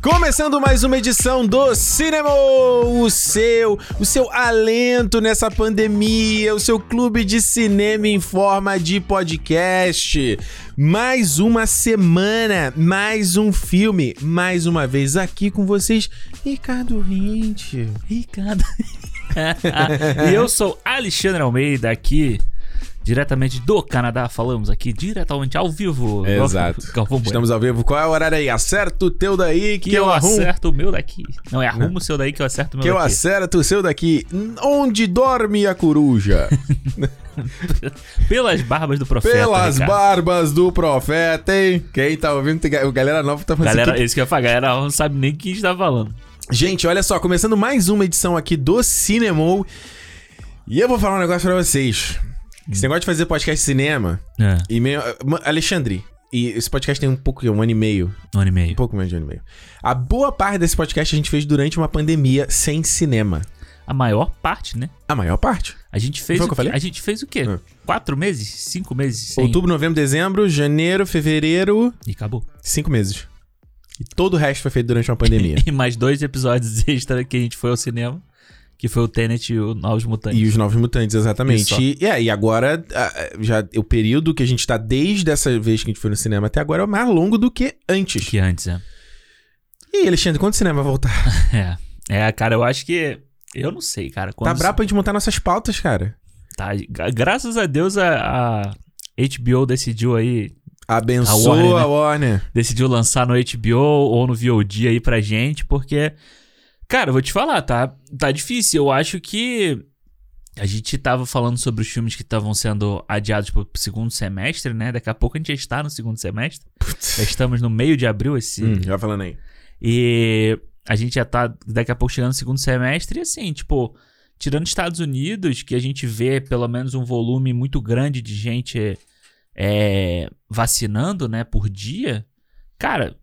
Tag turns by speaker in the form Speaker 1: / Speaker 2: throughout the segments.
Speaker 1: Começando mais uma edição do Cinema, o seu, o seu alento nessa pandemia, o seu clube de cinema em forma de podcast. Mais uma semana, mais um filme, mais uma vez aqui com vocês, Ricardo Rente.
Speaker 2: Ricardo. e eu sou Alexandre Almeida aqui. Diretamente do Canadá, falamos aqui diretamente ao vivo.
Speaker 1: Exato.
Speaker 2: Galvão Bueno.
Speaker 1: Estamos ao vivo. Qual é o horário aí? Acerta o teu daí que,
Speaker 2: Que eu,
Speaker 1: eu arrumo.
Speaker 2: acerto o meu daqui. Não, é arruma o seu daí que eu acerto o meu
Speaker 1: Que eu
Speaker 2: daqui.
Speaker 1: acerto o seu daqui. Onde dorme a coruja?
Speaker 2: Pelas barbas do profeta. né,
Speaker 1: Pelas
Speaker 2: Ricardo.
Speaker 1: barbas do profeta, hein? Quem tá ouvindo, tem... ga- o galera nova tá falando
Speaker 2: Galera,
Speaker 1: assim.
Speaker 2: isso que eu ia falar, galera não sabe nem o que a gente tá falando.
Speaker 1: que- Gente, olha só, começando mais uma edição aqui do Cinemol. E eu vou falar um negócio pra vocês. Esse negócio de fazer podcast de cinema
Speaker 2: É,
Speaker 1: e meio. Ma- Alexandre, e esse podcast tem um pouco, um ano e meio.
Speaker 2: um ano e
Speaker 1: Um
Speaker 2: meio.
Speaker 1: pouco menos de um ano e meio. A boa parte desse podcast a gente fez durante uma pandemia sem cinema.
Speaker 2: A maior parte, né?
Speaker 1: A maior parte.
Speaker 2: A gente fez.
Speaker 1: Foi o
Speaker 2: o
Speaker 1: que eu falei?
Speaker 2: A gente fez o quê?
Speaker 1: É.
Speaker 2: Quatro meses? Cinco meses? Sem...
Speaker 1: Outubro, novembro, dezembro, janeiro, fevereiro.
Speaker 2: E acabou.
Speaker 1: Cinco meses. E todo o resto foi feito durante uma pandemia.
Speaker 2: E mais dois episódios extra que a gente foi ao cinema. Que foi o Tenet e o Novos Mutantes.
Speaker 1: E os Novos Mutantes,
Speaker 2: Isso.
Speaker 1: exatamente. E, é, e agora, a- já, o período que a gente tá desde essa vez que a gente foi no cinema até agora é mais longo do que antes.
Speaker 2: Que antes, é.
Speaker 1: E aí, Alexandre, quando o cinema vai voltar? Tá
Speaker 2: É. É, cara, eu acho que. Eu não sei, cara. Quando
Speaker 1: Tá brabo pra gente montar nossas pautas, cara.
Speaker 2: tá- gra- graças a Deus a, a HBO decidiu aí.
Speaker 1: Abençoa,
Speaker 2: A Warner, né?
Speaker 1: Warner.
Speaker 2: Decidiu lançar no HBO ou no VOD aí pra gente, porque. Cara, eu vou te falar, tá? Tá difícil. Eu acho que. A gente tava falando sobre os filmes que estavam sendo adiados pro segundo semestre, né? Daqui a pouco a gente já está no segundo semestre. Já estamos no meio de abril esse,
Speaker 1: Hum, já falando aí.
Speaker 2: E a gente já tá daqui a pouco chegando no segundo semestre e assim, tipo, tirando os Estados Unidos, que a gente vê pelo menos um volume muito grande de gente é, vacinando, né, por dia. Cara,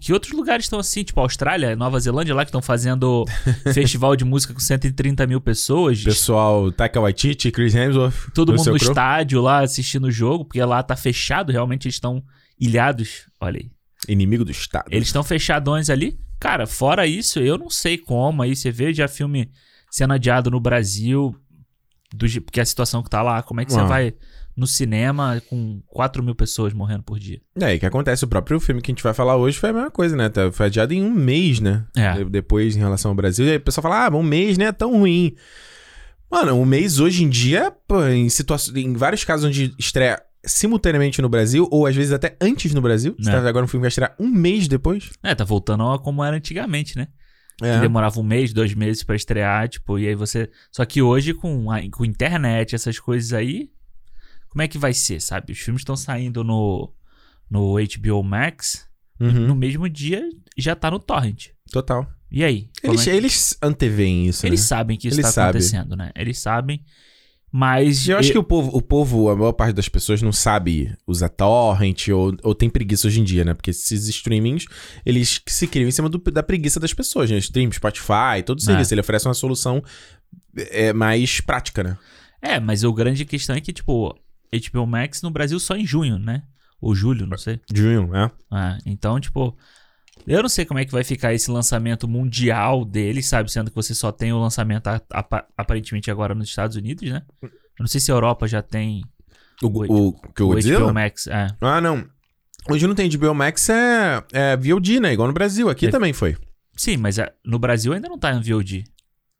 Speaker 2: que outros lugares estão assim, tipo Austrália, Nova Zelândia lá que estão fazendo festival de música com 130 mil pessoas,
Speaker 1: Pessoal, Taika Waititi, Chris Hemsworth.
Speaker 2: todo
Speaker 1: do
Speaker 2: mundo
Speaker 1: seu
Speaker 2: no
Speaker 1: crew.
Speaker 2: estádio lá assistindo o jogo, porque lá tá fechado, realmente eles estão ilhados. Olha aí.
Speaker 1: Inimigo do Estado.
Speaker 2: Eles estão fechadões ali. Cara, fora isso, eu não sei como. Aí você vê já filme sendo adiado no Brasil, do, je- porque a situação que tá lá, como é que você
Speaker 1: Ah.
Speaker 2: vai no cinema com 4 mil pessoas morrendo por dia?
Speaker 1: É, e o que acontece? O próprio filme que a gente vai falar hoje foi a mesma coisa, né? Tá- Foi adiado em um mês, né?
Speaker 2: É.
Speaker 1: De- Depois, em relação ao Brasil. E aí o pessoal fala, ah, um mês, né? É tão ruim. Mano, um mês hoje em dia, pô, em, situa- em vários casos onde estreia simultaneamente no Brasil, ou às vezes até antes no Brasil. Você
Speaker 2: É.
Speaker 1: tá vendo agora um filme que vai estrear um mês depois.
Speaker 2: É, tá voltando a como era antigamente, né? Que
Speaker 1: É.
Speaker 2: demorava um mês, dois meses pra estrear, tipo, e aí você. Só que hoje, com a com internet, essas coisas aí, como é que vai ser, sabe? Os filmes estão saindo no, no HBO Max,
Speaker 1: Uhum,
Speaker 2: no mesmo dia já tá no Torrent.
Speaker 1: Total.
Speaker 2: E aí? Como é
Speaker 1: Eles,
Speaker 2: que-
Speaker 1: eles antevêm isso,
Speaker 2: Eles
Speaker 1: né?
Speaker 2: sabem que isso
Speaker 1: Eles
Speaker 2: tá
Speaker 1: sabem.
Speaker 2: acontecendo, né? Eles sabem. Mas.
Speaker 1: Eu acho
Speaker 2: e-
Speaker 1: que o povo, o povo, a maior parte das pessoas não sabe usar torrent ou, ou tem preguiça hoje em dia, né? Porque esses streamings, eles que se criam em cima do- da preguiça das pessoas, né? Stream, Spotify,
Speaker 2: É.
Speaker 1: todo serviço. Ele oferece uma solução é, mais prática, né?
Speaker 2: É, mas o grande questão é que, tipo, HBO Max no Brasil só em junho, né? Ou julho, não sei.
Speaker 1: Dream, né?
Speaker 2: Ah, então, tipo. Eu não sei como é que vai ficar esse lançamento mundial deles, sabe? Sendo que você só tem o lançamento a- apa- aparentemente agora nos Estados Unidos, né? Eu não sei se a Europa já tem
Speaker 1: O, o, o que eu
Speaker 2: o
Speaker 1: vou dizer?
Speaker 2: HBO Max. É.
Speaker 1: Ah, não. Hoje não tem HBO Max, é, é VOD, né? Igual no Brasil. Aqui
Speaker 2: É.
Speaker 1: também foi.
Speaker 2: Sim, mas é, no Brasil ainda não tá em VOD.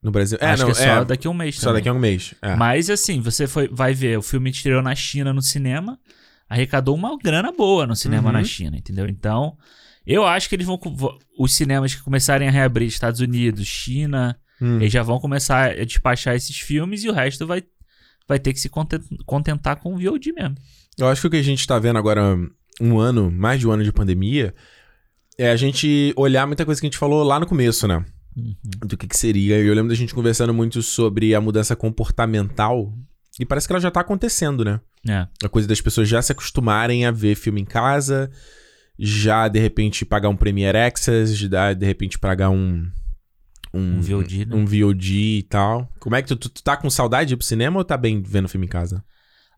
Speaker 1: No Brasil. É,
Speaker 2: Acho
Speaker 1: não,
Speaker 2: que é só
Speaker 1: é,
Speaker 2: daqui a um mês
Speaker 1: só
Speaker 2: também.
Speaker 1: daqui a um mês. É.
Speaker 2: Mas assim, você foi, vai ver, o filme estreou na China no cinema, arrecadou uma grana boa no cinema
Speaker 1: Uhum.
Speaker 2: na China, entendeu? Então, eu acho que eles vão. co- vo- Os cinemas que começarem a reabrir, Estados Unidos, China,
Speaker 1: Hum.
Speaker 2: eles já vão começar a despachar esses filmes e o resto vai, vai ter que se conten- contentar com o VOD mesmo.
Speaker 1: Eu acho que o que a gente tá vendo agora, um ano, mais de um ano de pandemia, é a gente olhar muita coisa que a gente falou lá no começo, né?
Speaker 2: Uhum.
Speaker 1: Do que, que seria. E eu lembro da gente conversando muito sobre a mudança comportamental. E parece que ela já tá acontecendo, né?
Speaker 2: É.
Speaker 1: A coisa das pessoas já se acostumarem a ver filme em casa, já de repente pagar um Premiere Access, de dar- de repente pagar um. Um,
Speaker 2: Um VOD, né?
Speaker 1: Um VOD e tal. Como é que tu, tu, tu tá com saudade de ir pro cinema ou tá bem vendo filme em casa?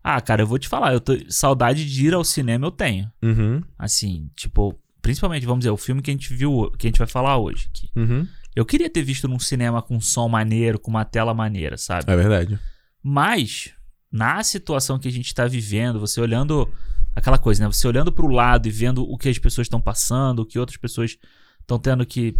Speaker 2: Ah, cara, eu vou te falar, eu tô, saudade de ir ao cinema eu tenho.
Speaker 1: Uhum.
Speaker 2: Assim, tipo, principalmente, vamos dizer, o filme que a gente viu, que a gente vai falar hoje aqui.
Speaker 1: Uhum.
Speaker 2: Eu queria ter visto num cinema com um som maneiro, com uma tela maneira, sabe?
Speaker 1: É verdade.
Speaker 2: Mas, na situação que a gente tá vivendo, você olhando aquela coisa, né? Você olhando pro lado e vendo o que as pessoas estão passando, o que outras pessoas estão tendo que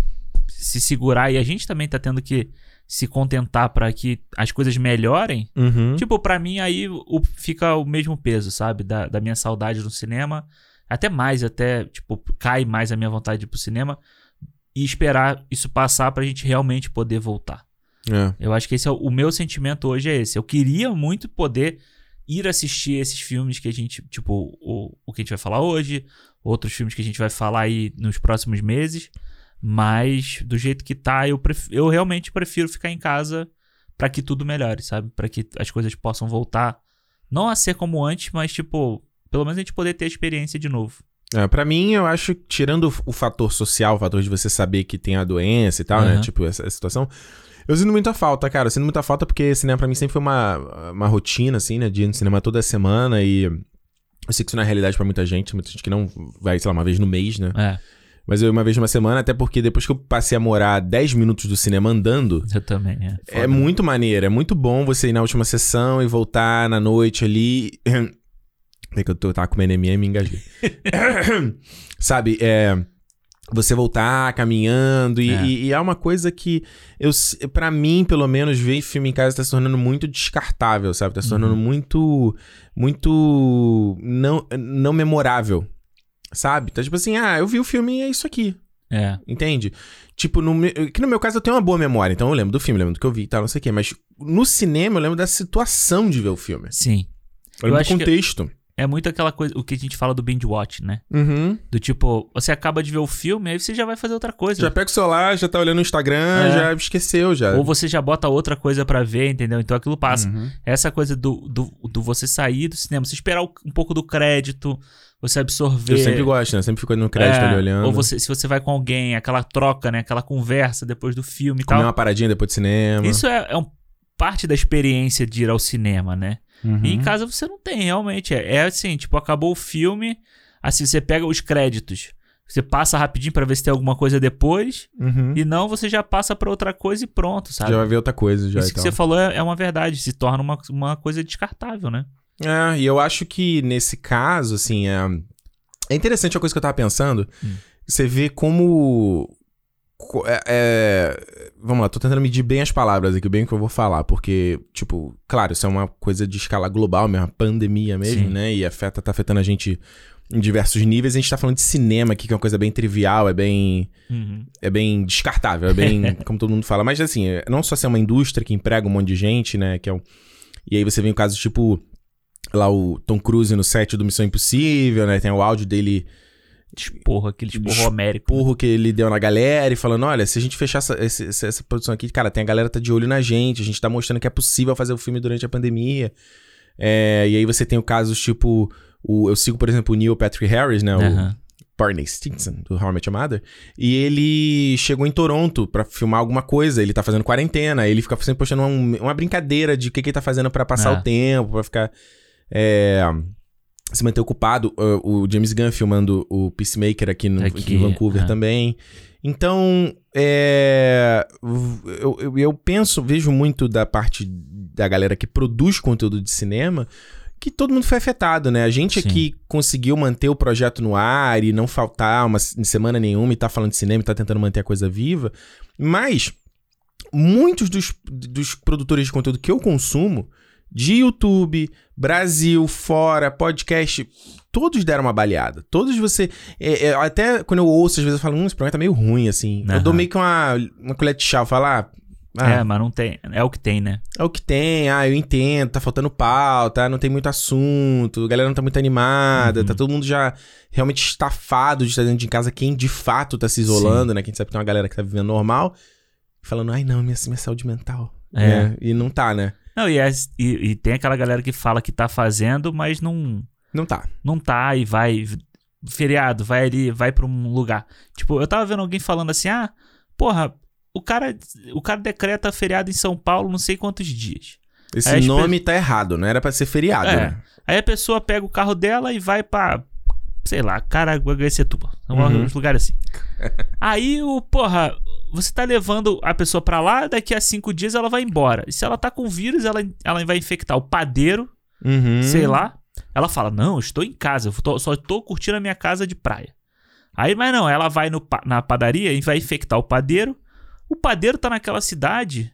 Speaker 2: se segurar e a gente também tá tendo que se contentar pra que as coisas melhorem.
Speaker 1: Uhum.
Speaker 2: Tipo, pra mim aí o- fica o mesmo peso, sabe? Da, da minha saudade no cinema. Até mais, até, tipo, cai mais a minha vontade de ir pro cinema e esperar isso passar pra gente realmente poder voltar.
Speaker 1: É.
Speaker 2: Eu acho que esse é o, o meu sentimento hoje é esse. Eu queria muito poder ir assistir esses filmes que a gente, tipo, o, o que a gente vai falar hoje, outros filmes que a gente vai falar aí nos próximos meses, mas do jeito que tá, eu, pref- eu realmente prefiro ficar em casa pra que tudo melhore, sabe? Pra que as coisas possam voltar não a ser como antes, mas tipo, pelo menos a gente poder ter a experiência de novo.
Speaker 1: É, pra mim, eu acho que tirando o fator social, o fator de você saber que tem a doença e tal, né?
Speaker 2: Aham.
Speaker 1: Tipo, essa, essa situação. Eu sinto muita falta, cara. Eu sinto muita falta porque cinema pra mim sempre foi uma, uma rotina, assim, né? De ir no cinema toda semana e... Eu sei que isso não é realidade pra muita gente. Muita gente que não vai, sei lá, uma vez no mês, né?
Speaker 2: É,
Speaker 1: Mas eu ia uma vez numa semana, até porque depois que eu passei a morar 10 minutos do cinema andando,
Speaker 2: eu também, é.
Speaker 1: é muito maneiro, é muito bom você ir na última sessão e voltar na noite ali. É que eu tô, tava comendo MM e me engajei. Sabe, é. Você voltar caminhando e
Speaker 2: É.
Speaker 1: é. E, e é uma coisa que eu s- pra mim, pelo menos, ver filme em casa tá se tornando muito descartável, sabe? Tá se tornando muito muito não não memorável. Sabe? Tá tipo assim, ah, eu vi o filme e é isso aqui.
Speaker 2: É,
Speaker 1: Entende? Tipo, no, me- que no meu caso eu tenho uma boa memória, então eu lembro do filme, lembro do que eu vi e tal, não sei o quê. Mas no cinema eu lembro da situação de ver o filme.
Speaker 2: sim.
Speaker 1: Eu lembro do
Speaker 2: acho que-
Speaker 1: contexto.
Speaker 2: É muito aquela coisa, o que a gente fala do binge watch, né?
Speaker 1: Uhum.
Speaker 2: Do tipo, você acaba de ver o filme, aí você já vai fazer outra coisa.
Speaker 1: Já pega o celular, já tá olhando o Instagram,
Speaker 2: É.
Speaker 1: já esqueceu, já.
Speaker 2: Ou você já bota outra coisa pra ver, entendeu? Então aquilo passa.
Speaker 1: Uhum.
Speaker 2: Essa coisa do, do, do você sair do cinema, você esperar o- um pouco do crédito, você absorver.
Speaker 1: Eu sempre gosto, né? Eu sempre fico no crédito
Speaker 2: É,
Speaker 1: ali olhando.
Speaker 2: Ou você, se você vai com alguém, aquela troca, né? Aquela conversa depois do filme e
Speaker 1: Comer
Speaker 2: tal.
Speaker 1: uma paradinha depois do cinema.
Speaker 2: tá- Isso é, é um, parte da experiência de ir ao cinema, né?
Speaker 1: Uhum.
Speaker 2: E em casa você não tem, realmente. É, é assim, tipo, acabou o filme, assim, você pega os créditos. Você passa rapidinho pra ver se tem alguma coisa depois.
Speaker 1: Uhum.
Speaker 2: E não, você já passa pra outra coisa e pronto, sabe?
Speaker 1: Já vai ver outra coisa já
Speaker 2: Isso
Speaker 1: e
Speaker 2: que
Speaker 1: tal.
Speaker 2: você falou é, é uma verdade, se torna uma, uma coisa descartável, né?
Speaker 1: É, e eu acho que nesse caso, assim, é, é interessante a coisa que eu tava pensando.
Speaker 2: Hum.
Speaker 1: Você vê como. co- é- é, Vamos lá, tô tentando medir bem as palavras aqui, bem o que eu vou falar, porque, tipo, claro, isso é uma coisa de escala global mesmo, uma pandemia mesmo,
Speaker 2: Sim.
Speaker 1: né? E afeta, tá afetando a gente em diversos níveis. A gente tá falando de cinema aqui, que é uma coisa bem trivial, é bem
Speaker 2: Uhum.
Speaker 1: é bem descartável, é bem como todo mundo fala. Mas assim, é- não só ser uma indústria que emprega um monte de gente, né? Que é um... E aí você vê um caso tipo lá o Tom Cruise no set do Missão Impossível, né? Tem o áudio dele
Speaker 2: Esporro, aquele esporro
Speaker 1: Esporro.
Speaker 2: homérico.
Speaker 1: porro que ele deu na galera e falando, olha, se a gente fechar essa, esse- essa, essa produção aqui, cara, tem a galera tá de olho na gente, a gente tá mostrando que é possível fazer o filme durante a pandemia. É, e aí você tem o casos tipo o, eu sigo por exemplo o Neil Patrick Harris, né? O-
Speaker 2: Aham.
Speaker 1: Barney Stinson, do How I Met Your Mother, e ele chegou em Toronto pra filmar alguma coisa, ele tá fazendo quarentena, aí ele fica sempre postando um- uma brincadeira de o que, que ele tá fazendo pra passar
Speaker 2: É.
Speaker 1: o tempo, pra ficar... é, se manter ocupado. Uh, O James Gunn filmando o Peacemaker aqui, no,
Speaker 2: Aqui,
Speaker 1: aqui em Vancouver
Speaker 2: é.
Speaker 1: também. Então, é, v- eu, eu, eu penso, vejo muito da parte da galera que produz conteúdo de cinema que todo mundo foi afetado, né? A gente
Speaker 2: Sim.
Speaker 1: aqui conseguiu manter o projeto no ar e não faltar uma se- semana nenhuma e tá falando de cinema e tá tentando manter a coisa viva. Mas muitos dos, dos produtores de conteúdo que eu consumo, de YouTube, Brasil, fora, podcast, todos deram uma baleada. Todos você. é, é, até quando eu ouço, às vezes eu falo, hum, esse programa tá meio ruim, assim. Eu
Speaker 2: Aham.
Speaker 1: dou meio que uma, uma colher de chá, falar. Ah,
Speaker 2: É, mas não tem. É o que tem, né?
Speaker 1: é o que tem, ah, eu entendo, tá faltando pauta, não tem muito assunto, a galera não tá muito animada,
Speaker 2: Uhum.
Speaker 1: tá todo mundo já realmente estafado de estar dentro de casa, quem de fato tá se isolando, né? Quem sabe que tem uma galera que tá vivendo normal, falando, ai não, minha, minha saúde mental.
Speaker 2: É.
Speaker 1: É, E não tá, né?
Speaker 2: Não, e, é- e- e tem aquela galera que fala que tá fazendo, mas não,
Speaker 1: Não tá.
Speaker 2: não tá e vai. Feriado, vai ali, vai pra um lugar. Tipo, eu tava vendo alguém falando assim, ah, porra, o cara, o cara decreta feriado em São Paulo não sei quantos dias.
Speaker 1: Esse
Speaker 2: É, as
Speaker 1: nome tá errado, não era pra ser feriado.
Speaker 2: É.
Speaker 1: né?
Speaker 2: Aí a pessoa pega o carro dela e vai pra sei lá, Caraguaguecetuba. Um
Speaker 1: Uhum.
Speaker 2: lugar assim. Aí o, porra, você tá levando a pessoa pra lá, daqui a cinco dias ela vai embora. E se ela tá com vírus, ela, ela vai infectar o padeiro,
Speaker 1: Uhum.
Speaker 2: sei lá. Ela fala: Não, eu estou em casa, eu tô- só tô curtindo a minha casa de praia. Aí, mas não, ela vai no pa- na padaria e vai infectar o padeiro. O padeiro tá naquela cidade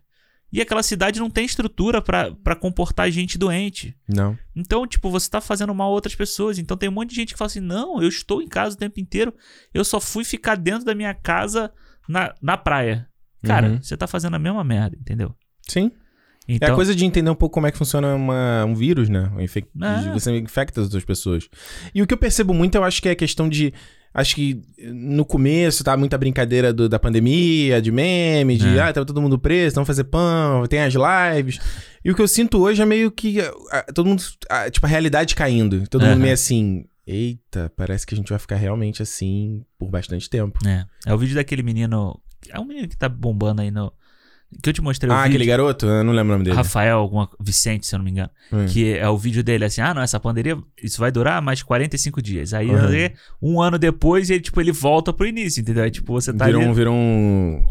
Speaker 2: e aquela cidade não tem estrutura pra pra comportar gente doente.
Speaker 1: Não.
Speaker 2: Então, tipo, você tá fazendo mal a outras pessoas. Então tem um monte de gente que fala assim: não, eu estou em casa o tempo inteiro, eu só fui ficar dentro da minha casa na, na praia. Cara,
Speaker 1: Uhum.
Speaker 2: você tá fazendo a mesma merda, entendeu?
Speaker 1: Sim.
Speaker 2: Então,
Speaker 1: É a coisa de entender um pouco como é que funciona uma- um vírus, né? Um infec-
Speaker 2: É.
Speaker 1: de- Você infecta as outras pessoas. E o que eu percebo muito, eu acho que é a questão de. Acho que eh, no começo tá muita brincadeira do- da pandemia, de meme, de
Speaker 2: É.
Speaker 1: ah, tava todo mundo preso, vamos fazer pão, tem as lives. E o que eu sinto hoje é meio que. ah, ah, todo mundo. ah, tipo, a realidade caindo. Todo mundo
Speaker 2: Aham.
Speaker 1: meio assim. Eita, parece que a gente vai ficar realmente assim por bastante tempo.
Speaker 2: é, é o vídeo daquele menino. É um menino que tá bombando aí no. Que eu te mostrei o
Speaker 1: ah,
Speaker 2: vídeo.
Speaker 1: aquele garoto? Eu não lembro o nome dele.
Speaker 2: Rafael, alguma, Vicente, se eu não me engano.
Speaker 1: Hum.
Speaker 2: Que é o vídeo dele assim: ah, não, essa pandemia, isso vai durar mais 45 dias. Aí,
Speaker 1: Uhum.
Speaker 2: aí, um ano depois, ele, tipo, ele volta pro início, entendeu? Aí, tipo, você tá
Speaker 1: virou, um,
Speaker 2: ali.
Speaker 1: virou um.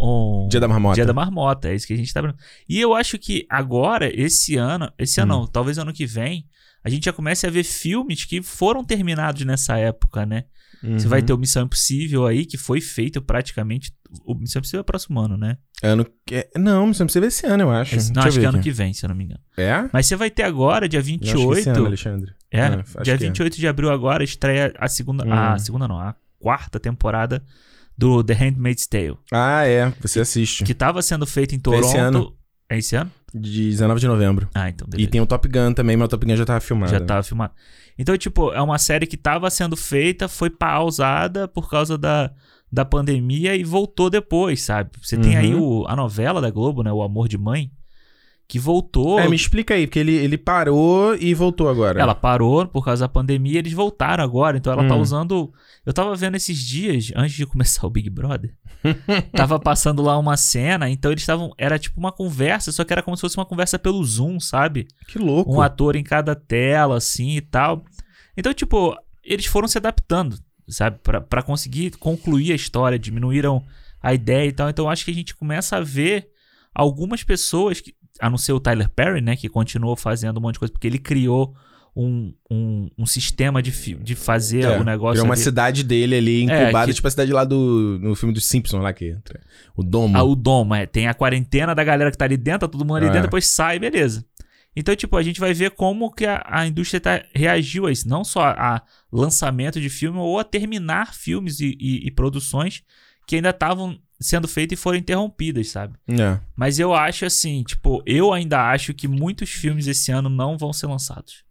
Speaker 2: um-
Speaker 1: Dia da marmota.
Speaker 2: Dia da Marmota, é isso que a gente tá brincando. E eu acho que agora, esse ano, esse ano
Speaker 1: Hum.
Speaker 2: não, talvez ano que vem, a gente já comece a ver filmes que foram terminados nessa época, né? Você vai
Speaker 1: Uhum.
Speaker 2: ter o Missão Impossível aí, que foi feito praticamente. O Missão Impossível é próximo ano, né?
Speaker 1: Ano que... é- Não, não precisa ver esse ano, eu acho.
Speaker 2: Esse-
Speaker 1: Deixa
Speaker 2: não,
Speaker 1: eu
Speaker 2: acho
Speaker 1: ver
Speaker 2: que é ano
Speaker 1: aqui.
Speaker 2: que vem, se eu não me engano.
Speaker 1: É?
Speaker 2: Mas você vai ter agora, dia
Speaker 1: Eu acho que esse
Speaker 2: 28.
Speaker 1: ano, Alexandre.
Speaker 2: é,
Speaker 1: É, acho
Speaker 2: dia
Speaker 1: que é.
Speaker 2: 28 de abril agora, estreia a segunda. A
Speaker 1: Hum.
Speaker 2: segunda não, a quarta temporada do The Handmaid's Tale.
Speaker 1: Ah, é. Você assiste.
Speaker 2: Que tava sendo feito em Toronto.
Speaker 1: ano.
Speaker 2: É esse ano?
Speaker 1: De 19 de novembro.
Speaker 2: Ah, então
Speaker 1: E
Speaker 2: beleza.
Speaker 1: tem o Top Gun também, mas o Top Gun já tava filmado.
Speaker 2: Já tá. tava filmado. Então, tipo, é uma série que tava sendo feita, foi pausada por causa da, da pandemia e voltou depois, sabe? Você tem aí
Speaker 1: Uhum.
Speaker 2: o, a novela da Globo, né? O Amor de Mãe, que voltou.
Speaker 1: É, me explica aí, porque ele, ele parou e voltou agora.
Speaker 2: Ela parou por causa da pandemia, eles voltaram agora. Então ela tá
Speaker 1: Hum.
Speaker 2: usando. Eu tava vendo esses dias, antes de começar o Big Brother, tava passando lá uma cena, então eles estavam. Era tipo uma conversa, só que era como se fosse uma conversa pelo Zoom, sabe?
Speaker 1: Que louco.
Speaker 2: um ator em cada tela, assim e tal. Então, tipo, eles foram se adaptando, sabe? Pra- pra conseguir concluir a história, diminuíram a ideia e tal. Então, acho que a gente começa a ver algumas pessoas, que, a não ser o Tyler Perry, né? Que continuou fazendo um monte de coisa, porque ele criou um, um, um sistema de, fi- de fazer
Speaker 1: É,
Speaker 2: o um negócio.
Speaker 1: É uma
Speaker 2: ali. É,
Speaker 1: cidade dele ali, incubada,
Speaker 2: que-
Speaker 1: tipo a cidade lá do... No filme dos Simpsons lá que... O Domo.
Speaker 2: Ah, o domo, é. Tem a quarentena da galera que tá ali dentro, tá todo mundo ali
Speaker 1: Hum. É.
Speaker 2: dentro, depois sai, beleza. Então, tipo, a gente vai ver como que a, a indústria tá, reagiu a isso. Não só a, a lançamento de filme, ou a terminar filmes e, e- e produções que ainda estavam sendo feitas e foram interrompidas, sabe?
Speaker 1: É.
Speaker 2: Mas eu acho assim, tipo, eu ainda acho que muitos filmes esse ano não vão ser lançados.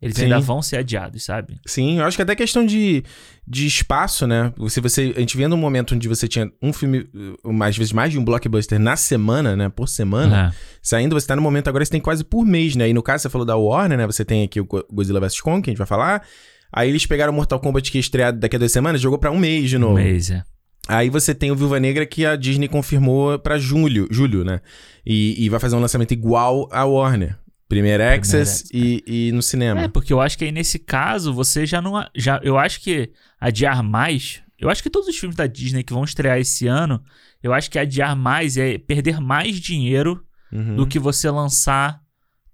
Speaker 2: Eles
Speaker 1: Sim.
Speaker 2: ainda vão ser adiados, sabe?
Speaker 1: Sim, eu acho que é até questão de, de espaço, né? Se você, a gente vendo um momento onde você tinha um filme, uh, às vezes mais de um blockbuster na semana, né? Por semana.
Speaker 2: É.
Speaker 1: Saindo, você tá no momento agora, você tem quase por mês, né? E no caso, você falou da Warner, né? Você tem aqui o Go- Godzilla vs. Kong, que a gente vai falar. Aí eles pegaram o Mortal Kombat que ia estrear daqui a duas semanas, jogou pra um mês de
Speaker 2: É, um
Speaker 1: novo.
Speaker 2: mês, é.
Speaker 1: Aí você tem o Viúva Negra que a Disney confirmou pra julho, julho, né? E, e vai fazer um lançamento igual a Warner. Primeiro Access
Speaker 2: Access,
Speaker 1: e, e no
Speaker 2: É,
Speaker 1: cinema.
Speaker 2: porque eu acho que aí nesse caso você já não. a- Já, eu acho que adiar mais. Eu acho que todos os filmes da Disney que vão estrear esse ano, eu acho que adiar mais é perder mais dinheiro
Speaker 1: Uhum.
Speaker 2: É. do que você lançar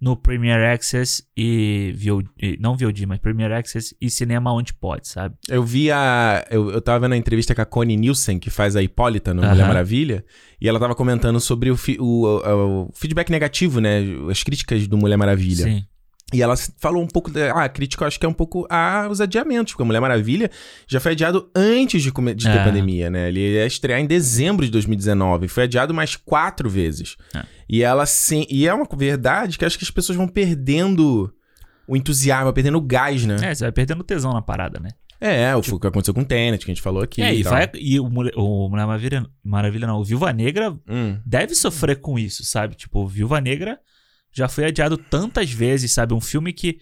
Speaker 2: no Premier Access e, VOD, e- não VOD, mas Premier Access e cinema onde pode, sabe?
Speaker 1: Eu vi a. Eu, eu tava vendo a entrevista com a Connie Nielsen, que faz a Hipólita no
Speaker 2: Aham.
Speaker 1: Mulher Maravilha, e ela tava comentando sobre o, fi- o- o- o feedback negativo, né? As críticas do Mulher Maravilha.
Speaker 2: Sim.
Speaker 1: E ela s- falou um pouco. Da, ah, a crítica eu acho que é um pouco aos adiamentos, porque a Mulher Maravilha já foi adiado antes de, come- de ter
Speaker 2: É.
Speaker 1: pandemia, né? Ele ia estrear em dezembro de 2019. Foi adiado mais quatro vezes.
Speaker 2: É.
Speaker 1: E ela sim. E é uma verdade que eu acho que as pessoas vão perdendo o entusiasmo, perdendo o gás, né?
Speaker 2: É, você vai perdendo tesão na parada, né? É,
Speaker 1: É, o que aconteceu com o Tenet, que a gente falou aqui.
Speaker 2: e aí,
Speaker 1: tal.
Speaker 2: vai. E o Mulher, o Mulher Maravilha, Maravilha não, o Viúva Negra
Speaker 1: Hum.
Speaker 2: deve sofrer com isso, sabe? Tipo, Viúva Negra já foi adiado tantas vezes, sabe? Um filme que.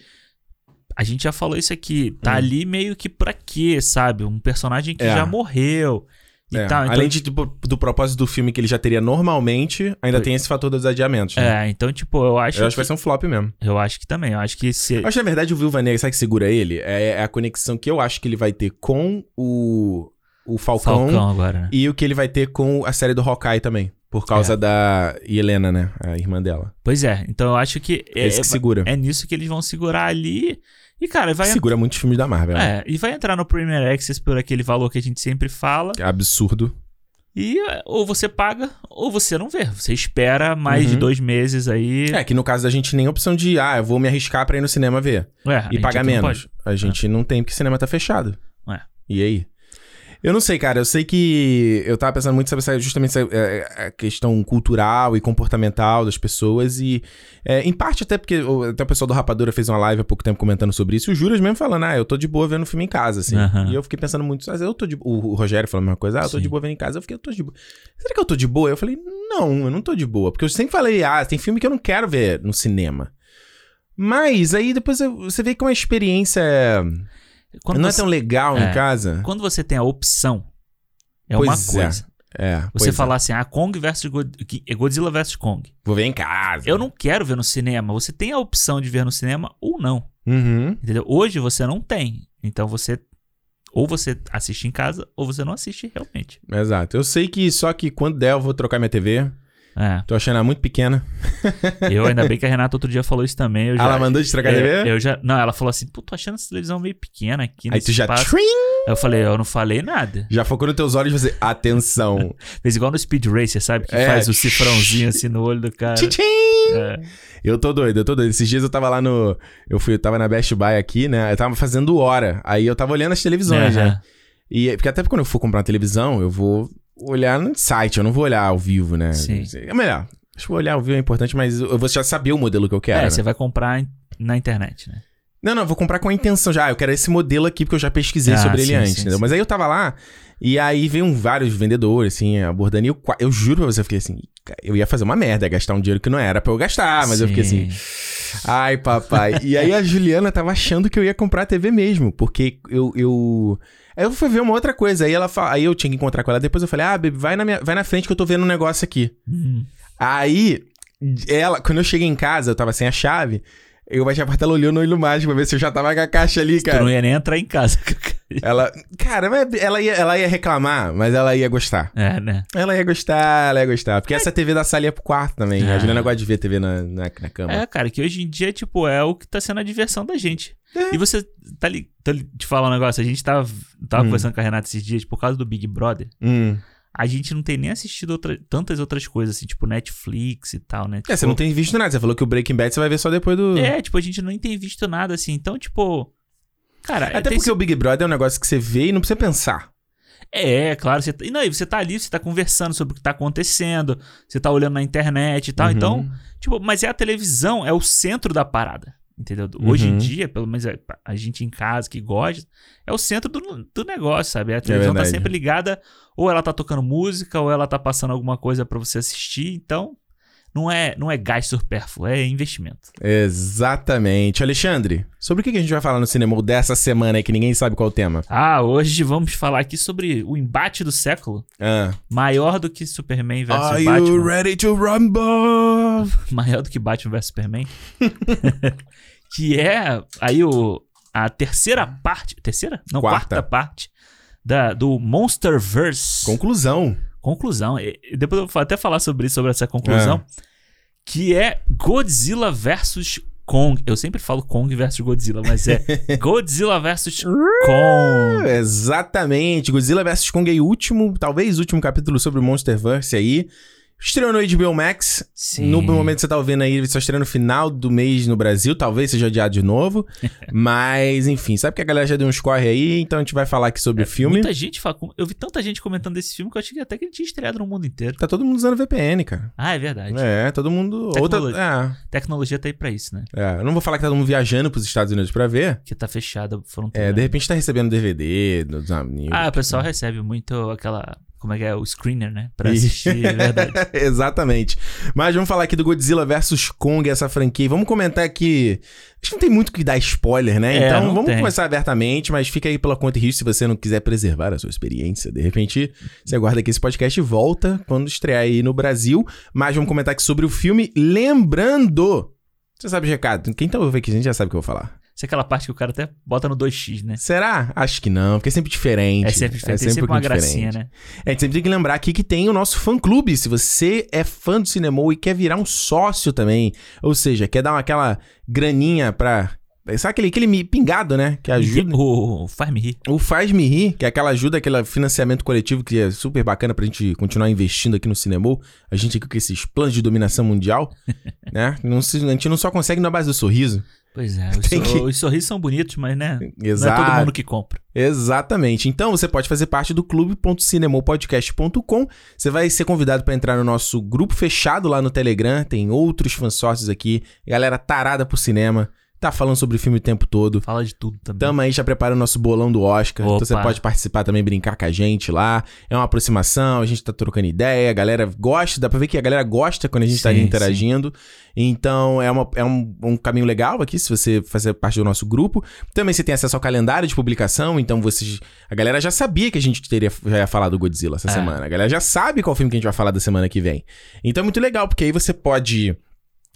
Speaker 2: A gente já falou isso aqui. Tá
Speaker 1: Hum.
Speaker 2: ali meio que pra quê, sabe? Um personagem que
Speaker 1: É.
Speaker 2: já morreu. e
Speaker 1: É,
Speaker 2: tal. Então,
Speaker 1: Além de, tipo, do propósito do filme que ele já teria normalmente, ainda
Speaker 2: Foi.
Speaker 1: tem esse fator dos adiamentos. né?
Speaker 2: É, então, tipo, eu acho,
Speaker 1: Eu acho que
Speaker 2: que,
Speaker 1: vai ser um flop mesmo.
Speaker 2: eu acho que também. Eu acho que se.
Speaker 1: Eu acho que, na verdade, o Viúva Negra, sabe o que segura ele? É é a conexão que eu acho que ele vai ter com o, o Falcão,
Speaker 2: Falcão agora, né?
Speaker 1: e o que ele vai ter com a série do Hawkeye também. Por causa
Speaker 2: É.
Speaker 1: da Helena, né? A irmã dela.
Speaker 2: Pois é, então eu acho que. É,
Speaker 1: Esse que segura.
Speaker 2: é nisso que eles vão segurar ali. E, cara, vai.
Speaker 1: Segura muitos filmes da Marvel. né?
Speaker 2: É, e vai entrar no Premier Access por aquele valor que a gente sempre fala.
Speaker 1: É absurdo.
Speaker 2: E é, ou você paga, ou você não vê. Você espera mais de
Speaker 1: Uhum.
Speaker 2: dois meses aí.
Speaker 1: É que no caso da gente nem opção de, ah, eu vou me arriscar pra ir no cinema ver.
Speaker 2: É, a gente
Speaker 1: e
Speaker 2: aqui
Speaker 1: pagar
Speaker 2: não
Speaker 1: menos.
Speaker 2: pode.
Speaker 1: A gente não tem porque o cinema tá fechado.
Speaker 2: É.
Speaker 1: E aí? Eu não sei, cara. Eu sei que eu tava pensando muito sobre essa, justamente essa, é, a questão cultural e comportamental das pessoas. E, é, em parte, até porque o- até o pessoal do Rapadura fez uma live há pouco tempo comentando sobre isso. E o Juras mesmo falando, ah, eu tô de boa vendo filme em casa, assim.
Speaker 2: Aham.
Speaker 1: E eu fiquei pensando muito, mas eu tô de O o Rogério falou a mesma coisa, ah, eu tô
Speaker 2: Sim.
Speaker 1: de boa vendo em casa. Eu fiquei, eu tô de boa. Será que eu tô de boa? Eu falei, não, eu não tô de boa. Porque eu sempre falei, ah, tem filme que eu não quero ver no cinema. Mas aí depois eu- você vê que é uma experiência
Speaker 2: Quando,
Speaker 1: não
Speaker 2: você,
Speaker 1: é tão legal
Speaker 2: É.
Speaker 1: em casa.
Speaker 2: quando você tem a opção, é
Speaker 1: Pois
Speaker 2: uma
Speaker 1: é,
Speaker 2: coisa.
Speaker 1: É.
Speaker 2: Você
Speaker 1: pois é.
Speaker 2: falar assim, ah, Kong versus God- Godzilla versus Kong.
Speaker 1: Vou ver em casa.
Speaker 2: Eu não quero ver no cinema. Você tem a opção de ver no cinema ou não.
Speaker 1: Uhum.
Speaker 2: Entendeu? Hoje você não tem. Então você. Ou você assiste em casa, ou você não assiste realmente.
Speaker 1: Exato. Eu sei que só que quando der eu vou trocar minha TV.
Speaker 2: É.
Speaker 1: Tô achando ela muito pequena.
Speaker 2: Eu ainda bem que a Renata outro dia falou isso também. Eu já,
Speaker 1: Ela mandou de trocar a
Speaker 2: eu,
Speaker 1: TV?
Speaker 2: eu já. Não, ela falou assim, pô, tô achando essa televisão meio pequena aqui.
Speaker 1: Aí
Speaker 2: nesse
Speaker 1: tu já
Speaker 2: espaço.
Speaker 1: trim,
Speaker 2: Eu falei, eu não falei nada.
Speaker 1: já focou nos teus olhos e você, atenção.
Speaker 2: Fez igual no Speed Racer, sabe? Que
Speaker 1: É.
Speaker 2: faz o cifrãozinho assim no olho do cara.
Speaker 1: Tchim!
Speaker 2: É.
Speaker 1: Eu tô doido, eu tô doido. Esses dias eu tava lá no. Eu fui, eu tava na Best Buy aqui, né? Eu tava fazendo hora. Aí eu tava olhando as televisões, né?
Speaker 2: Aham.
Speaker 1: E, porque até quando eu for comprar uma televisão, eu vou olhar no site, eu não vou olhar ao vivo, né?
Speaker 2: Sim.
Speaker 1: É melhor. Acho que olhar ao vivo é importante, mas eu vou já saber o modelo que eu quero.
Speaker 2: É,
Speaker 1: né?
Speaker 2: você vai comprar em- na internet, né?
Speaker 1: Não, não, eu vou comprar com a intenção já. Ah, eu quero esse modelo aqui porque eu já pesquisei
Speaker 2: Ah,
Speaker 1: sobre ele
Speaker 2: sim,
Speaker 1: antes,
Speaker 2: sim,
Speaker 1: entendeu?
Speaker 2: sim.
Speaker 1: Mas aí eu tava lá e aí veio um- vários vendedores, assim, abordando. E eu, qua- eu juro pra você, eu fiquei assim, "Cara, eu ia fazer uma merda, ia gastar um dinheiro que não era pra eu gastar, mas eu fiquei assim. Ai, papai. E aí a Juliana tava achando que eu ia comprar a TV mesmo, porque eu. eu... Aí eu fui ver uma outra coisa, aí ela fa- aí eu tinha que encontrar com ela depois, eu falei, ah, baby, vai na, minha... vai na frente que eu tô vendo um negócio aqui.
Speaker 2: Hum.
Speaker 1: Aí, ela, quando eu cheguei em casa, eu tava sem a chave, eu baixei a porta, ela olhou no olho mágico pra ver se eu já tava com a caixa ali,
Speaker 2: Tu não
Speaker 1: cara.
Speaker 2: ia nem entrar em casa.
Speaker 1: Ela, cara, mas ela ia, ela ia reclamar, mas ela ia gostar.
Speaker 2: é, né?
Speaker 1: Ela ia gostar, ela ia gostar. Porque essa TV da sala ia pro quarto também. A
Speaker 2: Ah.
Speaker 1: Juliana gosta de ver TV na, na, na cama.
Speaker 2: É, cara, que hoje em dia, tipo, é o que tá sendo a diversão da gente.
Speaker 1: É.
Speaker 2: E você tá ali, tô ali- te falar um negócio, a gente tava, tava
Speaker 1: Hum.
Speaker 2: conversando com a Renata esses dias, por causa do Big Brother,
Speaker 1: Hum.
Speaker 2: a gente não tem nem assistido outra- tantas outras coisas, assim, tipo Netflix e tal, né?
Speaker 1: É, você tá- não tem visto nada. Você falou que o Breaking Bad você vai ver só depois do.
Speaker 2: É, tipo, a gente não tem visto nada, assim, então, tipo... Cara,
Speaker 1: Até
Speaker 2: tem
Speaker 1: porque o Big Brother é um negócio que você vê e não precisa pensar.
Speaker 2: É, é, claro. Você, e não, e você tá ali, você tá conversando sobre o que tá acontecendo, você tá olhando na internet e tal.
Speaker 1: Uhum.
Speaker 2: Então, tipo, mas é a televisão, é o centro da parada. Entendeu? Hoje
Speaker 1: Uhum.
Speaker 2: em dia, pelo menos a, a gente em casa que gosta, é o centro do, do negócio, sabe? A televisão tá
Speaker 1: É verdade.
Speaker 2: sempre ligada, ou ela tá tocando música, ou ela tá passando alguma coisa pra você assistir. Então, não é, não é gás supérfluo, é investimento.
Speaker 1: Exatamente. Alexandre, sobre o que que a gente vai falar no cinema dessa semana aí que ninguém sabe qual é o tema?
Speaker 2: Ah, hoje vamos falar aqui sobre o embate do século,
Speaker 1: Ah.
Speaker 2: maior do que Superman versus
Speaker 1: Are
Speaker 2: Batman.
Speaker 1: you ready to rumble?
Speaker 2: maior do que Batman vs Superman, que é aí o, a terceira parte, terceira? Não,
Speaker 1: Quarta.
Speaker 2: quarta, parte da, do Monsterverse.
Speaker 1: Conclusão.
Speaker 2: conclusão. E- e depois eu vou até falar sobre isso, sobre essa conclusão, que é Godzilla versus Kong. Eu sempre falo Kong versus Godzilla, mas é Godzilla versus Kong.
Speaker 1: Exatamente. Godzilla vs. Kong aí, último, talvez último capítulo sobre o Monsterverse aí. Estreou no HBO Max.
Speaker 2: Sim.
Speaker 1: No momento que você tá ouvindo aí, ele só estreia no final do mês no Brasil, talvez seja adiado de novo. mas, enfim, sabe que a galera já deu uns corre aí, então a gente vai falar aqui sobre o filme.
Speaker 2: É, Muita gente fala, eu vi tanta gente comentando desse filme que eu achei que até que ele tinha estreado no mundo inteiro.
Speaker 1: Tá todo mundo usando VPN, cara.
Speaker 2: Ah, é verdade.
Speaker 1: É, todo mundo. Outra,
Speaker 2: Tecnologia. Tecnologia tá aí pra isso, né?
Speaker 1: é, é. Eu não vou falar que tá todo mundo viajando pros Estados Unidos pra ver.
Speaker 2: que tá fechada a fronteira.
Speaker 1: É, de repente tá recebendo DVD dos amigos.
Speaker 2: Ah, o pessoal recebe muito aquela Como é que é? O screener, né? Pra assistir, é verdade.
Speaker 1: Exatamente. Mas vamos falar aqui do Godzilla vs Kong, essa franquia. Vamos comentar aqui. Acho que não tem muito que dar spoiler, né?
Speaker 2: É,
Speaker 1: então
Speaker 2: não
Speaker 1: vamos
Speaker 2: tem.
Speaker 1: começar abertamente, mas fica aí pela conta e risco se você não quiser preservar a sua experiência. De repente, você aguarda aqui esse podcast e volta quando estrear aí no Brasil. Mas vamos comentar aqui sobre o filme. Lembrando. Você sabe o recado? Quem tá ouvindo aqui, a gente já sabe o que eu vou falar.
Speaker 2: Isso é aquela parte que o cara até bota no 2x, né?
Speaker 1: Será? Acho que não, porque é sempre diferente.
Speaker 2: É sempre, diferente, tem sempre
Speaker 1: um
Speaker 2: uma
Speaker 1: pouquinho
Speaker 2: gracinha,
Speaker 1: diferente.
Speaker 2: né?
Speaker 1: É, a gente sempre tem que lembrar aqui que tem o nosso fã-clube. Se você é fã do Cinemol e quer virar um sócio também, ou seja, quer dar uma, aquela graninha pra... Sabe aquele, aquele mi- pingado, né? Que ajuda...
Speaker 2: O, o Faz Me Rir.
Speaker 1: O Faz Me Rir, que é aquela ajuda, aquele financiamento coletivo que é super bacana pra gente continuar investindo aqui no Cinemol. A gente aqui com esses planos de dominação mundial, né? Não se- a gente não só consegue na base do sorriso.
Speaker 2: Pois é, os,
Speaker 1: Tem
Speaker 2: sor-
Speaker 1: que-
Speaker 2: os sorrisos são bonitos, mas né?
Speaker 1: Exato.
Speaker 2: Não é todo mundo que compra.
Speaker 1: Exatamente. Então você pode fazer parte do clube.cinemopodcast.com. Você vai ser convidado para entrar no nosso grupo fechado lá no Telegram. Tem outros fansócios aqui. Galera tarada por cinema. Tá falando sobre filme o tempo todo.
Speaker 2: Fala de tudo também.
Speaker 1: Tamo aí, já prepara o nosso bolão do Oscar.
Speaker 2: Opa.
Speaker 1: Então você pode participar também, brincar com a gente lá. É uma aproximação, a gente tá trocando ideia, a galera gosta, dá pra ver que a galera gosta quando a gente tá ali
Speaker 2: Sim,
Speaker 1: interagindo. Então é, uma- é um, um caminho legal aqui, se você fazer parte do nosso grupo. Também você tem acesso ao calendário de publicação, então vocês. A galera já sabia que a gente teria, já ia falar do Godzilla essa
Speaker 2: É.
Speaker 1: semana. A galera já sabe qual filme que a gente vai falar da semana que vem. Então é muito legal, porque aí você pode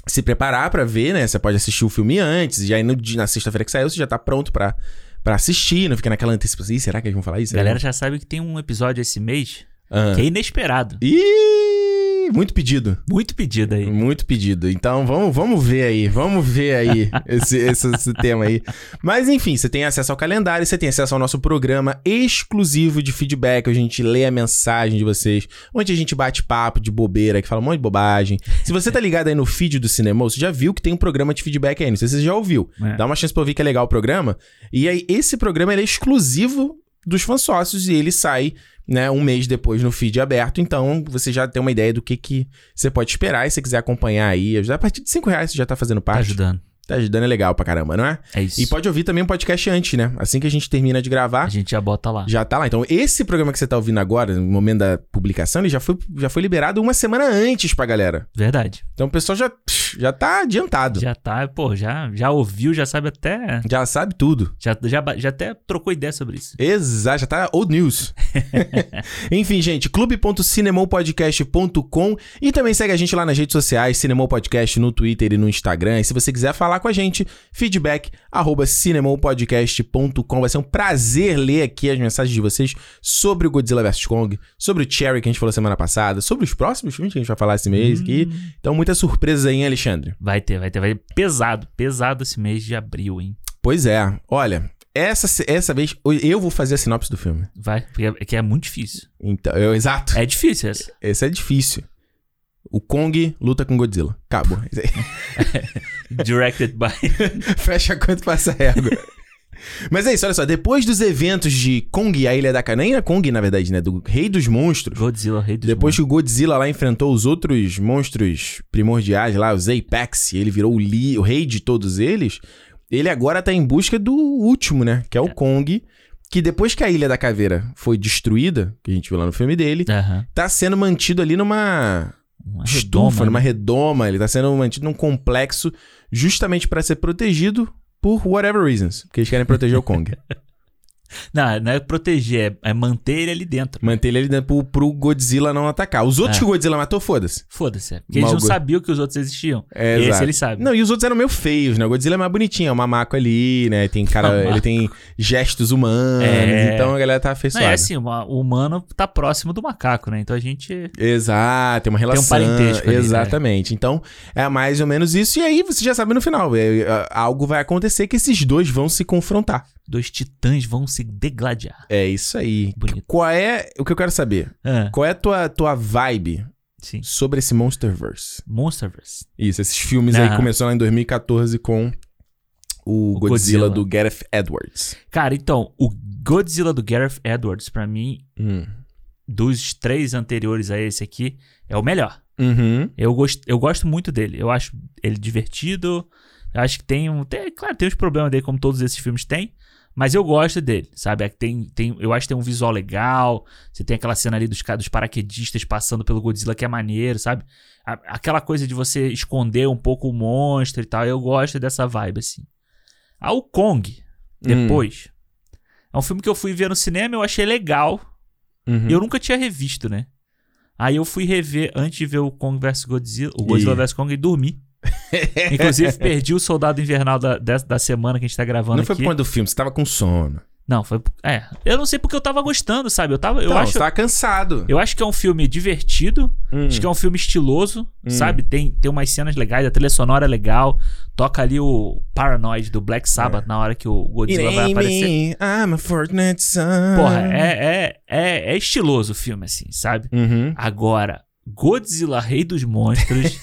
Speaker 1: se preparar pra ver, né? Você pode assistir o filme antes, e aí no dia- na sexta-feira que saiu você já tá pronto pra pra assistir, não fica naquela antecipação. Ih, será que eles vão falar isso?
Speaker 2: A galera já sabe que tem um episódio esse mês
Speaker 1: Ah.
Speaker 2: que é inesperado.
Speaker 1: Ih, muito pedido.
Speaker 2: Muito pedido aí. né?
Speaker 1: Muito pedido. Então vamos, vamos ver aí, vamos ver aí esse, esse, esse tema aí. Mas enfim, você tem acesso ao calendário, você tem acesso ao nosso programa exclusivo de feedback, onde a gente lê a mensagem de vocês, onde a gente bate papo de bobeira, que fala um monte de bobagem. Se você tá ligado aí no feed do cinema, você já viu que tem um programa de feedback aí, não sei se você já ouviu.
Speaker 2: É.
Speaker 1: Dá uma chance pra ouvir que é legal o programa. E aí, esse programa ele é exclusivo dos fansócios e ele sai, né, um mês depois no feed aberto. Então, você já tem uma ideia do que, que você pode esperar. E se você quiser acompanhar aí, a partir de 5 reais você já tá fazendo
Speaker 2: Tá
Speaker 1: parte.
Speaker 2: ajudando.
Speaker 1: Tá ajudando, é legal pra caramba, não é?
Speaker 2: É isso.
Speaker 1: E pode ouvir também o podcast antes, né? Assim que a gente termina de gravar,
Speaker 2: A gente já bota lá.
Speaker 1: já tá lá. Então, esse programa que você tá ouvindo agora, no momento da publicação, ele já foi, já foi liberado uma semana antes pra galera.
Speaker 2: Verdade.
Speaker 1: Então, o pessoal já, já tá adiantado.
Speaker 2: Já tá, pô, já, já ouviu, já sabe até.
Speaker 1: já sabe tudo.
Speaker 2: Já, já, ba- já até trocou ideia sobre isso.
Speaker 1: Exato, já tá old news. Enfim, gente, clube.cinemopodcast.com e também segue a gente lá nas redes sociais, Cinemol Podcast no Twitter e no Instagram. E se você quiser falar com a gente, feedback arroba cinemopodcast.com. Vai ser um prazer ler aqui as mensagens de vocês sobre o Godzilla vs Kong, sobre o Cherry que a gente falou semana passada, sobre os próximos filmes que a gente vai falar esse mês aqui.
Speaker 2: Hum.
Speaker 1: Então, muitas surpresas aí, hein, Alexandre?
Speaker 2: Vai ter, vai ter, vai ter. Pesado, pesado esse mês de abril, hein?
Speaker 1: Pois é, olha, essa, essa vez eu vou fazer a sinopse do filme.
Speaker 2: Vai, porque é, que é muito difícil.
Speaker 1: Então, eu, exato.
Speaker 2: É difícil essa.
Speaker 1: Esse é difícil. O Kong luta com Godzilla. Acabou.
Speaker 2: Directed by.
Speaker 1: Fecha quanto passa a régua. Mas é isso, olha só. Depois dos eventos de Kong, a Ilha da Cana, nem é Kong, na verdade, né? Do Rei dos Monstros.
Speaker 2: Godzilla, Rei dos
Speaker 1: Depois que o Godzilla lá enfrentou os outros monstros primordiais lá, os Apex, e ele virou o, li- o rei de todos eles. Ele agora tá em busca do último, né? Que é o Kong. Que depois que a Ilha da Caveira foi destruída, que a gente viu lá no filme dele,
Speaker 2: Monstros. Aham.
Speaker 1: tá sendo mantido ali numa.
Speaker 2: Uma
Speaker 1: estufa,
Speaker 2: redoma,
Speaker 1: numa
Speaker 2: né?
Speaker 1: redoma. Ele tá sendo mantido num complexo justamente pra ser protegido por whatever reasons. Porque eles querem proteger o Kong.
Speaker 2: Não, não é proteger, é, é manter ele ali dentro.
Speaker 1: Manter ele ali dentro pro, pro Godzilla não atacar. Os outros
Speaker 2: É.
Speaker 1: que o Godzilla matou, foda-se.
Speaker 2: Foda-se. é. Porque eles não
Speaker 1: Malgo-
Speaker 2: sabiam que os outros existiam.
Speaker 1: É,
Speaker 2: Esse
Speaker 1: exato.
Speaker 2: ele sabe.
Speaker 1: Não, e os outros eram meio feios, né? O Godzilla é mais bonitinho, é um mamaco ali, né? Tem cara,
Speaker 2: Mamaco.
Speaker 1: ele tem gestos humanos,
Speaker 2: É.
Speaker 1: então a galera tá
Speaker 2: Não,
Speaker 1: afeiçoada.
Speaker 2: é assim, uma- o humano tá próximo do macaco, né? Então a gente.
Speaker 1: Exato, tem uma relação.
Speaker 2: parentesco ali, né?
Speaker 1: Exatamente. Então, é mais ou menos isso. E aí, você já sabe no final, é, é, algo vai acontecer que esses dois vão se confrontar.
Speaker 2: Dois titãs vão se degladiar.
Speaker 1: É isso aí.
Speaker 2: Bonito.
Speaker 1: Qual é. O que eu quero saber?
Speaker 2: Ah,
Speaker 1: Qual é a tua, tua vibe
Speaker 2: sim.
Speaker 1: sobre esse Monsterverse?
Speaker 2: Monsterverse.
Speaker 1: Isso, esses filmes aí
Speaker 2: Aham.
Speaker 1: começou lá em 2014 com o,
Speaker 2: O
Speaker 1: Godzilla,
Speaker 2: Godzilla.
Speaker 1: do Gareth Edwards.
Speaker 2: Cara, então, o Godzilla do Gareth Edwards, pra mim,
Speaker 1: Hum.
Speaker 2: dos três anteriores a esse aqui, é o melhor.
Speaker 1: Uhum.
Speaker 2: Eu gosto, eu gosto muito dele. Eu acho ele divertido. Eu acho que tem um. Tem, claro, tem os problemas dele, como todos esses filmes têm. Mas eu gosto dele, sabe? É que Tem, tem, eu acho que tem um visual legal. Você tem aquela cena ali dos, ca- dos paraquedistas passando pelo Godzilla que é maneiro, sabe? A- aquela coisa de você esconder um pouco o monstro e tal. Eu gosto dessa vibe, assim. Ah, o Kong, depois. É um filme que eu fui ver no cinema, eu achei legal.
Speaker 1: Uhum.
Speaker 2: Eu nunca tinha revisto, né? Aí eu fui rever antes de ver o Kong vs Godzilla, o Godzilla
Speaker 1: Ih.
Speaker 2: vs Kong e dormi. Inclusive, perdi o Soldado Invernal da, dessa- da semana que a gente tá gravando
Speaker 1: Não foi
Speaker 2: aqui.
Speaker 1: por conta do filme, você tava com sono.
Speaker 2: Não, foi. É. Eu não sei porque eu tava gostando, sabe? Eu tava. Eu,
Speaker 1: Então,
Speaker 2: acho,
Speaker 1: você tava cansado.
Speaker 2: eu acho que é um filme divertido.
Speaker 1: Hum.
Speaker 2: Acho que é um filme estiloso,
Speaker 1: Hum.
Speaker 2: sabe? Tem, tem umas cenas legais, a trilha sonora é legal. Toca ali o Paranoid do Black Sabbath na hora que o
Speaker 1: É. It
Speaker 2: Godzilla vai
Speaker 1: ain't
Speaker 2: aparecer.
Speaker 1: me, I'm a Fortnite son.
Speaker 2: Porra, é, é, é, é estiloso o filme, assim, sabe?
Speaker 1: Uhum.
Speaker 2: Agora, Godzilla Rei dos Monstros.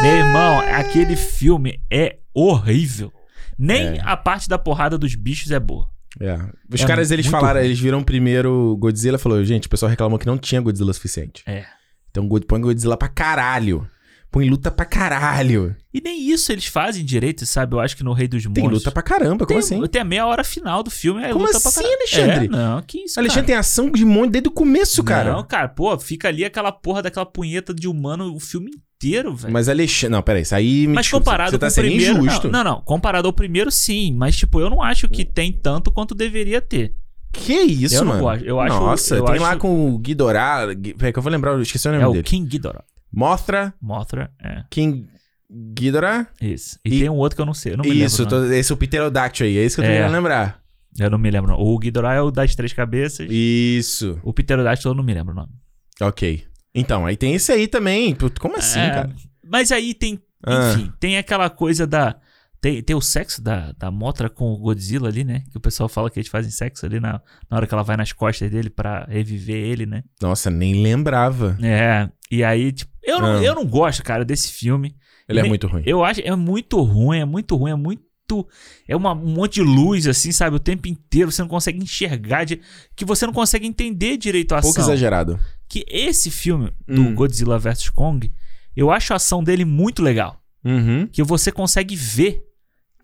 Speaker 2: meu irmão, aquele filme é horrível. Nem
Speaker 1: É.
Speaker 2: a parte da porrada dos bichos é boa.
Speaker 1: É. Os
Speaker 2: É
Speaker 1: caras, eles
Speaker 2: muito
Speaker 1: falaram,
Speaker 2: ruim.
Speaker 1: eles viram primeiro Godzilla e falou, gente, o pessoal reclamou que não tinha Godzilla suficiente.
Speaker 2: É.
Speaker 1: Então God- põe Godzilla pra caralho. Põe luta pra caralho.
Speaker 2: E nem isso eles fazem direito, sabe? Eu acho que no Rei dos
Speaker 1: Tem
Speaker 2: Monstros.
Speaker 1: luta pra caramba, como
Speaker 2: tem,
Speaker 1: assim?
Speaker 2: Tem a meia hora final do filme. É
Speaker 1: Como
Speaker 2: luta
Speaker 1: assim,
Speaker 2: pra caralho.
Speaker 1: Alexandre?
Speaker 2: É, não, que isso,
Speaker 1: Alexandre tem ação de monte desde o começo,
Speaker 2: cara.
Speaker 1: cara.
Speaker 2: Não, cara, pô, fica ali aquela porra daquela punheta de humano o filme inteiro, velho.
Speaker 1: Mas Alexandre... Não, peraí, isso aí... me
Speaker 2: Mas
Speaker 1: desculpa,
Speaker 2: comparado
Speaker 1: Você tá
Speaker 2: com o
Speaker 1: sendo
Speaker 2: primeiro.
Speaker 1: injusto. Hum.
Speaker 2: Não, não, não, comparado ao primeiro, sim. Mas, tipo, eu não acho que tem tanto quanto deveria ter.
Speaker 1: Que isso,
Speaker 2: Eu não
Speaker 1: mano?
Speaker 2: gosto, eu acho-
Speaker 1: Nossa,
Speaker 2: eu
Speaker 1: tem
Speaker 2: acho-
Speaker 1: lá com o Ghidorah... Gui- Peraí que eu vou lembrar, eu esqueci o nome
Speaker 2: é o
Speaker 1: dele.
Speaker 2: King Ghidorah.
Speaker 1: Mothra,
Speaker 2: Mothra, é.
Speaker 1: King Ghidorah...
Speaker 2: Isso. E,
Speaker 1: E-
Speaker 2: tem um outro que eu não sei, eu não me lembro.
Speaker 1: Isso,
Speaker 2: o
Speaker 1: tô- esse é o Pterodáctilo aí, é isso que eu tô
Speaker 2: É.
Speaker 1: querendo lembrar.
Speaker 2: nome. Eu não me lembro. o nome. O Ghidorah é o das três cabeças.
Speaker 1: Isso.
Speaker 2: O Pterodactyl eu não me lembro o nome.
Speaker 1: Ok. Então, aí tem esse aí também. Pô, Como assim,
Speaker 2: É,
Speaker 1: cara?
Speaker 2: Mas aí tem,
Speaker 1: Ah.
Speaker 2: enfim, tem aquela coisa da... Tem, tem o sexo da, da Mothra com o Godzilla ali, né? Que o pessoal fala que eles fazem sexo ali na, na hora que ela vai nas costas dele pra reviver ele, né?
Speaker 1: Nossa, nem lembrava.
Speaker 2: É, e aí, tipo... Eu não,
Speaker 1: Ah.
Speaker 2: eu não gosto, cara, desse filme.
Speaker 1: Ele é
Speaker 2: Nem-
Speaker 1: muito ruim.
Speaker 2: Eu acho... É muito ruim, é muito ruim, é muito... É uma- um monte de luz, assim, sabe? O tempo inteiro você não consegue enxergar, de, que você não consegue entender direito a ação.
Speaker 1: Pouco exagerado.
Speaker 2: que esse filme do
Speaker 1: Hum.
Speaker 2: Godzilla vs Kong, eu acho a ação dele muito legal.
Speaker 1: Uhum.
Speaker 2: Que você consegue ver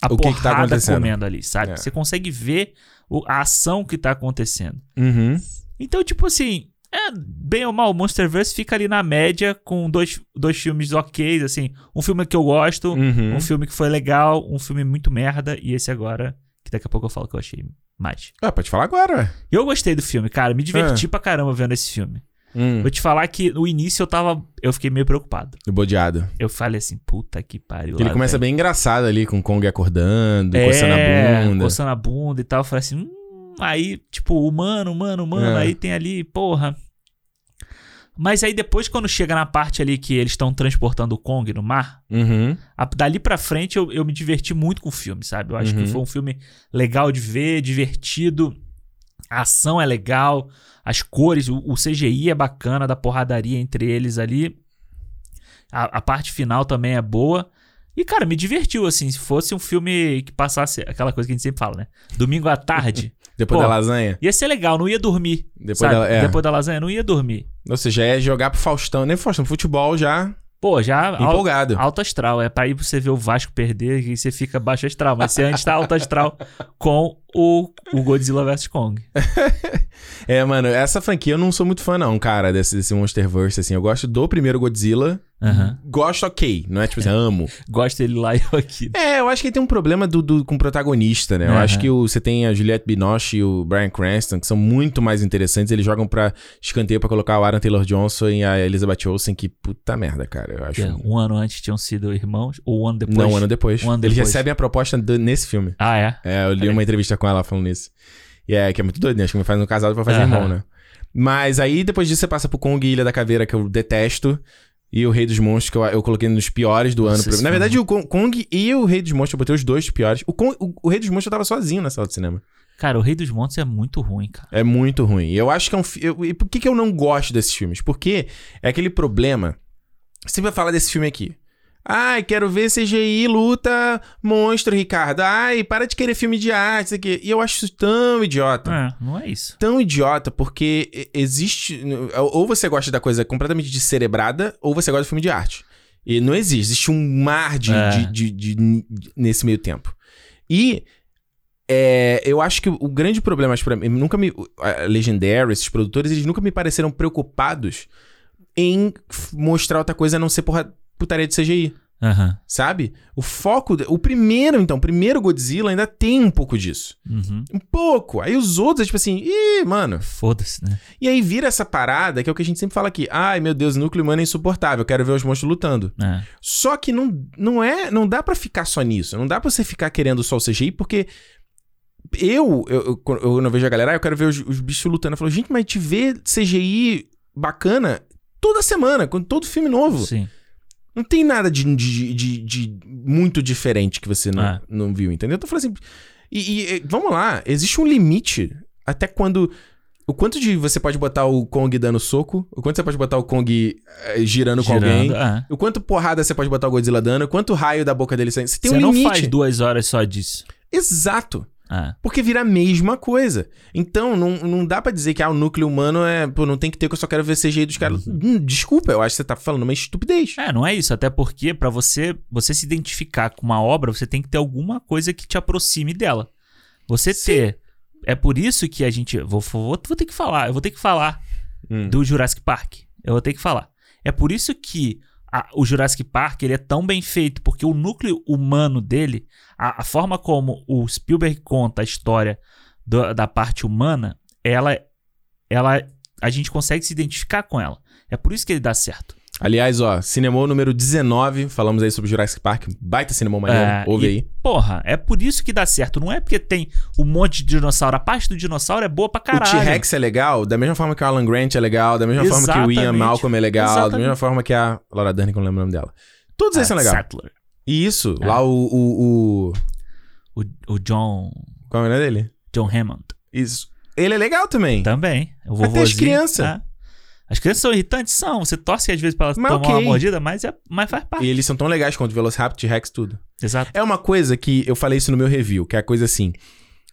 Speaker 2: a
Speaker 1: O que que tá
Speaker 2: porrada
Speaker 1: acontecendo.
Speaker 2: comendo ali, sabe?
Speaker 1: É.
Speaker 2: Você consegue ver o- a ação que tá acontecendo.
Speaker 1: Uhum.
Speaker 2: Então, tipo assim, é, bem ou mal, o Monsterverse fica ali na média com dois, dois filmes ok, assim. Um filme que eu gosto,
Speaker 1: Uhum.
Speaker 2: um filme que foi legal, um filme muito merda, e esse agora, que daqui a pouco eu falo que eu achei mais.
Speaker 1: Ah, pode falar agora, ué.
Speaker 2: Eu gostei do filme, cara. Me diverti pra caramba vendo esse filme.
Speaker 1: Ah. Hum.
Speaker 2: Vou te falar que no início eu tava. Eu fiquei meio preocupado.
Speaker 1: Do bodeado.
Speaker 2: Eu falei assim, puta que pariu.
Speaker 1: Ele
Speaker 2: lá,
Speaker 1: começa
Speaker 2: velho.
Speaker 1: bem engraçado ali, com o Kong acordando,
Speaker 2: é,
Speaker 1: coçando a bunda.
Speaker 2: Coçando a bunda e tal. Eu falei assim, hum, aí, tipo, humano, humano, humano,
Speaker 1: É.
Speaker 2: aí tem ali, porra. Mas aí depois, quando chega na parte ali que eles estão transportando o Kong no mar,
Speaker 1: Uhum.
Speaker 2: a- dali pra frente eu, eu me diverti muito com o filme, sabe? Eu acho
Speaker 1: Uhum.
Speaker 2: que foi um filme legal de ver, divertido. A ação é legal, as cores, o, o CGI é bacana, da porradaria entre eles ali. A, a parte final também é boa. E, cara, me divertiu, assim. Se fosse um filme que passasse aquela coisa que a gente sempre fala, né? Domingo à tarde,
Speaker 1: Depois
Speaker 2: Pô.
Speaker 1: da lasanha.
Speaker 2: ia ser legal, não ia dormir.
Speaker 1: Depois
Speaker 2: sabe?
Speaker 1: da. É.
Speaker 2: Depois da lasanha, não ia dormir.
Speaker 1: Ou seja, é jogar pro Faustão. Nem pro Faustão, futebol já
Speaker 2: Pô, já. ao-
Speaker 1: empolgado.
Speaker 2: Alto astral, é pra ir pra você ver o Vasco perder e você fica baixo astral, mas você antes tá alto astral com o, o Godzilla vs Kong.
Speaker 1: É, mano, essa franquia eu não sou muito fã, não, cara, desse, desse Monsterverse, assim. Eu gosto do primeiro Godzilla.
Speaker 2: Aham.
Speaker 1: Gosto ok, não é tipo assim, amo.
Speaker 2: Gosto dele lá e eu aqui.
Speaker 1: É, eu acho que tem um problema do, do- com o protagonista, né? Eu
Speaker 2: Aham.
Speaker 1: acho que o- você tem a Juliette Binoche e o Brian Cranston, que são muito mais interessantes. Eles jogam pra escanteio pra colocar o Aaron Taylor Johnson e a Elizabeth Olsen, que puta merda, cara. Eu acho.
Speaker 2: É, Um ano antes tinham sido irmãos, ou um ano depois.
Speaker 1: Não, um ano depois.
Speaker 2: Um ano
Speaker 1: Eles
Speaker 2: depois.
Speaker 1: recebem a proposta do- nesse filme.
Speaker 2: Ah, é?
Speaker 1: É, eu li uma entrevista com ela falando isso. E é, que é muito doido, né? Acho que me faz um casado pra fazer
Speaker 2: Aham.
Speaker 1: irmão, né? Mas aí depois disso você passa pro Kong e Ilha da Caveira, que eu detesto. E o Rei dos Monstros, que eu, eu coloquei nos piores do
Speaker 2: Nossa,
Speaker 1: ano. pra-
Speaker 2: esse
Speaker 1: Na
Speaker 2: filme-
Speaker 1: verdade, o Kong- Kong e o Rei dos Monstros, eu botei os dois piores. O, Kong- o- o Rei dos Monstros eu tava sozinho na sala de cinema.
Speaker 2: Cara, o Rei dos Montes é muito ruim, cara.
Speaker 1: É muito ruim. E eu acho que é um. fi- eu- e por que, que eu não gosto desses filmes? Porque é aquele problema. Você vai falar desse filme aqui. Ai, quero ver CGI, luta, monstro, Ricardo. Ai, para de querer filme de arte, isso aqui. E eu acho isso tão idiota.
Speaker 2: É, não é isso.
Speaker 1: Tão idiota, porque e- existe. Ou você gosta da coisa completamente descerebrada, ou você gosta de filme de arte. E não existe. Existe um mar de,
Speaker 2: É.
Speaker 1: de- de- de- de- nesse meio tempo. E É, eu acho que o grande problema, acho pra mim, nunca me. a Legendary, esses produtores, eles nunca me pareceram preocupados em f- mostrar outra coisa a não ser porra, putaria de CGI,
Speaker 2: Aham.
Speaker 1: sabe? O foco. de- O primeiro, então, o primeiro Godzilla ainda tem um pouco disso.
Speaker 2: Uhum.
Speaker 1: Um pouco. Aí os outros, é tipo assim, ih, mano.
Speaker 2: Foda-se, né?
Speaker 1: E aí vira essa parada que é o que a gente sempre fala aqui. Ai, meu Deus, núcleo humano é insuportável, quero ver os monstros lutando.
Speaker 2: É.
Speaker 1: Só que não, não é, não dá pra ficar só nisso. Não dá pra você ficar querendo só o CGI, porque eu, eu, eu, quando eu não vejo a galera, ah, eu quero ver os, os bichos lutando. Eu falo, gente, mas te vê CGI bacana toda semana, com todo filme novo.
Speaker 2: Sim.
Speaker 1: Não tem nada de, de, de- de muito diferente que você não,
Speaker 2: É.
Speaker 1: não viu, entendeu? Então eu falo assim. E, e, e, vamos lá, existe um limite até quando. O quanto de você pode botar o Kong dando soco, o quanto você pode botar o Kong eh, girando, com alguém.
Speaker 2: é.
Speaker 1: O quanto porrada você pode botar o Godzilla dando, quanto raio da boca dele saindo. Você tem
Speaker 2: Você
Speaker 1: um
Speaker 2: não
Speaker 1: limite.
Speaker 2: faz duas horas só disso.
Speaker 1: Exato.
Speaker 2: É.
Speaker 1: Porque vira a mesma coisa. Então, não, não dá pra dizer que ah, o núcleo humano é. Pô, não tem que ter, que eu só quero ver CGI dos caras.
Speaker 2: Uhum.
Speaker 1: Hum, desculpa, eu acho que você tá falando uma estupidez.
Speaker 2: É, não é isso. Até porque, pra você, você se identificar com uma obra, você tem que ter alguma coisa que te aproxime dela. Você
Speaker 1: Sim.
Speaker 2: ter. É por isso que a gente. Vou, vou, vou ter que falar. Eu vou ter que falar
Speaker 1: Hum.
Speaker 2: do Jurassic Park. Eu vou ter que falar. É por isso que a- o Jurassic Park ele é tão bem feito, porque o núcleo humano dele, a, a forma como o Spielberg conta a história do- da parte humana, ela, ela, a gente consegue se identificar com ela. É por isso que ele dá certo.
Speaker 1: Aliás, ó, Cinemô número 19, falamos aí sobre Jurassic Park. Baita Cinemô maneiro,
Speaker 2: É,
Speaker 1: ouve
Speaker 2: e-
Speaker 1: aí.
Speaker 2: Porra, é por isso que dá certo. Não é porque tem um monte de dinossauro. A parte do dinossauro é boa pra caralho.
Speaker 1: O T-Rex é legal, da mesma forma que o Alan Grant é legal, da mesma forma que o Ian
Speaker 2: Exatamente.
Speaker 1: Malcolm é legal, da
Speaker 2: Exatamente.
Speaker 1: mesma forma que a Laura Dern, que eu não lembro o nome dela. Todos
Speaker 2: Ah,
Speaker 1: eles são legais.
Speaker 2: Sattler.
Speaker 1: E isso,
Speaker 2: É.
Speaker 1: lá o, o, o-
Speaker 2: O, o John,
Speaker 1: Qual é o nome dele?
Speaker 2: John Hammond.
Speaker 1: Isso. Ele é legal também.
Speaker 2: Também. O
Speaker 1: Até as
Speaker 2: vovôzinho,
Speaker 1: crianças.
Speaker 2: tá? As crianças são irritantes, são. Você torce às vezes pra elas
Speaker 1: Mas
Speaker 2: tomar uma
Speaker 1: ok.
Speaker 2: mordida, mas, é, mas faz parte.
Speaker 1: E eles são tão legais quanto o Velociraptor, T-Rex, tudo.
Speaker 2: Exato.
Speaker 1: É uma coisa que eu falei isso no meu review, que é a coisa assim.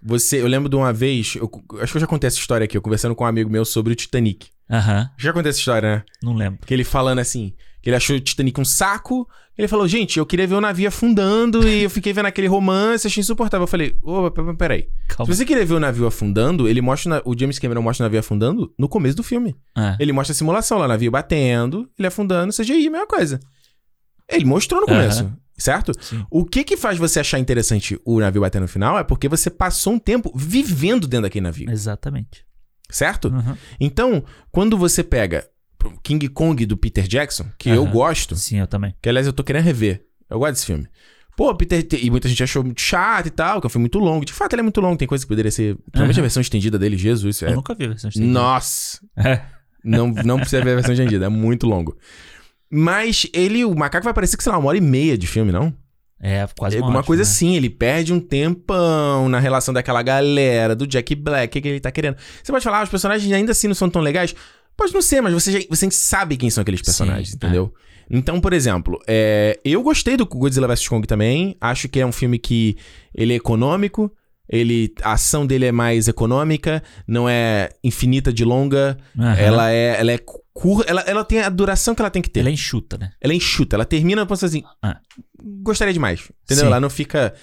Speaker 1: Você, eu lembro de uma vez, eu- acho que eu já contei essa história aqui, eu conversando com um amigo meu sobre o Titanic.
Speaker 2: Aham,
Speaker 1: Já contei essa história, né?
Speaker 2: não lembro.
Speaker 1: Que ele falando assim, que ele achou o Titanic um saco. Ele falou, gente, eu queria ver o navio afundando e eu fiquei vendo aquele romance, achei insuportável. Eu falei, opa, pe- pe- peraí. Se
Speaker 2: Calma.
Speaker 1: você queria ver o navio afundando, ele mostra, o na- o James Cameron mostra o navio afundando no começo do filme.
Speaker 2: É.
Speaker 1: Ele mostra a simulação lá, o navio batendo, ele afundando, CGI, mesma coisa. Ele mostrou no
Speaker 2: Aham.
Speaker 1: começo, certo?
Speaker 2: Sim.
Speaker 1: O que que faz você achar interessante o navio bater no final é porque você passou um tempo vivendo dentro daquele navio,
Speaker 2: Exatamente.
Speaker 1: certo?
Speaker 2: Aham.
Speaker 1: Então, quando você pega o King Kong do Peter Jackson, que eu
Speaker 2: Aham.
Speaker 1: gosto,
Speaker 2: Sim, eu também.
Speaker 1: que aliás eu tô querendo rever. Eu gosto desse filme. Pô, Peter. te- E muita gente achou muito chato e tal, que é um filme muito longo. De fato, ele é muito longo, tem coisa que poderia ser. Principalmente a
Speaker 2: Aham.
Speaker 1: versão estendida dele, Jesus. isso
Speaker 2: Eu
Speaker 1: É...
Speaker 2: nunca vi a versão estendida.
Speaker 1: Nossa!
Speaker 2: É.
Speaker 1: Não, não precisa ver a versão estendida, é muito longo. Mas ele, o macaco vai parecer que, sei lá, uma hora e meia de filme, não?
Speaker 2: É, quase
Speaker 1: É
Speaker 2: uma,
Speaker 1: uma
Speaker 2: hora,
Speaker 1: coisa
Speaker 2: né?
Speaker 1: assim, ele perde um tempão na relação daquela galera, do Jack Black, o que que ele tá querendo. Você pode falar, ah, os personagens ainda assim não são tão legais? Pode não ser, mas você, já, você sabe quem são aqueles personagens,
Speaker 2: Sim, é.
Speaker 1: entendeu? Então, por exemplo, é, eu gostei do Godzilla vs. Kong também. Acho que é um filme que ele é econômico, ele, a ação dele é mais econômica, não é infinita de longa,
Speaker 2: Aham.
Speaker 1: ela é, ela é curta, ela, ela tem a duração que ela tem que ter.
Speaker 2: Ela enxuta, né?
Speaker 1: Ela enxuta, ela termina pensando assim.
Speaker 2: Ah.
Speaker 1: Gostaria demais. Entendeu?
Speaker 2: Sim.
Speaker 1: Ela não fica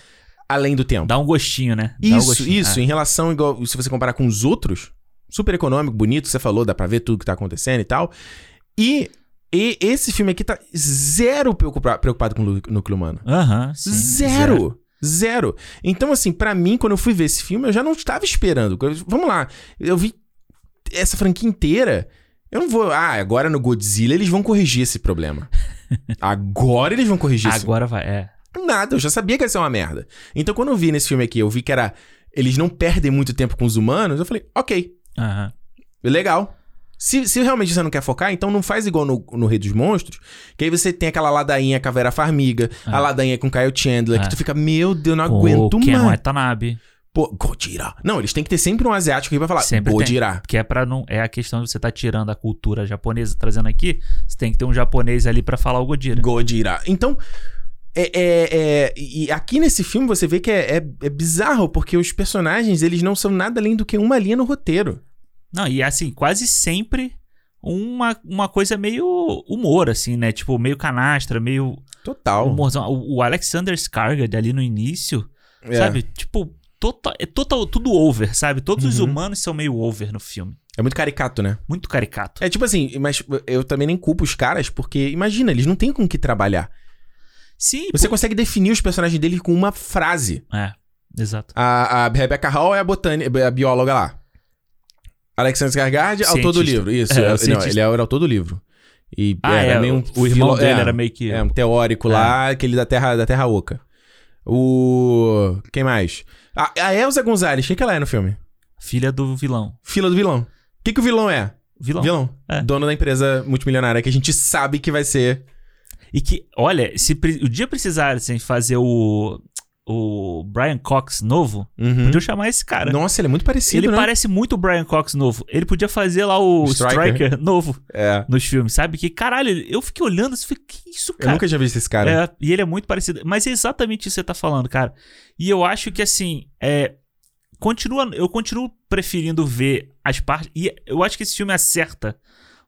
Speaker 1: além do tempo.
Speaker 2: Dá um gostinho, né? Dá um
Speaker 1: isso,
Speaker 2: gostinho.
Speaker 1: isso. Em relação, igual, se você comparar com os outros, super econômico, bonito, você falou, dá pra ver tudo que tá acontecendo e tal. E, e esse filme aqui tá zero preocupa- preocupado com o lú- núcleo humano.
Speaker 2: É. Aham, sim.
Speaker 1: zero. zero. Então, assim, pra mim, quando eu fui ver esse filme, eu já não estava esperando. Eu- Vamos lá. Eu vi essa franquia inteira. Eu não vou. Ah, agora no Godzilla eles vão corrigir esse problema. agora eles vão corrigir esse
Speaker 2: Agora vai, é.
Speaker 1: Nada, eu já sabia que ia ser uma merda. Então, quando eu vi nesse filme aqui, eu vi que era. Eles não perdem muito tempo com os humanos, eu falei, ok,
Speaker 2: Aham.
Speaker 1: legal. Se, se realmente você não quer focar, então não faz igual no, no Rei dos Monstros, que aí você tem aquela ladainha com a Vera Farmiga, a
Speaker 2: Ah.
Speaker 1: ladainha com o Kyle Chandler, que
Speaker 2: Ah.
Speaker 1: tu fica, meu Deus, não
Speaker 2: Com
Speaker 1: aguento
Speaker 2: o Ken
Speaker 1: mais.
Speaker 2: é um Watanabe.
Speaker 1: Pô, Godira. Não, eles têm que ter sempre um asiático aí pra falar,
Speaker 2: Sempre
Speaker 1: Godira.
Speaker 2: Que é para não. É a questão de você tá tirando a cultura japonesa, trazendo aqui. Você tem que ter um japonês ali pra falar o Godira.
Speaker 1: Godira. Então, é, é- é- e aqui nesse filme você vê que é, é- é bizarro, porque os personagens, eles não são nada além do que uma linha no roteiro.
Speaker 2: Não, e assim, quase sempre uma, uma coisa meio humor, assim, né? Tipo, meio canastra, meio
Speaker 1: Total.
Speaker 2: humorzão. O, o Alexander Skarsgård ali no início,
Speaker 1: É.
Speaker 2: sabe? Tipo, total, é total, tudo over, sabe? Todos os humanos são meio over no filme.
Speaker 1: É muito caricato, né?
Speaker 2: Muito caricato.
Speaker 1: É tipo assim, mas eu também nem culpo os caras, porque imagina, eles não têm com o que trabalhar.
Speaker 2: Sim,
Speaker 1: Você consegue definir os personagens dele com uma frase.
Speaker 2: pô- É, exato.
Speaker 1: A, a Rebecca Hall é a botânica, a bióloga lá. Alexander Skarsgård, autor do
Speaker 2: Cientista.
Speaker 1: livro. Isso,
Speaker 2: É, o
Speaker 1: é, não,
Speaker 2: cientista.
Speaker 1: ele era autor do livro. E
Speaker 2: Ah,
Speaker 1: era
Speaker 2: é,
Speaker 1: meio um
Speaker 2: o irmão
Speaker 1: filo-
Speaker 2: dele
Speaker 1: é,
Speaker 2: era meio que...
Speaker 1: É, um teórico
Speaker 2: É.
Speaker 1: lá, aquele da Terra, da terra Oca. O. Quem mais? A, a Elza Gonzalez, o que, que ela é no filme?
Speaker 2: Filha do vilão.
Speaker 1: Fila do vilão. O que, que o vilão é?
Speaker 2: Vilão.
Speaker 1: Vilão.
Speaker 2: É.
Speaker 1: Dono da empresa multimilionária que a gente sabe que vai ser.
Speaker 2: E que, olha, se pre- o dia precisassem fazer o, o Brian Cox novo,
Speaker 1: Uhum.
Speaker 2: podiam chamar esse cara.
Speaker 1: Nossa, ele é muito parecido,
Speaker 2: ele
Speaker 1: né?
Speaker 2: parece muito o Brian Cox novo. Ele podia fazer lá o
Speaker 1: Striker.
Speaker 2: Striker, novo
Speaker 1: É.
Speaker 2: nos filmes, sabe? Que caralho, eu fiquei olhando e falei, que isso,
Speaker 1: Eu
Speaker 2: cara?
Speaker 1: nunca tinha visto esse cara.
Speaker 2: É, e ele é muito parecido. Mas é exatamente isso que você tá falando, cara. E eu acho que assim, é, continua, eu continuo preferindo ver as partes. E eu acho que esse filme acerta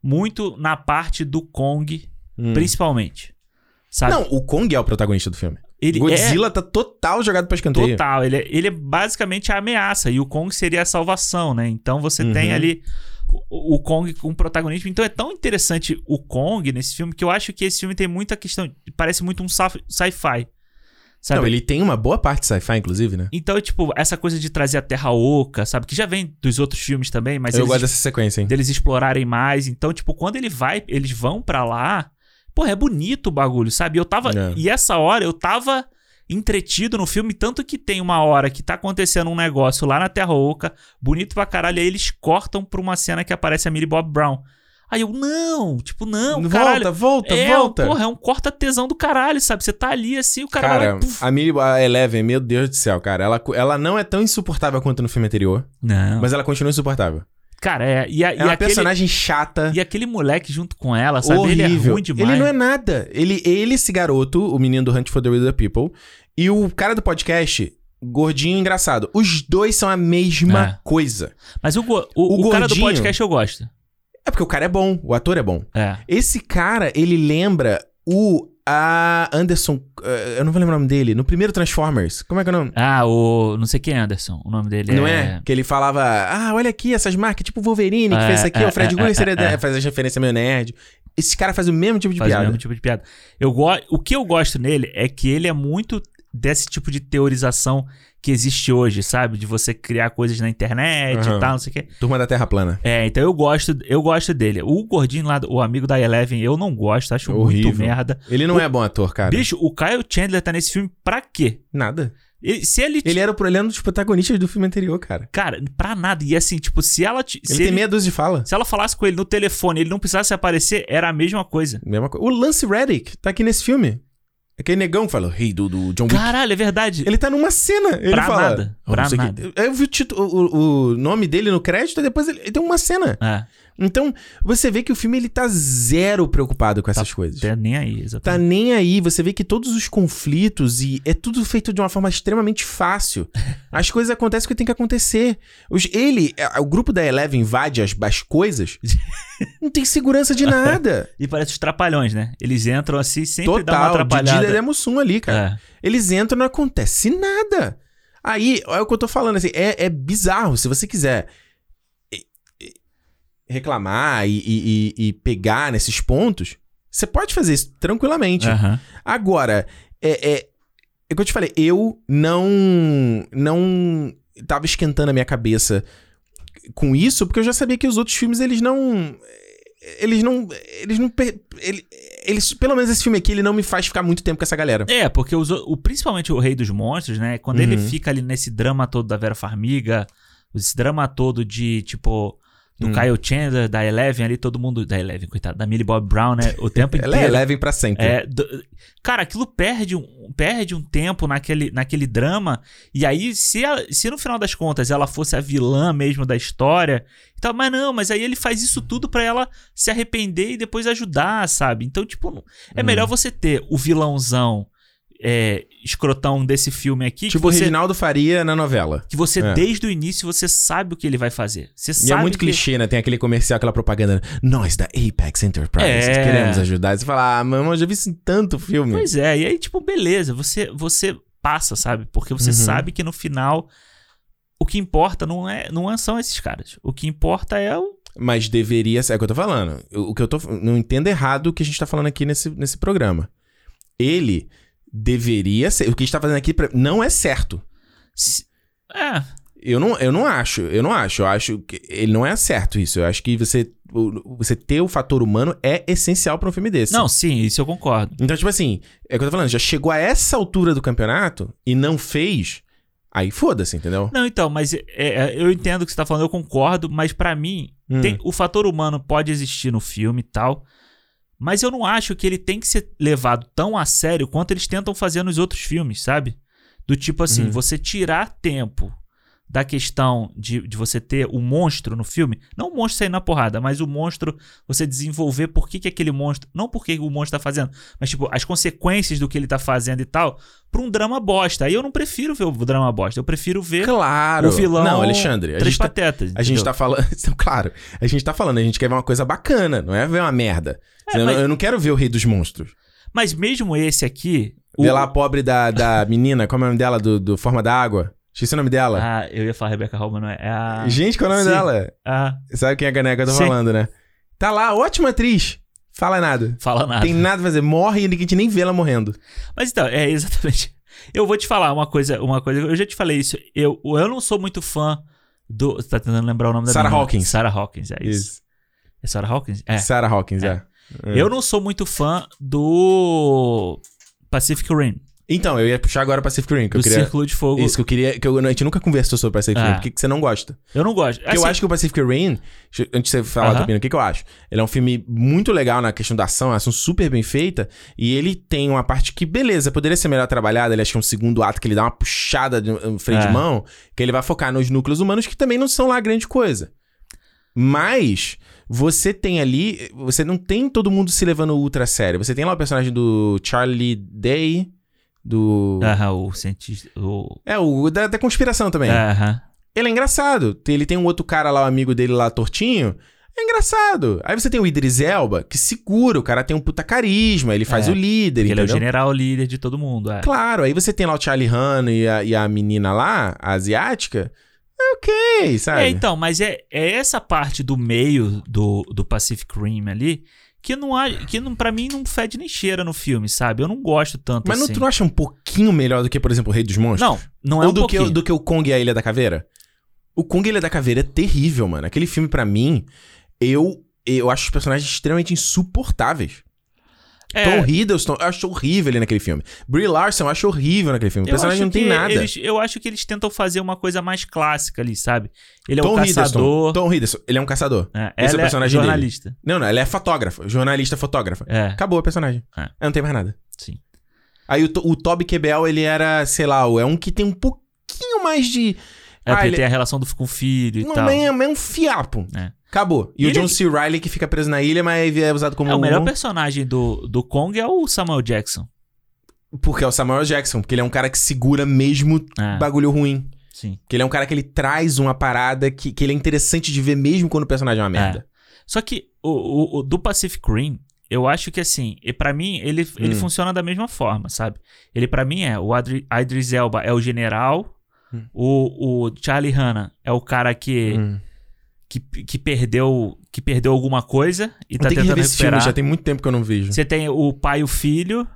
Speaker 2: muito na parte do Kong,
Speaker 1: Hum.
Speaker 2: principalmente. Sabe?
Speaker 1: Não, o Kong é o protagonista do filme.
Speaker 2: Tá. ele é
Speaker 1: Godzilla tá total jogado pra escanteio.
Speaker 2: total. Ele é, ele é basicamente a ameaça. E o Kong seria a salvação, né? Então você
Speaker 1: Uhum.
Speaker 2: tem ali o, o Kong com protagonismo. Então é tão interessante o Kong nesse filme que eu acho que esse filme tem muita questão. Parece muito um sci- sci-fi. Sabe?
Speaker 1: Não, ele tem uma boa parte de sci-fi, inclusive, né?
Speaker 2: Então, tipo, essa coisa de trazer a Terra Oca, sabe? Que já vem dos outros filmes também, mas
Speaker 1: eu
Speaker 2: eles,
Speaker 1: gosto dessa sequência, hein?
Speaker 2: deles explorarem mais. Então, tipo, quando ele vai, eles vão pra lá. Porra, é bonito o bagulho, sabe? Eu tava.
Speaker 1: É.
Speaker 2: E essa hora eu tava entretido no filme, tanto que tem uma hora que tá acontecendo um negócio lá na Terra Oca, bonito pra caralho, aí eles cortam pra uma cena que aparece a Millie Bob Brown. Aí eu, não, tipo, não, caralho.
Speaker 1: volta, volta,
Speaker 2: é,
Speaker 1: volta.
Speaker 2: porra, é um corta-tesão do caralho, sabe? Você tá ali assim, o cara,
Speaker 1: Cara,
Speaker 2: vai, puf.
Speaker 1: a Millie a Eleven, meu Deus do céu, cara. Ela, ela não é tão insuportável quanto no filme anterior,
Speaker 2: Não.
Speaker 1: mas ela continua insuportável.
Speaker 2: Cara, é. E,
Speaker 1: É
Speaker 2: a, e
Speaker 1: uma
Speaker 2: aquele,
Speaker 1: personagem chata,
Speaker 2: e aquele moleque junto com ela, sabe?
Speaker 1: horrível.
Speaker 2: Ele é ruim demais.
Speaker 1: Ele não é nada. Ele, ele, esse garoto, o menino do Hunt for the Real People, e o cara do podcast, gordinho e engraçado. Os dois são a mesma
Speaker 2: É.
Speaker 1: coisa.
Speaker 2: Mas o, go- o,
Speaker 1: O
Speaker 2: o cara do
Speaker 1: gordinho-
Speaker 2: podcast eu gosto.
Speaker 1: É porque o cara é bom, o ator é bom.
Speaker 2: É.
Speaker 1: Esse cara, ele lembra o a Anderson. eh, eu não vou lembrar o nome dele. No primeiro Transformers. Como é que é o nome?
Speaker 2: Ah, o. Não sei quem é Anderson. O nome dele
Speaker 1: Não é?
Speaker 2: é.
Speaker 1: Que ele falava, ah, olha aqui essas marcas, tipo o Wolverine, que
Speaker 2: É,
Speaker 1: fez isso aqui,
Speaker 2: é,
Speaker 1: o Fred
Speaker 2: é,
Speaker 1: Gurley
Speaker 2: é,
Speaker 1: seria
Speaker 2: é.
Speaker 1: é, faz as referências meio nerd. Esse cara faz o mesmo tipo de
Speaker 2: Faz o
Speaker 1: piada.
Speaker 2: mesmo tipo de piada. Eu go... O que eu gosto nele é que ele é muito desse tipo de teorização que existe hoje, sabe? De você criar coisas na internet
Speaker 1: Aham.
Speaker 2: e tal, não sei o quê.
Speaker 1: Turma da Terra Plana.
Speaker 2: É, então eu gosto, eu gosto dele. O gordinho lá, o amigo da Eleven, eu não gosto, acho muito
Speaker 1: Horrível.
Speaker 2: merda.
Speaker 1: Ele não é bom ator, cara.
Speaker 2: Bicho, o Kyle Chandler tá nesse filme pra quê?
Speaker 1: Nada.
Speaker 2: Ele- se ele,
Speaker 1: Ele era o ele era um dos protagonistas do filme anterior, cara.
Speaker 2: Cara, pra nada. E assim, tipo, se ela. te-
Speaker 1: Ele
Speaker 2: Se,
Speaker 1: tem
Speaker 2: ele-
Speaker 1: meia dúzia de fala.
Speaker 2: se ela falasse com ele no telefone e ele não precisasse aparecer, era a mesma coisa.
Speaker 1: Mesma coisa. O Lance Reddick tá aqui nesse filme. Aquele negão que fala, rei do, do John Wick.
Speaker 2: Caralho, é verdade.
Speaker 1: Ele tá numa cena. Ele
Speaker 2: Pra
Speaker 1: fala.
Speaker 2: nada,
Speaker 1: "Ah, não
Speaker 2: pra
Speaker 1: sei o quê."
Speaker 2: nada.
Speaker 1: Eu vi o, título, o, o nome dele no crédito e depois ele, ele tem uma cena.
Speaker 2: É,
Speaker 1: Então, você vê que o filme ele tá zero preocupado
Speaker 2: Tá
Speaker 1: com essas coisas.
Speaker 2: até nem aí,
Speaker 1: Tá
Speaker 2: exatamente.
Speaker 1: nem aí, você vê que todos os conflitos e é tudo feito de uma forma extremamente fácil. As coisas acontecem o que tem que acontecer. Os- ele, a- o grupo da Eleven invade as, as coisas, não tem segurança de nada.
Speaker 2: E parece os trapalhões, né? Eles entram assim, sempre dá uma
Speaker 1: Tá Total, Didi
Speaker 2: atrapalhada.
Speaker 1: Dedé Mussum ali, cara.
Speaker 2: É.
Speaker 1: Eles entram e não acontece nada. Aí, é o que eu tô falando, assim, é, é bizarro. Se você quiser e- e- reclamar e, e- e- e pegar nesses pontos, você pode fazer isso tranquilamente.
Speaker 2: Aham.
Speaker 1: Agora, é, é, é o que eu te falei, eu não, não tava esquentando a minha cabeça com isso, porque eu já sabia que os outros filmes, eles não... Eles não... Eles não... per- ele- Eles, pelo menos esse filme aqui, ele não me faz ficar muito tempo com essa galera.
Speaker 2: É, porque os o- o- principalmente o Rei dos Monstros, né? Quando ele
Speaker 1: Uhum.
Speaker 2: fica ali nesse drama todo da Vera Farmiga, esse drama todo de, tipo, do
Speaker 1: Hum.
Speaker 2: Kyle Chandler, da Eleven ali, todo mundo. Da Eleven, coitado, da Millie Bob Brown, né? O tempo
Speaker 1: Ela é
Speaker 2: inteiro.
Speaker 1: leve pra sempre.
Speaker 2: É, do- cara, aquilo perde um, perde um tempo naquele, naquele drama. E aí, se, ela- se no final das contas ela fosse a vilã mesmo da história, então, mas não, mas aí ele faz isso tudo pra ela se arrepender e depois ajudar, sabe? Então, tipo, não- é
Speaker 1: Hum.
Speaker 2: melhor você ter o vilãozão é, escrotão desse filme aqui
Speaker 1: Tipo
Speaker 2: que você,
Speaker 1: Reginaldo Faria na novela.
Speaker 2: que você
Speaker 1: É.
Speaker 2: desde o início você sabe o que ele vai fazer.
Speaker 1: E
Speaker 2: Você
Speaker 1: é
Speaker 2: sabe
Speaker 1: muito
Speaker 2: que-
Speaker 1: clichê, né? Tem aquele comercial, aquela propaganda. né? Nós da Apex Enterprise
Speaker 2: É.
Speaker 1: queremos ajudar. E Você fala, ah, mano, eu já vi isso em tanto filme.
Speaker 2: Pois é, e aí, tipo, beleza, você, você passa, sabe? Porque você
Speaker 1: Uhum.
Speaker 2: sabe que no final O que importa não, é, não são esses caras. O que importa é o.
Speaker 1: Mas deveria ser. É o que eu tô falando. O o que eu tô. Não entendo errado o que a gente tá falando aqui nesse, nesse programa. Ele deveria ser. O que a gente tá fazendo aqui pra- não é certo.
Speaker 2: se- É,
Speaker 1: Eu não, eu não acho, eu não acho. Eu acho que ele não é certo isso. Eu acho que você, o- você ter o fator humano é essencial pra um filme desse.
Speaker 2: não, sim, isso eu concordo.
Speaker 1: Então, tipo assim, é o que eu tô falando, já chegou a essa altura do campeonato e não fez, aí foda-se, entendeu?
Speaker 2: Não, então, mas é, é, eu entendo o que você tá falando, eu concordo, mas pra mim,
Speaker 1: Hum.
Speaker 2: Tem- o fator humano pode existir no filme e tal. Mas eu não acho que ele tem que ser levado tão a sério quanto eles tentam fazer nos outros filmes, sabe? Do tipo assim,
Speaker 1: Uhum.
Speaker 2: você tirar tempo da questão de, de você ter o monstro no filme. Não o monstro sair na porrada, mas o monstro, você desenvolver por que, que aquele monstro. Não por que o monstro tá fazendo, mas tipo, as consequências do que ele tá fazendo e tal, pra um drama bosta. Aí eu não prefiro ver o drama bosta, eu prefiro ver
Speaker 1: Claro.
Speaker 2: o vilão.
Speaker 1: Não, Alexandre, a
Speaker 2: Três
Speaker 1: gente, tá,
Speaker 2: patetas.
Speaker 1: a gente
Speaker 2: entendeu?
Speaker 1: tá falando. Então, claro, a gente tá falando, a gente quer ver uma coisa bacana, não é ver uma merda.
Speaker 2: É,
Speaker 1: eu,
Speaker 2: mas-
Speaker 1: não, eu não quero ver o Rei dos Monstros.
Speaker 2: Mas mesmo esse aqui.
Speaker 1: Ver lá a pobre da, da menina, como é o nome dela? Do, do Forma da Água. Esqueci o nome dela.
Speaker 2: Ah, eu ia falar Rebecca Hall, mas não é. É a.
Speaker 1: gente, qual é o nome
Speaker 2: sim.
Speaker 1: dela?
Speaker 2: a-
Speaker 1: Sabe quem é a Gané que eu tô
Speaker 2: Sim.
Speaker 1: falando, né? Tá lá, ótima atriz. Fala nada.
Speaker 2: fala nada.
Speaker 1: Tem nada a fazer. Morre e ninguém nem vê ela morrendo.
Speaker 2: Mas então, é exatamente. Eu vou te falar uma coisa, uma coisa. Eu já te falei isso. Eu, eu não sou muito fã do. Você tá tentando lembrar o nome da
Speaker 1: Sarah
Speaker 2: menina?
Speaker 1: Hawkins.
Speaker 2: Sarah Hawkins, é isso. É Sarah Hawkins? É.
Speaker 1: Sarah Hawkins, é. É.
Speaker 2: Eu não sou muito fã do. Pacific Rim.
Speaker 1: Então, eu ia puxar agora Pacific Rim, que eu
Speaker 2: do
Speaker 1: queria...
Speaker 2: Círculo de Fogo.
Speaker 1: Isso que eu queria... Que eu- a gente nunca conversou sobre Pacific
Speaker 2: Ah.
Speaker 1: Rim. Por que, que você não gosta?
Speaker 2: Eu não gosto.
Speaker 1: Porque eu
Speaker 2: Assim,
Speaker 1: acho que o Pacific Rim... deixa eu- Antes de você falar
Speaker 2: Aham.
Speaker 1: da opinião, o que, que eu acho? Ele é um filme muito legal na questão da ação. A ação super bem feita. E ele tem uma parte que, beleza, poderia ser melhor trabalhada. Ele acho que é um segundo ato que ele dá uma puxada de um um freio
Speaker 2: É.
Speaker 1: de mão. Que ele vai focar nos núcleos humanos, que também não são lá grande coisa. Mas você tem ali. Você não tem todo mundo se levando ultra a sério. Você tem lá o personagem do Charlie Day, do.
Speaker 2: Aham, o cientista. O...
Speaker 1: É, o da, da conspiração também.
Speaker 2: Aham.
Speaker 1: Ele é engraçado. Tem- Ele tem um outro cara lá, o amigo dele lá, tortinho. É engraçado. Aí você tem o Idris Elba, que segura, o cara tem um puta carisma, ele faz
Speaker 2: É,
Speaker 1: o líder,
Speaker 2: Ele é o
Speaker 1: entendeu?
Speaker 2: general líder de todo mundo. É.
Speaker 1: Claro, aí você tem lá o Charlie Hanna e a, e a menina lá, a asiática. É ok, sabe?
Speaker 2: É, então, mas é, é essa parte do meio do, do Pacific Rim ali que não há, que não, para mim não fede nem cheira no filme, sabe? Eu não gosto tanto
Speaker 1: Mas não,
Speaker 2: assim.
Speaker 1: tu não acha um pouquinho melhor do que, por exemplo, o Rei dos Monstros?
Speaker 2: não, não é
Speaker 1: Ou
Speaker 2: um
Speaker 1: do, que, o-
Speaker 2: pouquinho.
Speaker 1: do que o Kong e a Ilha da Caveira? O Kong e a Ilha da Caveira é terrível, mano. Aquele filme, pra mim, eu, eu acho os personagens extremamente insuportáveis.
Speaker 2: É,
Speaker 1: Tom Hiddleston, eu acho horrível ele naquele filme. Brie Larson, eu acho horrível naquele filme. O
Speaker 2: eu
Speaker 1: personagem
Speaker 2: acho
Speaker 1: não tem
Speaker 2: que
Speaker 1: nada.
Speaker 2: eles- eu acho que eles tentam fazer uma coisa mais clássica ali, sabe? Ele é
Speaker 1: Tom
Speaker 2: um caçador.
Speaker 1: Hiddleston. Tom Hiddleston, ele é um caçador.
Speaker 2: É,
Speaker 1: Esse é o
Speaker 2: ela
Speaker 1: personagem
Speaker 2: é
Speaker 1: dele.
Speaker 2: jornalista.
Speaker 1: Não, não, ele é fotógrafo, jornalista fotógrafa.
Speaker 2: É,
Speaker 1: Acabou o personagem.
Speaker 2: É.
Speaker 1: Aí Não tem mais nada.
Speaker 2: sim.
Speaker 1: Aí o, To- o Toby Kebel, ele era, sei lá, o- é um que tem um pouquinho mais de.
Speaker 2: É
Speaker 1: Ah,
Speaker 2: porque
Speaker 1: ele-
Speaker 2: tem a relação do com o filho e
Speaker 1: Não,
Speaker 2: tal.
Speaker 1: é, é um fiapo.
Speaker 2: É.
Speaker 1: Acabou. E,
Speaker 2: E
Speaker 1: o
Speaker 2: ele-
Speaker 1: John C. Riley que fica preso na ilha, mas é usado como.
Speaker 2: É, o melhor
Speaker 1: um-
Speaker 2: personagem do, do Kong é o Samuel Jackson.
Speaker 1: Porque é o Samuel Jackson, porque ele é um cara que segura mesmo
Speaker 2: É,
Speaker 1: bagulho ruim.
Speaker 2: sim.
Speaker 1: Que ele é um cara que ele traz uma parada que, que ele é interessante de ver mesmo quando o personagem é uma merda.
Speaker 2: Só que o, o- o do Pacific Rim, eu acho que assim, e para mim ele, ele
Speaker 1: Hum.
Speaker 2: funciona da mesma forma, sabe? Ele pra mim é o Adri, Idris Elba é o general,
Speaker 1: Hum.
Speaker 2: o, o Charlie Hanna é o cara que,
Speaker 1: Hum.
Speaker 2: que, que perdeu que perdeu alguma coisa e tá
Speaker 1: tem que
Speaker 2: tentando
Speaker 1: rever esse filme,
Speaker 2: recuperar.
Speaker 1: já tem muito tempo que eu não vejo.
Speaker 2: Você tem o pai e o filho,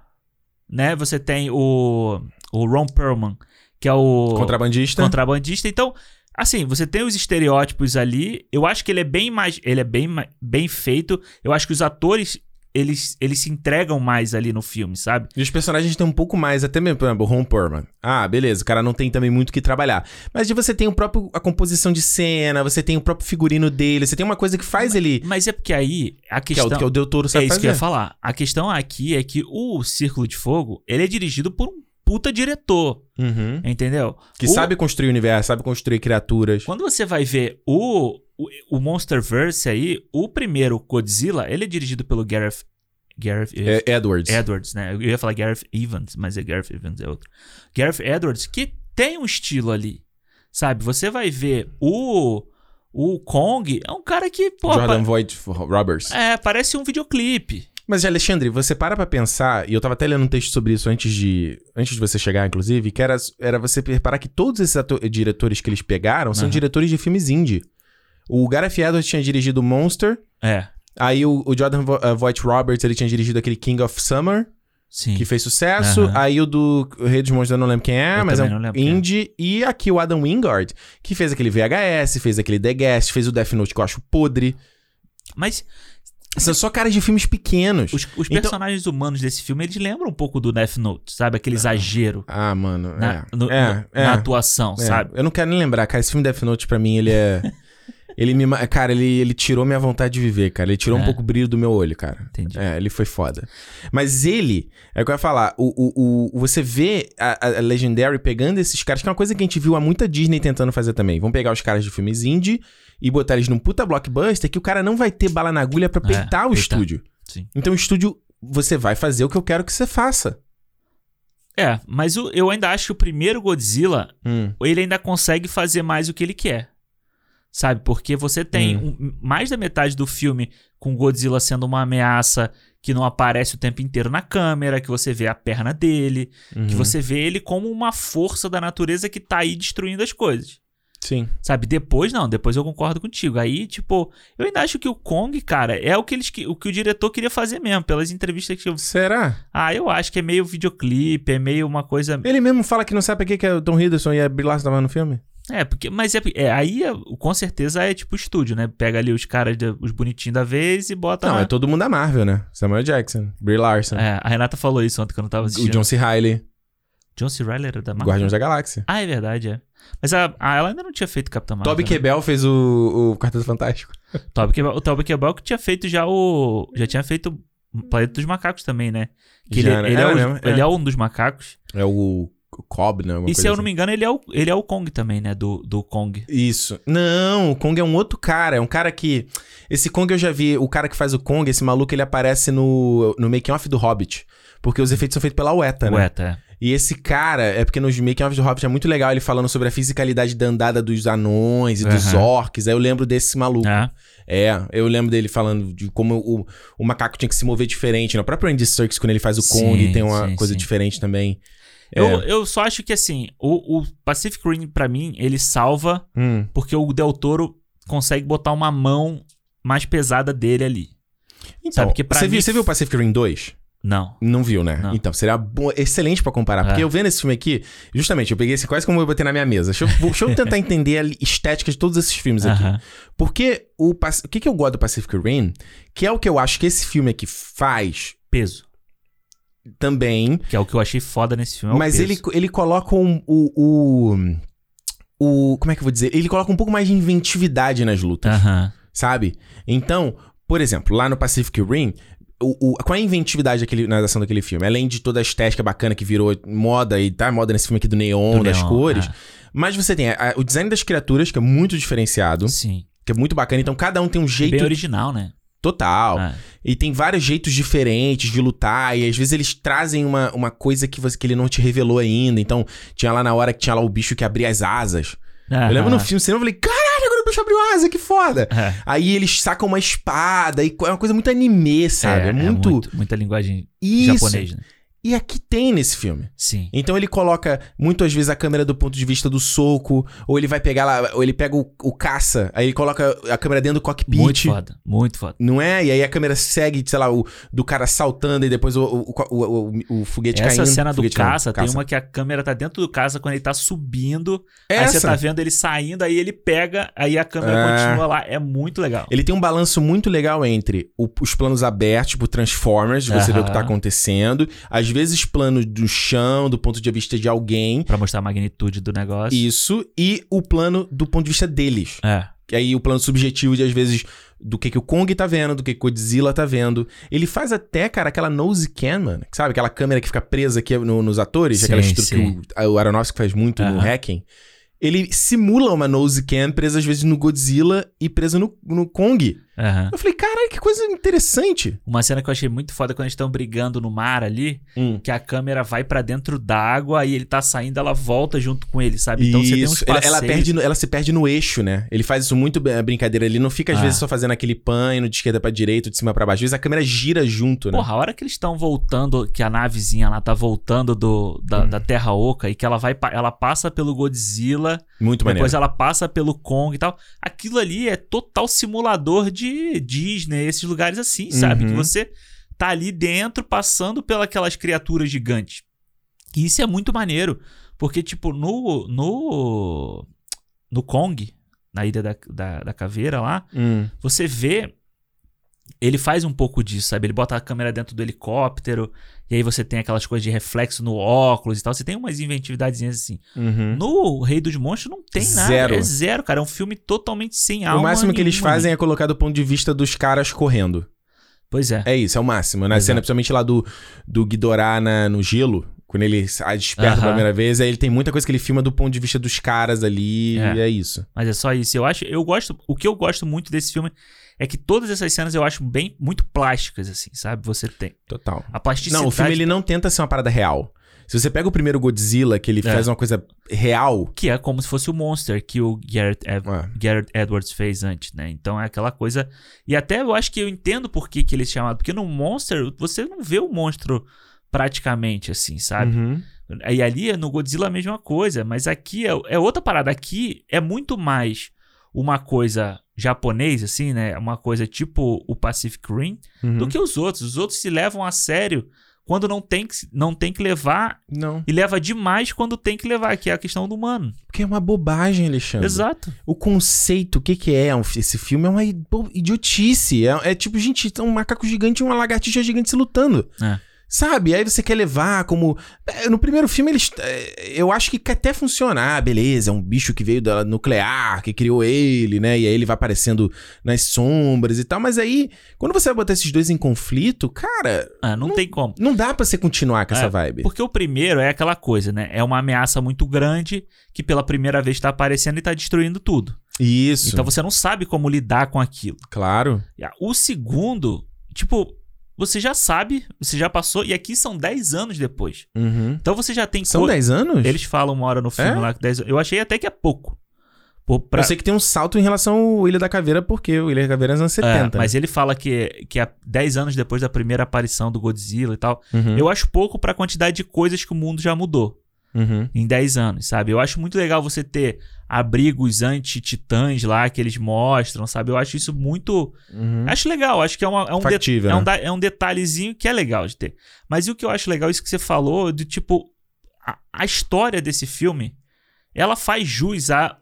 Speaker 2: né? Você tem o o Ron Perlman, que é o
Speaker 1: Contrabandista.
Speaker 2: contrabandista. Então, assim, você tem os estereótipos ali. Eu acho que ele é bem mais, ele é bem, ma- bem feito. Eu acho que os atores eles, eles se entregam mais ali no filme, sabe?
Speaker 1: E os personagens têm um pouco mais, até mesmo, por exemplo, o Ron Perlman. Ah, beleza, o cara não tem também muito o que trabalhar. Mas de você tem o próprio, a composição de cena, você tem o próprio figurino dele, você tem uma coisa que faz ele...
Speaker 2: Mas é porque aí a
Speaker 1: Que é,
Speaker 2: questão
Speaker 1: o, que é o Del Toro
Speaker 2: é
Speaker 1: sabe
Speaker 2: isso que eu
Speaker 1: fazer.
Speaker 2: ia falar. A questão aqui é que o Círculo de Fogo ele é dirigido por um puta diretor,
Speaker 1: Uhum.
Speaker 2: entendeu?
Speaker 1: Que
Speaker 2: O-
Speaker 1: sabe construir o universo, sabe construir criaturas.
Speaker 2: Quando você vai ver o, o, o Monsterverse aí, o primeiro Godzilla, ele é dirigido pelo Gareth Gareth
Speaker 1: É, Edwards.
Speaker 2: Edwards, né? Eu ia falar Gareth Evans, mas é Gareth Evans, é outro. Gareth Edwards, que tem um estilo ali, sabe? Você vai ver o, o Kong, é um cara que, pô,
Speaker 1: Jordan Voight Roberts.
Speaker 2: pa- é, parece um videoclipe.
Speaker 1: Mas, Alexandre, você para pra pensar, e eu tava até lendo um texto sobre isso antes de, antes de você chegar, inclusive, que era, era você reparar que todos esses ato- diretores que eles pegaram são
Speaker 2: Aham.
Speaker 1: diretores de filmes indie. O Gareth Edwards tinha dirigido Monster,
Speaker 2: É,
Speaker 1: aí o, o Jordan Vo- eh, Voight Roberts ele tinha dirigido aquele King of Summer,
Speaker 2: sim.
Speaker 1: que fez sucesso.
Speaker 2: Aham.
Speaker 1: Aí o do Rei dos Monstros eu não lembro quem é,
Speaker 2: Eu
Speaker 1: mas é
Speaker 2: também
Speaker 1: um
Speaker 2: não lembro quem é.
Speaker 1: indie. E aqui o Adam Wingard, que fez aquele VHS, fez aquele The Guest, fez o Death Note que eu acho podre.
Speaker 2: Mas
Speaker 1: São só caras de filmes pequenos.
Speaker 2: os, os
Speaker 1: Então-
Speaker 2: personagens humanos desse filme, eles lembram um pouco do Death Note, sabe? Aquele exagero
Speaker 1: Ah, mano.
Speaker 2: na,
Speaker 1: é.
Speaker 2: no-
Speaker 1: é,
Speaker 2: no-
Speaker 1: é,
Speaker 2: na atuação,
Speaker 1: é.
Speaker 2: sabe?
Speaker 1: Eu não quero nem lembrar, cara. Esse filme Death Note, pra mim, ele é. ele me. ma- Cara, ele, ele tirou minha vontade de viver, cara. Ele tirou um
Speaker 2: É.
Speaker 1: pouco o brilho do meu olho, cara.
Speaker 2: Entendi.
Speaker 1: É, ele foi foda. Mas ele, é o que eu ia falar, o, o, o, você vê a, a- a Legendary pegando esses caras, que é uma coisa que a gente viu há muita Disney tentando fazer também. Vão pegar os caras de filmes indie e botar eles num puta blockbuster que o cara não vai ter bala na agulha pra
Speaker 2: É,
Speaker 1: peitar o
Speaker 2: peitar.
Speaker 1: estúdio.
Speaker 2: Sim.
Speaker 1: Então o estúdio, você vai fazer o que eu quero que você faça.
Speaker 2: É, mas o- eu ainda acho que o primeiro Godzilla,
Speaker 1: Hum.
Speaker 2: ele ainda consegue fazer mais o que ele quer. Sabe? Porque você tem um- mais da metade do filme com Godzilla sendo uma ameaça que não aparece o tempo inteiro na câmera, que você vê a perna dele, que
Speaker 1: Uhum.
Speaker 2: você vê ele como uma força da natureza que tá aí destruindo as coisas.
Speaker 1: Sim.
Speaker 2: Sabe? Depois não, depois eu concordo contigo. Aí, tipo, eu ainda acho que o Kong, cara, é o que eles que- o que o diretor queria fazer mesmo, pelas entrevistas que eu
Speaker 1: Será?
Speaker 2: Ah, eu acho que é meio videoclipe, é meio uma coisa
Speaker 1: Ele mesmo fala que não sabe pra que, que é o Tom Hiddleston e a Brie Larson tava no filme?
Speaker 2: É, porque, mas é, é, aí é- com certeza é tipo estúdio, né? Pega ali os caras, da- os bonitinhos da vez e bota.
Speaker 1: Não,
Speaker 2: na-
Speaker 1: é todo mundo da Marvel, né? Samuel Jackson, Brie Larson,
Speaker 2: É, a Renata falou isso ontem quando eu tava
Speaker 1: o
Speaker 2: assistindo.
Speaker 1: John C. Reilly,
Speaker 2: John C. Reilly era da É, Marvel?
Speaker 1: Guardiões da Galáxia.
Speaker 2: Ah, é verdade, é. Mas a, a- ela ainda não tinha feito Capitão Marvel.
Speaker 1: Toby
Speaker 2: né?
Speaker 1: Quebel fez o, o Quarteto Fantástico.
Speaker 2: Toby Kebbell- O Toby Kebbell que tinha feito já o... Já tinha feito o Planeta dos Macacos também, né? Que
Speaker 1: Já,
Speaker 2: ele,
Speaker 1: né?
Speaker 2: ele é,
Speaker 1: Era
Speaker 2: o-
Speaker 1: mesmo, é.
Speaker 2: ele é um dos macacos.
Speaker 1: É o Cobb, né? Alguma
Speaker 2: e se
Speaker 1: coisa
Speaker 2: eu não me engano, ele é o, ele é o Kong também, né? Do, do Kong.
Speaker 1: assim. Isso. Não, o Kong é um outro cara. É um cara que. Esse Kong eu já vi. O cara que faz o Kong, esse maluco, ele aparece no, no making-off do Hobbit. Porque os efeitos são feitos pela UETA, né?
Speaker 2: Ué, tá.
Speaker 1: E esse cara, é porque nos making-offs do Hobbit é muito legal ele falando sobre a fisicalidade da andada dos anões e dos
Speaker 2: Aham.
Speaker 1: orcs. Aí eu lembro desse maluco.
Speaker 2: É.
Speaker 1: É, eu lembro dele falando de como o, o macaco tinha que se mover diferente. né? O próprio Andy Serkis, quando ele faz o
Speaker 2: Sim,
Speaker 1: Kong, tem uma
Speaker 2: sim,
Speaker 1: coisa
Speaker 2: sim.
Speaker 1: diferente também. É.
Speaker 2: Eu, eu só acho que, assim, o, o Pacific Rim, pra mim, ele salva
Speaker 1: Hum.
Speaker 2: porque o Del Toro consegue botar uma mão mais pesada dele ali.
Speaker 1: Então,
Speaker 2: Porque pra
Speaker 1: você, viu,
Speaker 2: mim-
Speaker 1: você viu Pacific Rim 2?
Speaker 2: Não.
Speaker 1: Não viu, né?
Speaker 2: Não.
Speaker 1: Então, seria bo- excelente pra comparar. Porque
Speaker 2: É.
Speaker 1: eu vendo esse filme aqui, justamente, eu peguei esse quase como eu botei na minha mesa. Deixa eu, vou- deixa eu tentar entender a li- estética de todos esses filmes aqui.
Speaker 2: Aham.
Speaker 1: Porque o, Pac- o que, que eu gosto do Pacific Rim, que é o que eu acho que esse filme aqui faz
Speaker 2: Peso.
Speaker 1: também,
Speaker 2: Que é o que eu achei foda nesse filme. é o
Speaker 1: mas
Speaker 2: peso.
Speaker 1: ele, ele coloca um, o, o, o. Como é que eu vou dizer? Ele coloca um pouco mais de inventividade nas lutas.
Speaker 2: Aham.
Speaker 1: Sabe? Então, por exemplo, lá no Pacific Rim, o, o- qual é a inventividade daquele, na ação daquele filme? Além de toda a estética bacana que virou moda e tá moda nesse filme aqui do neon,
Speaker 2: Do
Speaker 1: das
Speaker 2: neon,
Speaker 1: cores.
Speaker 2: é.
Speaker 1: Mas você tem a- o design das criaturas, que é muito diferenciado,
Speaker 2: Sim.
Speaker 1: que é muito bacana. Então, cada um tem um jeito
Speaker 2: Bem original, né?
Speaker 1: total.
Speaker 2: Ah,
Speaker 1: E tem vários jeitos diferentes de lutar. E às vezes eles trazem uma, uma coisa que, você, que ele não te revelou ainda. Então, tinha lá na hora que tinha lá o bicho que abria as asas. Eu lembro no
Speaker 2: aham.
Speaker 1: filme, você eu falei, caralho, agora o bicho abriu asa, que foda!
Speaker 2: É.
Speaker 1: Aí eles sacam uma espada e co- é uma coisa muito anime, sabe? É, muito,
Speaker 2: Muita linguagem
Speaker 1: isso.
Speaker 2: japonês, né?
Speaker 1: E aqui tem nesse filme.
Speaker 2: Sim.
Speaker 1: Então ele coloca muitas vezes a câmera do ponto de vista do soco, ou ele vai pegar lá, ou ele pega o, o caça, aí ele coloca a câmera dentro do cockpit.
Speaker 2: Muito foda. Muito foda.
Speaker 1: Não é? E aí a câmera segue, sei lá, o, do cara saltando e depois o, o, o, o- o foguete
Speaker 2: Essa
Speaker 1: caindo.
Speaker 2: cena do
Speaker 1: foguete não,
Speaker 2: caça, tem uma que a câmera tá dentro do caça quando ele tá subindo. Aí você
Speaker 1: Essa.
Speaker 2: tá vendo ele saindo, aí ele pega, aí a câmera
Speaker 1: É.
Speaker 2: continua lá. É muito legal.
Speaker 1: Ele tem um balanço muito legal entre o- os planos abertos, tipo Transformers, de você ver o que tá
Speaker 2: Aham.
Speaker 1: acontecendo. Às vezes planos do chão, do ponto de vista de alguém.
Speaker 2: Pra mostrar a magnitude do negócio.
Speaker 1: Isso, e o plano do ponto de vista deles.
Speaker 2: É.
Speaker 1: Que aí o plano subjetivo de, às vezes, do que, que o Kong tá vendo, do que, que o Godzilla tá vendo. Ele faz até, cara, aquela nose cam, mano. que Sabe? Aquela câmera que fica presa aqui no- nos atores,
Speaker 2: Sim,
Speaker 1: aquela estrutura
Speaker 2: sim.
Speaker 1: que o, o Aronofsky faz muito no
Speaker 2: Aham.
Speaker 1: Hacking. Ele simula uma nose cam presa, às vezes, no Godzilla e presa no, no Kong.
Speaker 2: Aham.
Speaker 1: Eu falei, caralho, que coisa interessante.
Speaker 2: Uma cena que eu achei muito foda é quando eles estão brigando no mar ali,
Speaker 1: Hum.
Speaker 2: que a câmera vai pra dentro d'água e ele tá saindo, ela volta junto com ele, sabe? Então você tem uns
Speaker 1: Isso, ela,
Speaker 2: passeios.
Speaker 1: ela perde no- ela se perde no eixo, né? Ele faz isso muito bem, a brincadeira. Ele não fica, às
Speaker 2: Ah.
Speaker 1: vezes, só fazendo aquele pano de esquerda pra direita, de cima pra baixo. Às vezes a câmera gira junto, né?
Speaker 2: Porra, a hora que eles estão voltando, que a navezinha lá tá voltando do, da,
Speaker 1: Uhum.
Speaker 2: da Terra Oca e que ela vai, pa- ela passa pelo Godzilla,
Speaker 1: muito maneiro.
Speaker 2: depois ela passa pelo Kong e tal. Aquilo ali é total simulador de Disney, esses lugares assim, sabe?
Speaker 1: Uhum.
Speaker 2: Que você tá ali dentro passando pelas criaturas gigantes. E isso é muito maneiro, porque tipo no no no Kong, na ilha da, da, da caveira lá,
Speaker 1: Hum.
Speaker 2: você vê. Ele faz um pouco disso, sabe? Ele bota a câmera dentro do helicóptero, e aí você tem aquelas coisas de reflexo no óculos e tal. Você tem umas inventividadezinhas assim.
Speaker 1: Uhum.
Speaker 2: No Rei dos Monstros não tem nada.
Speaker 1: Zero.
Speaker 2: É zero, cara. É um filme totalmente sem alma.
Speaker 1: O máximo que eles
Speaker 2: nenhuma.
Speaker 1: fazem é colocar do ponto de vista dos caras correndo.
Speaker 2: Pois é.
Speaker 1: É isso, é o máximo. Na
Speaker 2: Exato.
Speaker 1: cena, principalmente lá do, do Ghidorah na- no gelo, quando ele a desperta
Speaker 2: Aham.
Speaker 1: pela primeira vez, aí ele tem muita coisa que ele filma do ponto de vista dos caras ali,
Speaker 2: É.
Speaker 1: e é isso.
Speaker 2: Mas é só isso. Eu acho. Eu gosto. O que eu gosto muito desse filme é que todas essas cenas eu acho bem muito plásticas, assim, sabe? Você tem.
Speaker 1: Total.
Speaker 2: A plasticidade.
Speaker 1: Não, o filme ele não tenta ser uma parada real. Se você pega o primeiro Godzilla,
Speaker 2: É.
Speaker 1: que ele faz uma coisa real.
Speaker 2: Que é como se fosse o Monster que o Garrett Ev-
Speaker 1: Ah,
Speaker 2: Garrett Edwards fez antes, né? Então é aquela coisa. E até eu acho que eu entendo por que, que ele é chamado. Porque no Monster, você não vê o monstro praticamente assim, sabe?
Speaker 1: uhum.
Speaker 2: E ali no Godzilla é a mesma coisa, mas aqui é, é outra parada. Aqui é muito mais uma coisa japonês, assim, né? Uma coisa tipo o Pacific Rim,
Speaker 1: uhum.
Speaker 2: do que os outros. Os outros se levam a sério quando não tem que, se- não tem que levar.
Speaker 1: Não.
Speaker 2: E leva demais quando tem que levar, que é a questão do humano.
Speaker 1: Porque é uma bobagem, Alexandre.
Speaker 2: Exato.
Speaker 1: O conceito, o que que é um- esse filme? É uma i- bo- idiotice. É, é tipo, gente, é um macaco gigante e uma lagartixa gigante se lutando.
Speaker 2: É.
Speaker 1: Sabe? Aí você quer levar como... É, No primeiro filme, eles... é, Eu acho que até funciona. Ah, beleza, é um bicho que veio da nuclear, que criou ele, né? E aí ele vai aparecendo nas sombras e tal. Mas aí, quando você vai botar esses dois em conflito, cara,
Speaker 2: Ah, não tem como.
Speaker 1: não dá pra você continuar com essa
Speaker 2: É,
Speaker 1: vibe.
Speaker 2: Porque o primeiro é aquela coisa, né? É uma ameaça muito grande que pela primeira vez tá aparecendo e tá destruindo tudo.
Speaker 1: Isso,
Speaker 2: Então você não sabe como lidar com aquilo.
Speaker 1: claro.
Speaker 2: E a- O segundo, tipo, você já sabe, você já passou, e aqui são 10 anos depois.
Speaker 1: Uhum.
Speaker 2: Então você já tem
Speaker 1: São
Speaker 2: co-
Speaker 1: 10 anos?
Speaker 2: Eles falam uma hora no filme
Speaker 1: É?
Speaker 2: lá que 10 Eu achei até que é pouco. Pô, pra-
Speaker 1: Eu sei que tem um salto em relação ao Ilha da Caveira, porque o Ilha da Caveira é nos anos 70.
Speaker 2: É, mas ele fala que, que é 10 anos depois da primeira aparição do Godzilla e tal.
Speaker 1: Uhum,
Speaker 2: Eu acho pouco pra quantidade de coisas que o mundo já mudou.
Speaker 1: uhum.
Speaker 2: em 10 anos, sabe? Eu acho muito legal você ter abrigos anti-titãs lá que eles mostram, sabe? Eu acho isso muito.
Speaker 1: Uhum.
Speaker 2: Acho legal, acho que é, uma, é, um, de-
Speaker 1: Factível,
Speaker 2: é, um
Speaker 1: né?
Speaker 2: da- é um detalhezinho que é legal de ter. Mas e o que eu acho legal, isso que você falou, do tipo, a, a história desse filme, ela faz jus a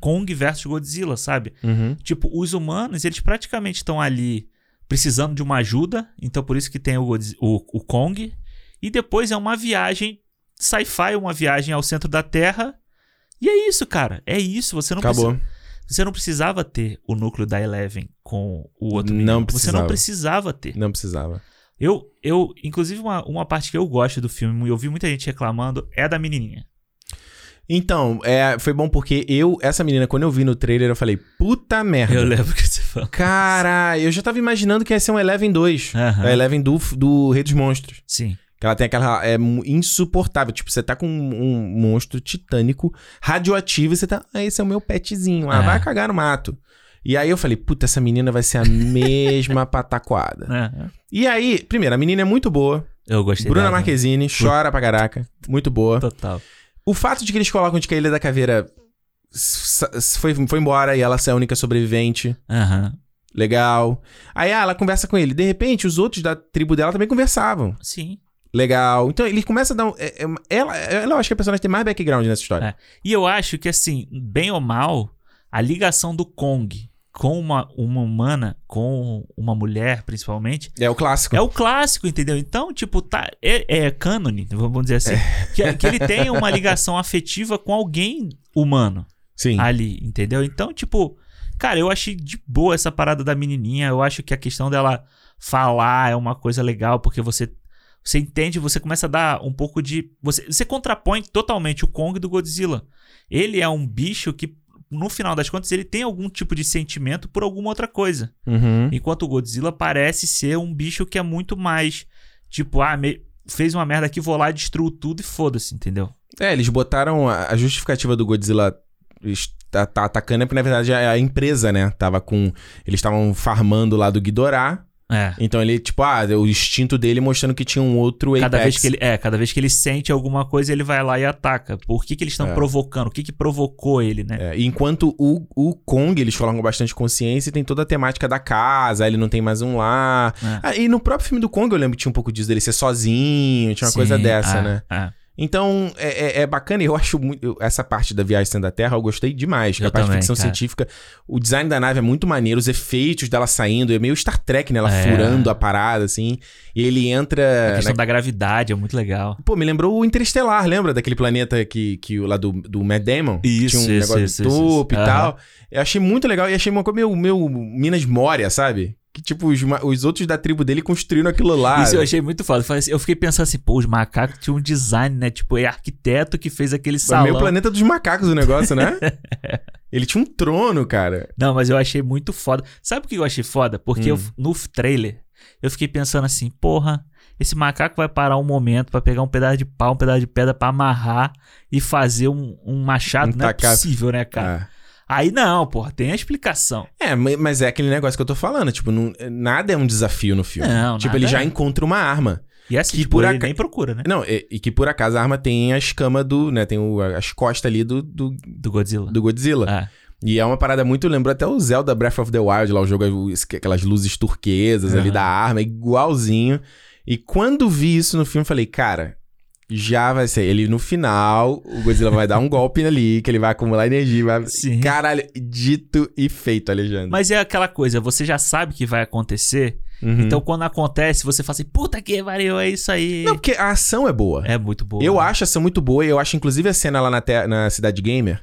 Speaker 2: Kong versus Godzilla, sabe?
Speaker 1: Uhum.
Speaker 2: Tipo, os humanos, eles praticamente estão ali precisando de uma ajuda, então por isso que tem o, Godzi- o, o Kong. E depois é uma viagem sci-fi, uma viagem ao centro da Terra. E é isso, cara. É isso. Você não,
Speaker 1: Acabou.
Speaker 2: preci- você não precisava ter o núcleo da Eleven com o outro
Speaker 1: Não
Speaker 2: menino. Você
Speaker 1: precisava.
Speaker 2: não precisava ter.
Speaker 1: Não precisava.
Speaker 2: Eu, eu inclusive, uma, uma parte que eu gosto do filme, e eu vi muita gente reclamando, é da menininha.
Speaker 1: Então, é, foi bom porque eu, essa menina, quando eu vi no trailer, eu falei, puta merda.
Speaker 2: Eu lembro que você falou.
Speaker 1: Cara, eu já tava imaginando que ia ser um Eleven 2.
Speaker 2: Aham.
Speaker 1: A Eleven do, do Rei dos Monstros.
Speaker 2: Sim.
Speaker 1: Que ela tem aquela. É mu- insuportável. Tipo, você tá com um, um monstro titânico radioativo e você tá. Ah, esse é o meu petzinho. Ah,
Speaker 2: É.
Speaker 1: vai cagar no mato. E aí eu falei, puta, essa menina vai ser a mesma pataquada.
Speaker 2: É.
Speaker 1: E aí, primeiro, a menina é muito boa.
Speaker 2: Eu gostei
Speaker 1: Bruna
Speaker 2: dela, né?
Speaker 1: Marquezine né? chora pra caraca. Muito boa.
Speaker 2: Total.
Speaker 1: O fato de que eles colocam de que a Ilha da Caveira s- s- foi, foi embora e ela é a única sobrevivente.
Speaker 2: Aham.
Speaker 1: Legal. Aí ah, ela conversa com ele. De repente, os outros da tribo dela também conversavam.
Speaker 2: Sim.
Speaker 1: Legal. Então ele começa a dar um. é- é uma- ela, ela, eu acho que a personagem tem mais background nessa história.
Speaker 2: É. E eu acho que, assim, bem ou mal, a ligação do Kong com uma, uma humana, com uma mulher, principalmente,
Speaker 1: É, o clássico.
Speaker 2: é o clássico, entendeu? Então, tipo, tá, é, é cânone, vamos dizer assim,
Speaker 1: É.
Speaker 2: que, que ele tenha uma ligação afetiva com alguém humano
Speaker 1: Sim.
Speaker 2: ali, entendeu? Então, tipo, cara, eu achei de boa essa parada da menininha, eu acho que a questão dela falar é uma coisa legal, porque você... Você entende, você começa a dar um pouco de. Você, você contrapõe totalmente o Kong do Godzilla. Ele é um bicho que no final das contas, ele tem algum tipo de sentimento por alguma outra coisa.
Speaker 1: Uhum.
Speaker 2: Enquanto o Godzilla parece ser um bicho que é muito mais tipo, ah, me- fez uma merda aqui, vou lá, destruo tudo e foda-se, entendeu?
Speaker 1: É, eles botaram a a justificativa do Godzilla está tá atacando é porque na verdade a a empresa, né, tava com eles estavam farmando lá do Ghidorah.
Speaker 2: É.
Speaker 1: Então ele tipo, ah, o instinto dele mostrando que tinha um outro Apex.
Speaker 2: Cada vez, que ele, é, cada vez que ele sente alguma coisa, ele vai lá e ataca. Por que, que eles estão
Speaker 1: É.
Speaker 2: provocando? O que, que provocou ele, né?
Speaker 1: É, enquanto o, o Kong, eles falam com bastante consciência e tem toda a temática da casa, aí ele não tem mais um lar.
Speaker 2: É.
Speaker 1: Ah, e no próprio filme do Kong eu lembro que tinha um pouco disso dele ser sozinho, tinha uma coisa
Speaker 2: Sim,
Speaker 1: dessa,
Speaker 2: é,
Speaker 1: né?
Speaker 2: é.
Speaker 1: Então, é, é- é bacana e eu acho muito. eu- Essa parte da viagem sendo da Terra eu gostei demais. que
Speaker 2: Eu
Speaker 1: a parte de
Speaker 2: também,
Speaker 1: ficção
Speaker 2: cara.
Speaker 1: científica, o design da nave é muito maneiro, os efeitos dela saindo, é meio Star Trek, né? Ela
Speaker 2: É.
Speaker 1: furando a parada, assim. E ele
Speaker 2: A
Speaker 1: entra.
Speaker 2: questão
Speaker 1: na-
Speaker 2: da gravidade é muito legal.
Speaker 1: Pô, me lembrou o Interestelar, lembra? Daquele planeta que, que o- lá do, do Matt Damon? que
Speaker 2: Isso,
Speaker 1: Tinha um
Speaker 2: isso,
Speaker 1: negócio
Speaker 2: isso,
Speaker 1: de
Speaker 2: isso,
Speaker 1: topo
Speaker 2: isso.
Speaker 1: e
Speaker 2: Aham.
Speaker 1: tal. Eu achei muito legal e achei uma coisa meio, meio Minas Moria, sabe? Que tipo, os, ma- os outros da tribo dele construíram aquilo lá.
Speaker 2: Isso eu achei muito foda. Eu falei assim- Eu fiquei pensando assim, pô, os macacos tinham um design, né? Tipo, é arquiteto que fez aquele
Speaker 1: Foi É meio
Speaker 2: salão.
Speaker 1: planeta dos macacos o negócio, né? Ele tinha um trono, cara.
Speaker 2: Não, mas eu achei muito foda. Sabe o que eu achei foda? Porque
Speaker 1: Hum.
Speaker 2: eu- no f- trailer, eu fiquei pensando assim, porra, esse macaco vai parar um momento pra pegar um pedaço de pau, um pedaço de pedra pra amarrar e fazer um, um machado.
Speaker 1: Um
Speaker 2: não
Speaker 1: tacaço.
Speaker 2: é possível, né, cara? Aí não, porra, tem a explicação.
Speaker 1: Ah. É, ma- mas é aquele negócio que eu tô falando. Tipo, não- nada é um desafio no filme.
Speaker 2: Não,
Speaker 1: tipo,
Speaker 2: nada
Speaker 1: ele já
Speaker 2: é.
Speaker 1: encontra uma arma.
Speaker 2: E assim,
Speaker 1: Que
Speaker 2: tipo,
Speaker 1: por
Speaker 2: ele
Speaker 1: aca-
Speaker 2: nem procura, né?
Speaker 1: Não, e, e que por acaso a arma tem a escama do. né? Tem o- as costas ali do, do,
Speaker 2: Do Godzilla.
Speaker 1: do Godzilla.
Speaker 2: É.
Speaker 1: E é uma parada muito. Lembrou até o Zelda Breath of the Wild, lá o jogo, o- es- aquelas luzes turquesas ali
Speaker 2: Aham.
Speaker 1: da arma, é igualzinho. E quando vi isso no filme, eu falei, cara. Já vai ser. Ele no final, o Godzilla vai dar um golpe ali, que ele vai acumular energia. Vai...
Speaker 2: Sim.
Speaker 1: Caralho, dito e feito, Alexandre.
Speaker 2: Mas é aquela coisa, você já sabe que vai acontecer,
Speaker 1: Uhum.
Speaker 2: então quando acontece, você fala assim, puta que variou, é isso aí.
Speaker 1: Não, porque a ação é boa.
Speaker 2: É muito boa.
Speaker 1: Eu
Speaker 2: né?
Speaker 1: acho a ação muito boa. e Eu acho, inclusive, a cena lá na, te- na Cidade Gamer.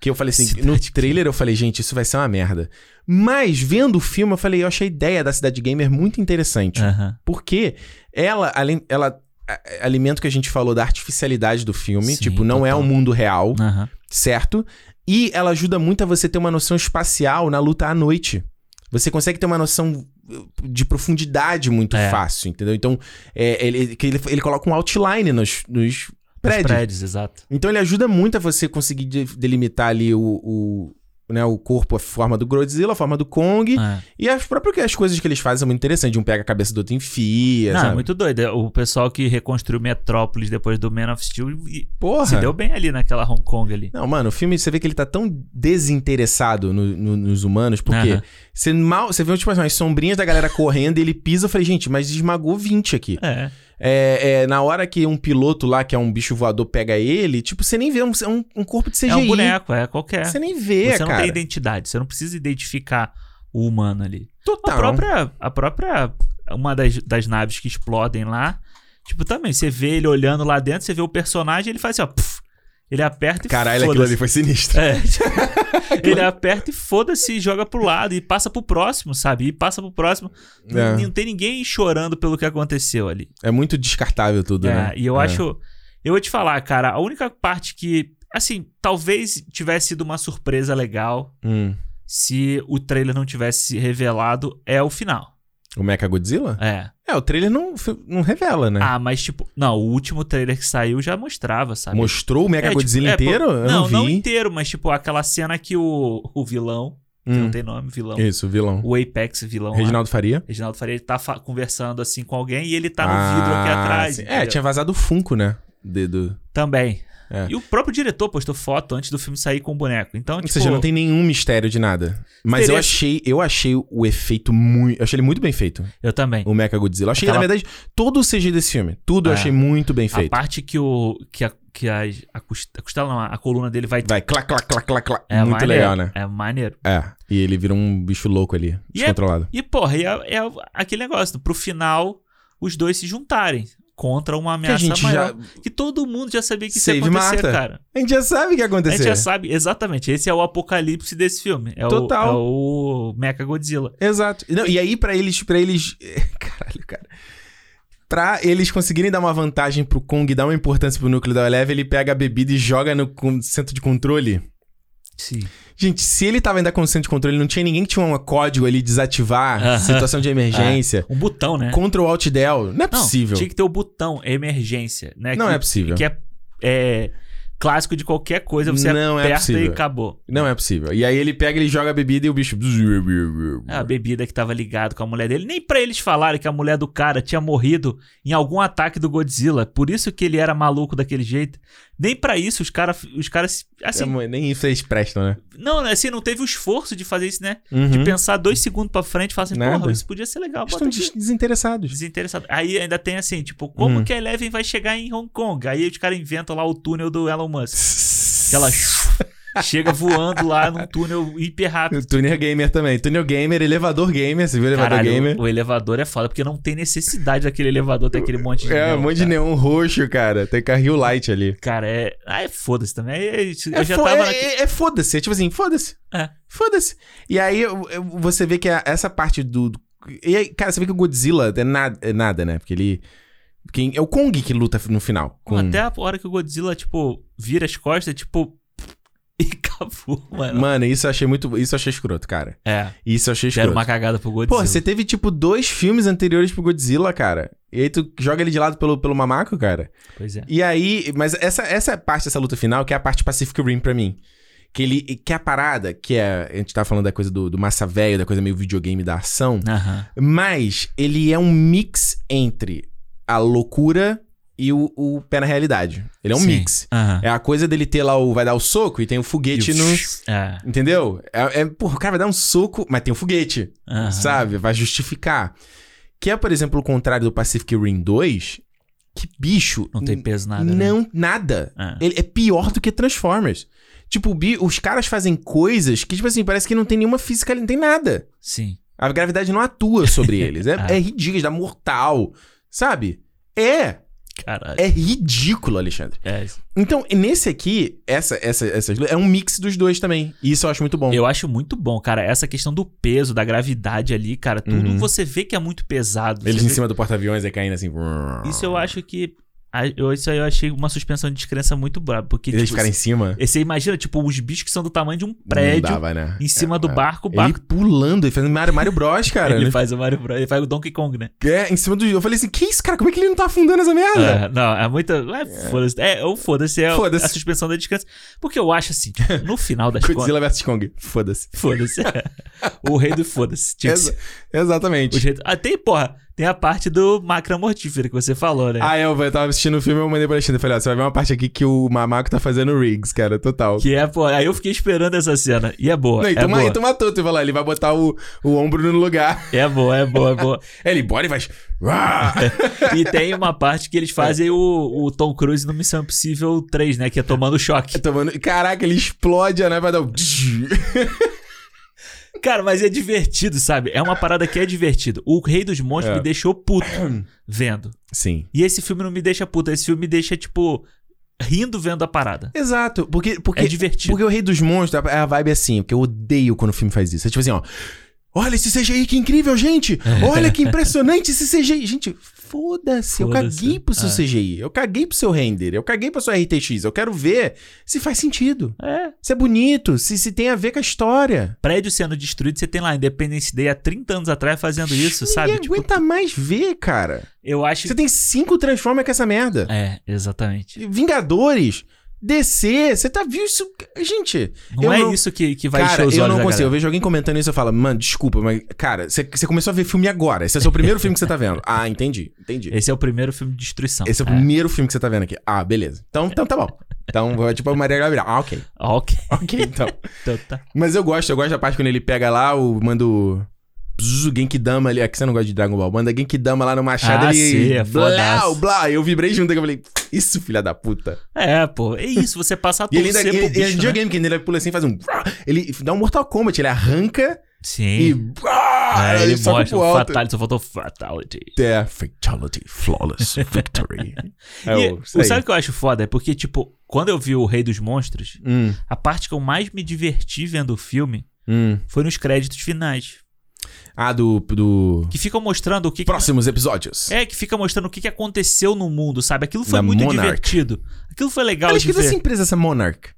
Speaker 1: Que eu falei assim,
Speaker 2: Cidade
Speaker 1: no
Speaker 2: Gamer.
Speaker 1: trailer eu falei, gente, isso vai ser uma merda. Mas, vendo o filme, eu falei, eu achei a ideia da Cidade Gamer muito interessante.
Speaker 2: Aham.
Speaker 1: Porque ela, além, ela a- alimenta o que a gente falou da artificialidade do filme.
Speaker 2: Sim,
Speaker 1: tipo, não é
Speaker 2: total.
Speaker 1: um mundo real,
Speaker 2: Aham.
Speaker 1: certo? E ela ajuda muito a você ter uma noção espacial na luta à noite. Você consegue ter uma noção uh, de profundidade muito
Speaker 2: É.
Speaker 1: fácil, entendeu? Então, é, ele, que ele, ele coloca um outline nos, nos
Speaker 2: Os
Speaker 1: prédios.
Speaker 2: prédios, exato.
Speaker 1: Então, ele ajuda muito a você conseguir de- delimitar ali o... o né, o corpo, a forma do Godzilla, a forma do Kong.
Speaker 2: É.
Speaker 1: E as próprias as coisas que eles fazem são muito interessantes. Um pega a cabeça do outro e enfia.
Speaker 2: Não,
Speaker 1: sabe?
Speaker 2: é muito doido. O pessoal que reconstruiu Metrópolis depois do Man of Steel e-
Speaker 1: Porra.
Speaker 2: se deu bem ali naquela Hong Kong ali.
Speaker 1: Não, mano, o filme, você vê que ele tá tão desinteressado no- no- nos humanos, porque
Speaker 2: Aham.
Speaker 1: você mal. Você vê, tipo assim, as sombrinhas da galera correndo e ele pisa. Eu falei, gente, mas esmagou 20 aqui.
Speaker 2: É.
Speaker 1: É, é, na hora que um piloto lá, que é um bicho voador, pega ele, tipo, você nem vê um, um, um corpo de CGI.
Speaker 2: É um boneco, é qualquer.
Speaker 1: Você nem vê,
Speaker 2: Você não
Speaker 1: cara.
Speaker 2: tem identidade, você não precisa identificar o humano ali.
Speaker 1: Total.
Speaker 2: A própria, a própria. Uma das, das naves que explodem lá. Tipo, também, você vê ele olhando lá dentro, você vê o personagem, ele faz assim, ó. puf, ele aperta e
Speaker 1: Caralho, aquilo
Speaker 2: foda-se.
Speaker 1: ali foi sinistro.
Speaker 2: É. ele aperta e foda-se, e joga pro lado e passa pro próximo, sabe? E passa pro próximo.
Speaker 1: É.
Speaker 2: Não, não tem ninguém chorando pelo que aconteceu ali.
Speaker 1: É muito descartável tudo,
Speaker 2: É,
Speaker 1: né?
Speaker 2: E eu
Speaker 1: É.
Speaker 2: acho. Eu vou te falar, cara, a única parte que. Assim, talvez tivesse sido uma surpresa legal
Speaker 1: Hum.
Speaker 2: se o trailer não tivesse se revelado é o final.
Speaker 1: O Mecha Godzilla?
Speaker 2: É.
Speaker 1: É, o trailer não, não revela, né?
Speaker 2: Ah, mas tipo, não, o último trailer que saiu já mostrava, sabe?
Speaker 1: Mostrou o Mecha
Speaker 2: É, tipo,
Speaker 1: Godzilla
Speaker 2: é, pô,
Speaker 1: inteiro? Eu não,
Speaker 2: não,
Speaker 1: vi.
Speaker 2: inteiro, mas tipo, aquela cena que o, o vilão, que
Speaker 1: Hum.
Speaker 2: não tem nome, vilão,
Speaker 1: Isso, vilão.
Speaker 2: o Apex vilão, lá,
Speaker 1: Reginaldo Faria.
Speaker 2: Reginaldo Faria, ele tá fa- conversando assim com alguém e ele tá no
Speaker 1: Ah,
Speaker 2: vidro aqui atrás.
Speaker 1: sim. É,
Speaker 2: entendeu?
Speaker 1: tinha vazado o Funko, né? De- do-
Speaker 2: Também.
Speaker 1: É.
Speaker 2: E o próprio diretor postou foto antes do filme sair com o boneco. Então,
Speaker 1: Ou
Speaker 2: tipo,
Speaker 1: seja, não tem nenhum mistério de nada. Mas eu
Speaker 2: Teria-
Speaker 1: achei, eu achei o efeito muito. Eu achei ele muito bem feito.
Speaker 2: eu também.
Speaker 1: O Mecha Godzilla. Eu achei,
Speaker 2: Aquela-
Speaker 1: na verdade, todo o CG desse filme. Tudo eu
Speaker 2: É.
Speaker 1: achei muito bem
Speaker 2: A
Speaker 1: feito.
Speaker 2: parte que o que a que a, a cust- a costela, não, a coluna dele vai
Speaker 1: Vai, clac, clac, clac, clac, clac.
Speaker 2: é
Speaker 1: muito
Speaker 2: maneiro,
Speaker 1: legal, né?
Speaker 2: É maneiro.
Speaker 1: É. E ele vira um bicho louco ali,
Speaker 2: E é-
Speaker 1: descontrolado.
Speaker 2: E, porra, e é, é aquele negócio, pro final, os dois se juntarem contra uma
Speaker 1: Que a
Speaker 2: ameaça
Speaker 1: gente já.
Speaker 2: maior. Que todo mundo já sabia que isso ia
Speaker 1: Save
Speaker 2: acontecer,
Speaker 1: Martha.
Speaker 2: cara.
Speaker 1: A gente já sabe o que
Speaker 2: A
Speaker 1: aconteceu.
Speaker 2: gente já sabe, exatamente, esse é o apocalipse desse filme. É
Speaker 1: Total.
Speaker 2: O, é o Mecha Godzilla.
Speaker 1: Exato. Não, e aí, pra eles, para eles. Caralho, cara. Pra eles conseguirem dar uma vantagem pro Kong, dar uma importância pro núcleo da Eleve, ele pega a bebida e joga no con- centro de controle.
Speaker 2: Sim.
Speaker 1: Gente, se ele tava ainda com o centro de controle, não tinha ninguém que tinha um código ali desativar
Speaker 2: Aham.
Speaker 1: situação de emergência.
Speaker 2: Um botão, né?
Speaker 1: Ctrl Alt Del. Não é
Speaker 2: Não,
Speaker 1: possível.
Speaker 2: Tinha que ter o botão emergência, né?
Speaker 1: Não
Speaker 2: que,
Speaker 1: é possível.
Speaker 2: Que é, é clássico de qualquer coisa, você
Speaker 1: Não é
Speaker 2: aperta e
Speaker 1: possível.
Speaker 2: acabou.
Speaker 1: Não é possível. E aí ele pega, ele joga a bebida e o bicho.
Speaker 2: É A bebida que tava ligado com a mulher dele. Nem pra eles falarem que a mulher do cara tinha morrido em algum ataque do Godzilla. Por isso que ele era maluco daquele jeito. Nem pra isso os caras. Os caras. Assim,
Speaker 1: É, nem isso eles prestam, né?
Speaker 2: não, né, assim, não teve o esforço de fazer isso, né?
Speaker 1: Uhum.
Speaker 2: De pensar dois segundos pra frente e falar assim,
Speaker 1: Nada.
Speaker 2: porra, isso podia ser legal.
Speaker 1: Eles
Speaker 2: Bota
Speaker 1: Estão
Speaker 2: aqui.
Speaker 1: des- desinteressados.
Speaker 2: Desinteressado. Aí ainda tem assim, tipo, como
Speaker 1: Hum.
Speaker 2: que a Eleven vai chegar em Hong Kong? Aí os caras inventam lá o túnel do Elon Musk. Que ela chega voando lá num túnel hiper rápido.
Speaker 1: O Tuner Gamer também. Tuner Gamer, elevador gamer. Você viu o elevador
Speaker 2: Caralho,
Speaker 1: gamer?
Speaker 2: o elevador é foda, porque não tem necessidade daquele elevador ter aquele monte de.
Speaker 1: É,
Speaker 2: neon,
Speaker 1: um monte de
Speaker 2: cara.
Speaker 1: neon roxo, cara. Tem carril light ali.
Speaker 2: Cara, é. Ah, é foda-se também. É isso. Eu
Speaker 1: É,
Speaker 2: já
Speaker 1: fo-
Speaker 2: tava
Speaker 1: é-
Speaker 2: na-
Speaker 1: é- é foda-se. É tipo assim, foda-se.
Speaker 2: É.
Speaker 1: Foda-se. E aí eu- eu- você vê que a- essa parte do. do- E aí, cara, você vê que o Godzilla é nada, é nada né? Porque ele. Quem, é o Kong que luta no final. Com...
Speaker 2: Até a hora que o Godzilla, tipo, vira as costas, tipo. E acabou, mano.
Speaker 1: Mano, isso eu achei muito. Isso eu achei escroto, cara.
Speaker 2: É,
Speaker 1: Isso eu achei
Speaker 2: deram
Speaker 1: escroto.
Speaker 2: uma cagada pro Godzilla.
Speaker 1: Pô, você teve, tipo, dois filmes anteriores pro Godzilla, cara. E aí tu joga ele de lado pelo, pelo mamaco, cara.
Speaker 2: Pois é.
Speaker 1: E aí. Mas essa, essa parte dessa luta final, que é a parte Pacific Rim pra mim. Que ele. Que é a parada, que é. A gente tava falando da coisa do, do massa velho, da coisa meio videogame da ação.
Speaker 2: Aham.
Speaker 1: Mas ele é um mix entre a loucura e o, o pé na realidade. Ele é um
Speaker 2: Sim.
Speaker 1: mix.
Speaker 2: Aham.
Speaker 1: É a coisa dele ter lá o. Vai dar o soco e tem o foguete
Speaker 2: E o-
Speaker 1: no.
Speaker 2: É.
Speaker 1: Entendeu? É, é, porra, o cara vai dar um soco, mas tem um foguete,
Speaker 2: Aham.
Speaker 1: sabe? Vai justificar. Que é, por exemplo, o contrário do Pacific Rim 2, que bicho.
Speaker 2: Não tem
Speaker 1: n-
Speaker 2: peso nada. né?
Speaker 1: Não, nada.
Speaker 2: Ah.
Speaker 1: Ele é pior do que Transformers. Tipo, o bi- os caras fazem coisas que, tipo assim, parece que não tem nenhuma física, não tem nada.
Speaker 2: Sim.
Speaker 1: A gravidade não atua sobre eles. É,
Speaker 2: Ah.
Speaker 1: é ridículo, dá mortal, sabe? É,
Speaker 2: Caralho.
Speaker 1: é ridículo, Alexandre.
Speaker 2: É.
Speaker 1: Então, nesse aqui, essa, essa, essas é um mix dos dois também. E isso eu acho muito bom.
Speaker 2: Eu acho muito bom, cara. Essa questão do peso, da gravidade ali, cara. Tudo
Speaker 1: Uhum.
Speaker 2: você vê que é muito pesado.
Speaker 1: Eles
Speaker 2: Você
Speaker 1: em
Speaker 2: vê-
Speaker 1: cima do porta-aviões aí caindo assim.
Speaker 2: Isso é eu acho que. a- eu- Isso aí eu achei uma suspensão de descrença muito braba. Porque,
Speaker 1: Eles
Speaker 2: tipo,
Speaker 1: ficarem em cima.
Speaker 2: você imagina, tipo, os bichos que são do tamanho de um
Speaker 1: Não
Speaker 2: prédio
Speaker 1: dava, né?
Speaker 2: em cima
Speaker 1: É,
Speaker 2: do
Speaker 1: é.
Speaker 2: barco, o
Speaker 1: Ele
Speaker 2: barco.
Speaker 1: pulando, ele fazendo Mario, Mario Bros, cara.
Speaker 2: ele
Speaker 1: né?
Speaker 2: faz o Mario Bros. Ele faz o Donkey Kong, né?
Speaker 1: É, em cima do. Eu falei assim, que isso, cara? Como é que ele não tá afundando essa merda?
Speaker 2: É, não, é muita. É, foda-se. É, ou foda-se, é
Speaker 1: Foda-se.
Speaker 2: a suspensão da descrença. Porque eu acho assim, tipo, no final das contas.
Speaker 1: Godzilla vs Kong. Foda-se.
Speaker 2: Foda-se. o rei do foda-se. Tinha que ser.
Speaker 1: Exa- exatamente.
Speaker 2: O jeito... Ah, tem, porra, tem a parte do macro mortífero que você falou, né?
Speaker 1: Ah, eu, eu tava assistindo o filme e eu mandei pra Alexandre. Eu falei, ó, você vai ver uma parte aqui que o Mamaco tá fazendo rigs, cara, total.
Speaker 2: Que é, pô, aí eu fiquei esperando essa cena. E é boa.
Speaker 1: Não, e
Speaker 2: é,
Speaker 1: tu, ma-
Speaker 2: boa.
Speaker 1: e tu matou, tu falou, "Ah, ele vai botar o, o ombro no lugar.
Speaker 2: é boa, é boa, é boa.
Speaker 1: Aí Ele bora e faz. Uá!
Speaker 2: E tem uma parte que
Speaker 1: É.
Speaker 2: eles fazem o, o Tom Cruise no Missão Impossível 3, né? Que é tomando choque.
Speaker 1: Tomando... Caraca, ele explode a nave, vai dar um.
Speaker 2: Cara, mas é divertido, sabe? É uma parada que é divertido. O Rei dos Monstros
Speaker 1: É.
Speaker 2: me deixou puto vendo.
Speaker 1: Sim.
Speaker 2: E esse filme não me deixa puto. Esse filme me deixa, tipo, rindo vendo a parada.
Speaker 1: Exato, porque, porque,
Speaker 2: É divertido.
Speaker 1: porque o Rei dos Monstros, a a vibe é assim, que eu odeio quando o filme faz isso. É tipo assim, ó. Olha esse CGI, que incrível, gente!
Speaker 2: É.
Speaker 1: Olha que impressionante esse CGI! Gente, foda-se, eu
Speaker 2: Foda-se.
Speaker 1: caguei pro seu
Speaker 2: Ah.
Speaker 1: CGI, eu caguei pro seu render, eu caguei pra sua RTX, eu quero ver se faz sentido,
Speaker 2: É.
Speaker 1: se é bonito, se, se tem a ver com a história.
Speaker 2: Prédio sendo destruído, você tem lá Independence Day há 30 anos atrás fazendo isso, sabe? Tipo,
Speaker 1: Ninguém aguenta mais ver, cara.
Speaker 2: eu acho
Speaker 1: Você tem cinco Transformers com essa merda.
Speaker 2: É, exatamente.
Speaker 1: Vingadores, DC, você tá viu isso? Gente,
Speaker 2: Não
Speaker 1: Eu
Speaker 2: é
Speaker 1: não-
Speaker 2: isso que, que vai encher
Speaker 1: cara,
Speaker 2: os
Speaker 1: eu
Speaker 2: olhos
Speaker 1: não
Speaker 2: da
Speaker 1: consigo. Eu
Speaker 2: galera.
Speaker 1: vejo alguém comentando isso e eu falo, mano, desculpa, mas, cara, você você começou a ver filme agora. Esse é o seu primeiro filme que você tá vendo. Ah, entendi, entendi.
Speaker 2: Esse é o primeiro filme de destruição.
Speaker 1: Esse é o primeiro filme que você tá vendo aqui. Ah, beleza. Então, então tá bom. Então, é tipo a Maria Gabriel. Ah, ok.
Speaker 2: Ah, ok.
Speaker 1: Ok, então.
Speaker 2: Então tá.
Speaker 1: Mas eu gosto, eu gosto da parte quando ele pega lá, o manda o. Zuzu, Genkidama ali. Aqui você não gosta de Dragon Ball. Manda Genkidama lá no Machado,
Speaker 2: Ah,
Speaker 1: ele.
Speaker 2: sim, é
Speaker 1: blá,
Speaker 2: fodaço.
Speaker 1: blá. Eu vibrei junto, que eu falei, isso, filha da puta.
Speaker 2: É, pô. É isso, você passa a
Speaker 1: E ele
Speaker 2: torcer
Speaker 1: ainda.
Speaker 2: pro
Speaker 1: Ele, ele é
Speaker 2: bicho, né?
Speaker 1: videogame, que ele pula assim e faz um. Ele dá um Mortal Kombat, ele arranca e.
Speaker 2: Sim.
Speaker 1: Ah,
Speaker 2: é, ele
Speaker 1: sobe
Speaker 2: mostra
Speaker 1: pro
Speaker 2: o
Speaker 1: alto.
Speaker 2: fatality, só faltou fatality.
Speaker 1: É, fatality, flawless victory. é
Speaker 2: E
Speaker 1: o. isso aí.
Speaker 2: sabe o que eu acho foda? É porque, tipo, quando eu vi o Rei dos Monstros,
Speaker 1: Hum,
Speaker 2: a parte que eu mais me diverti vendo o filme
Speaker 1: hum.
Speaker 2: foi nos créditos finais.
Speaker 1: Ah, do. do...
Speaker 2: Que ficam mostrando o que. que-
Speaker 1: Próximos episódios.
Speaker 2: É, que fica mostrando o que que aconteceu no mundo, sabe? Aquilo foi
Speaker 1: Da
Speaker 2: muito
Speaker 1: Monarch. assim,
Speaker 2: divertido. Aquilo foi legal
Speaker 1: Ela
Speaker 2: de
Speaker 1: esqueceu
Speaker 2: ver.
Speaker 1: essa empresa, essa Monarch.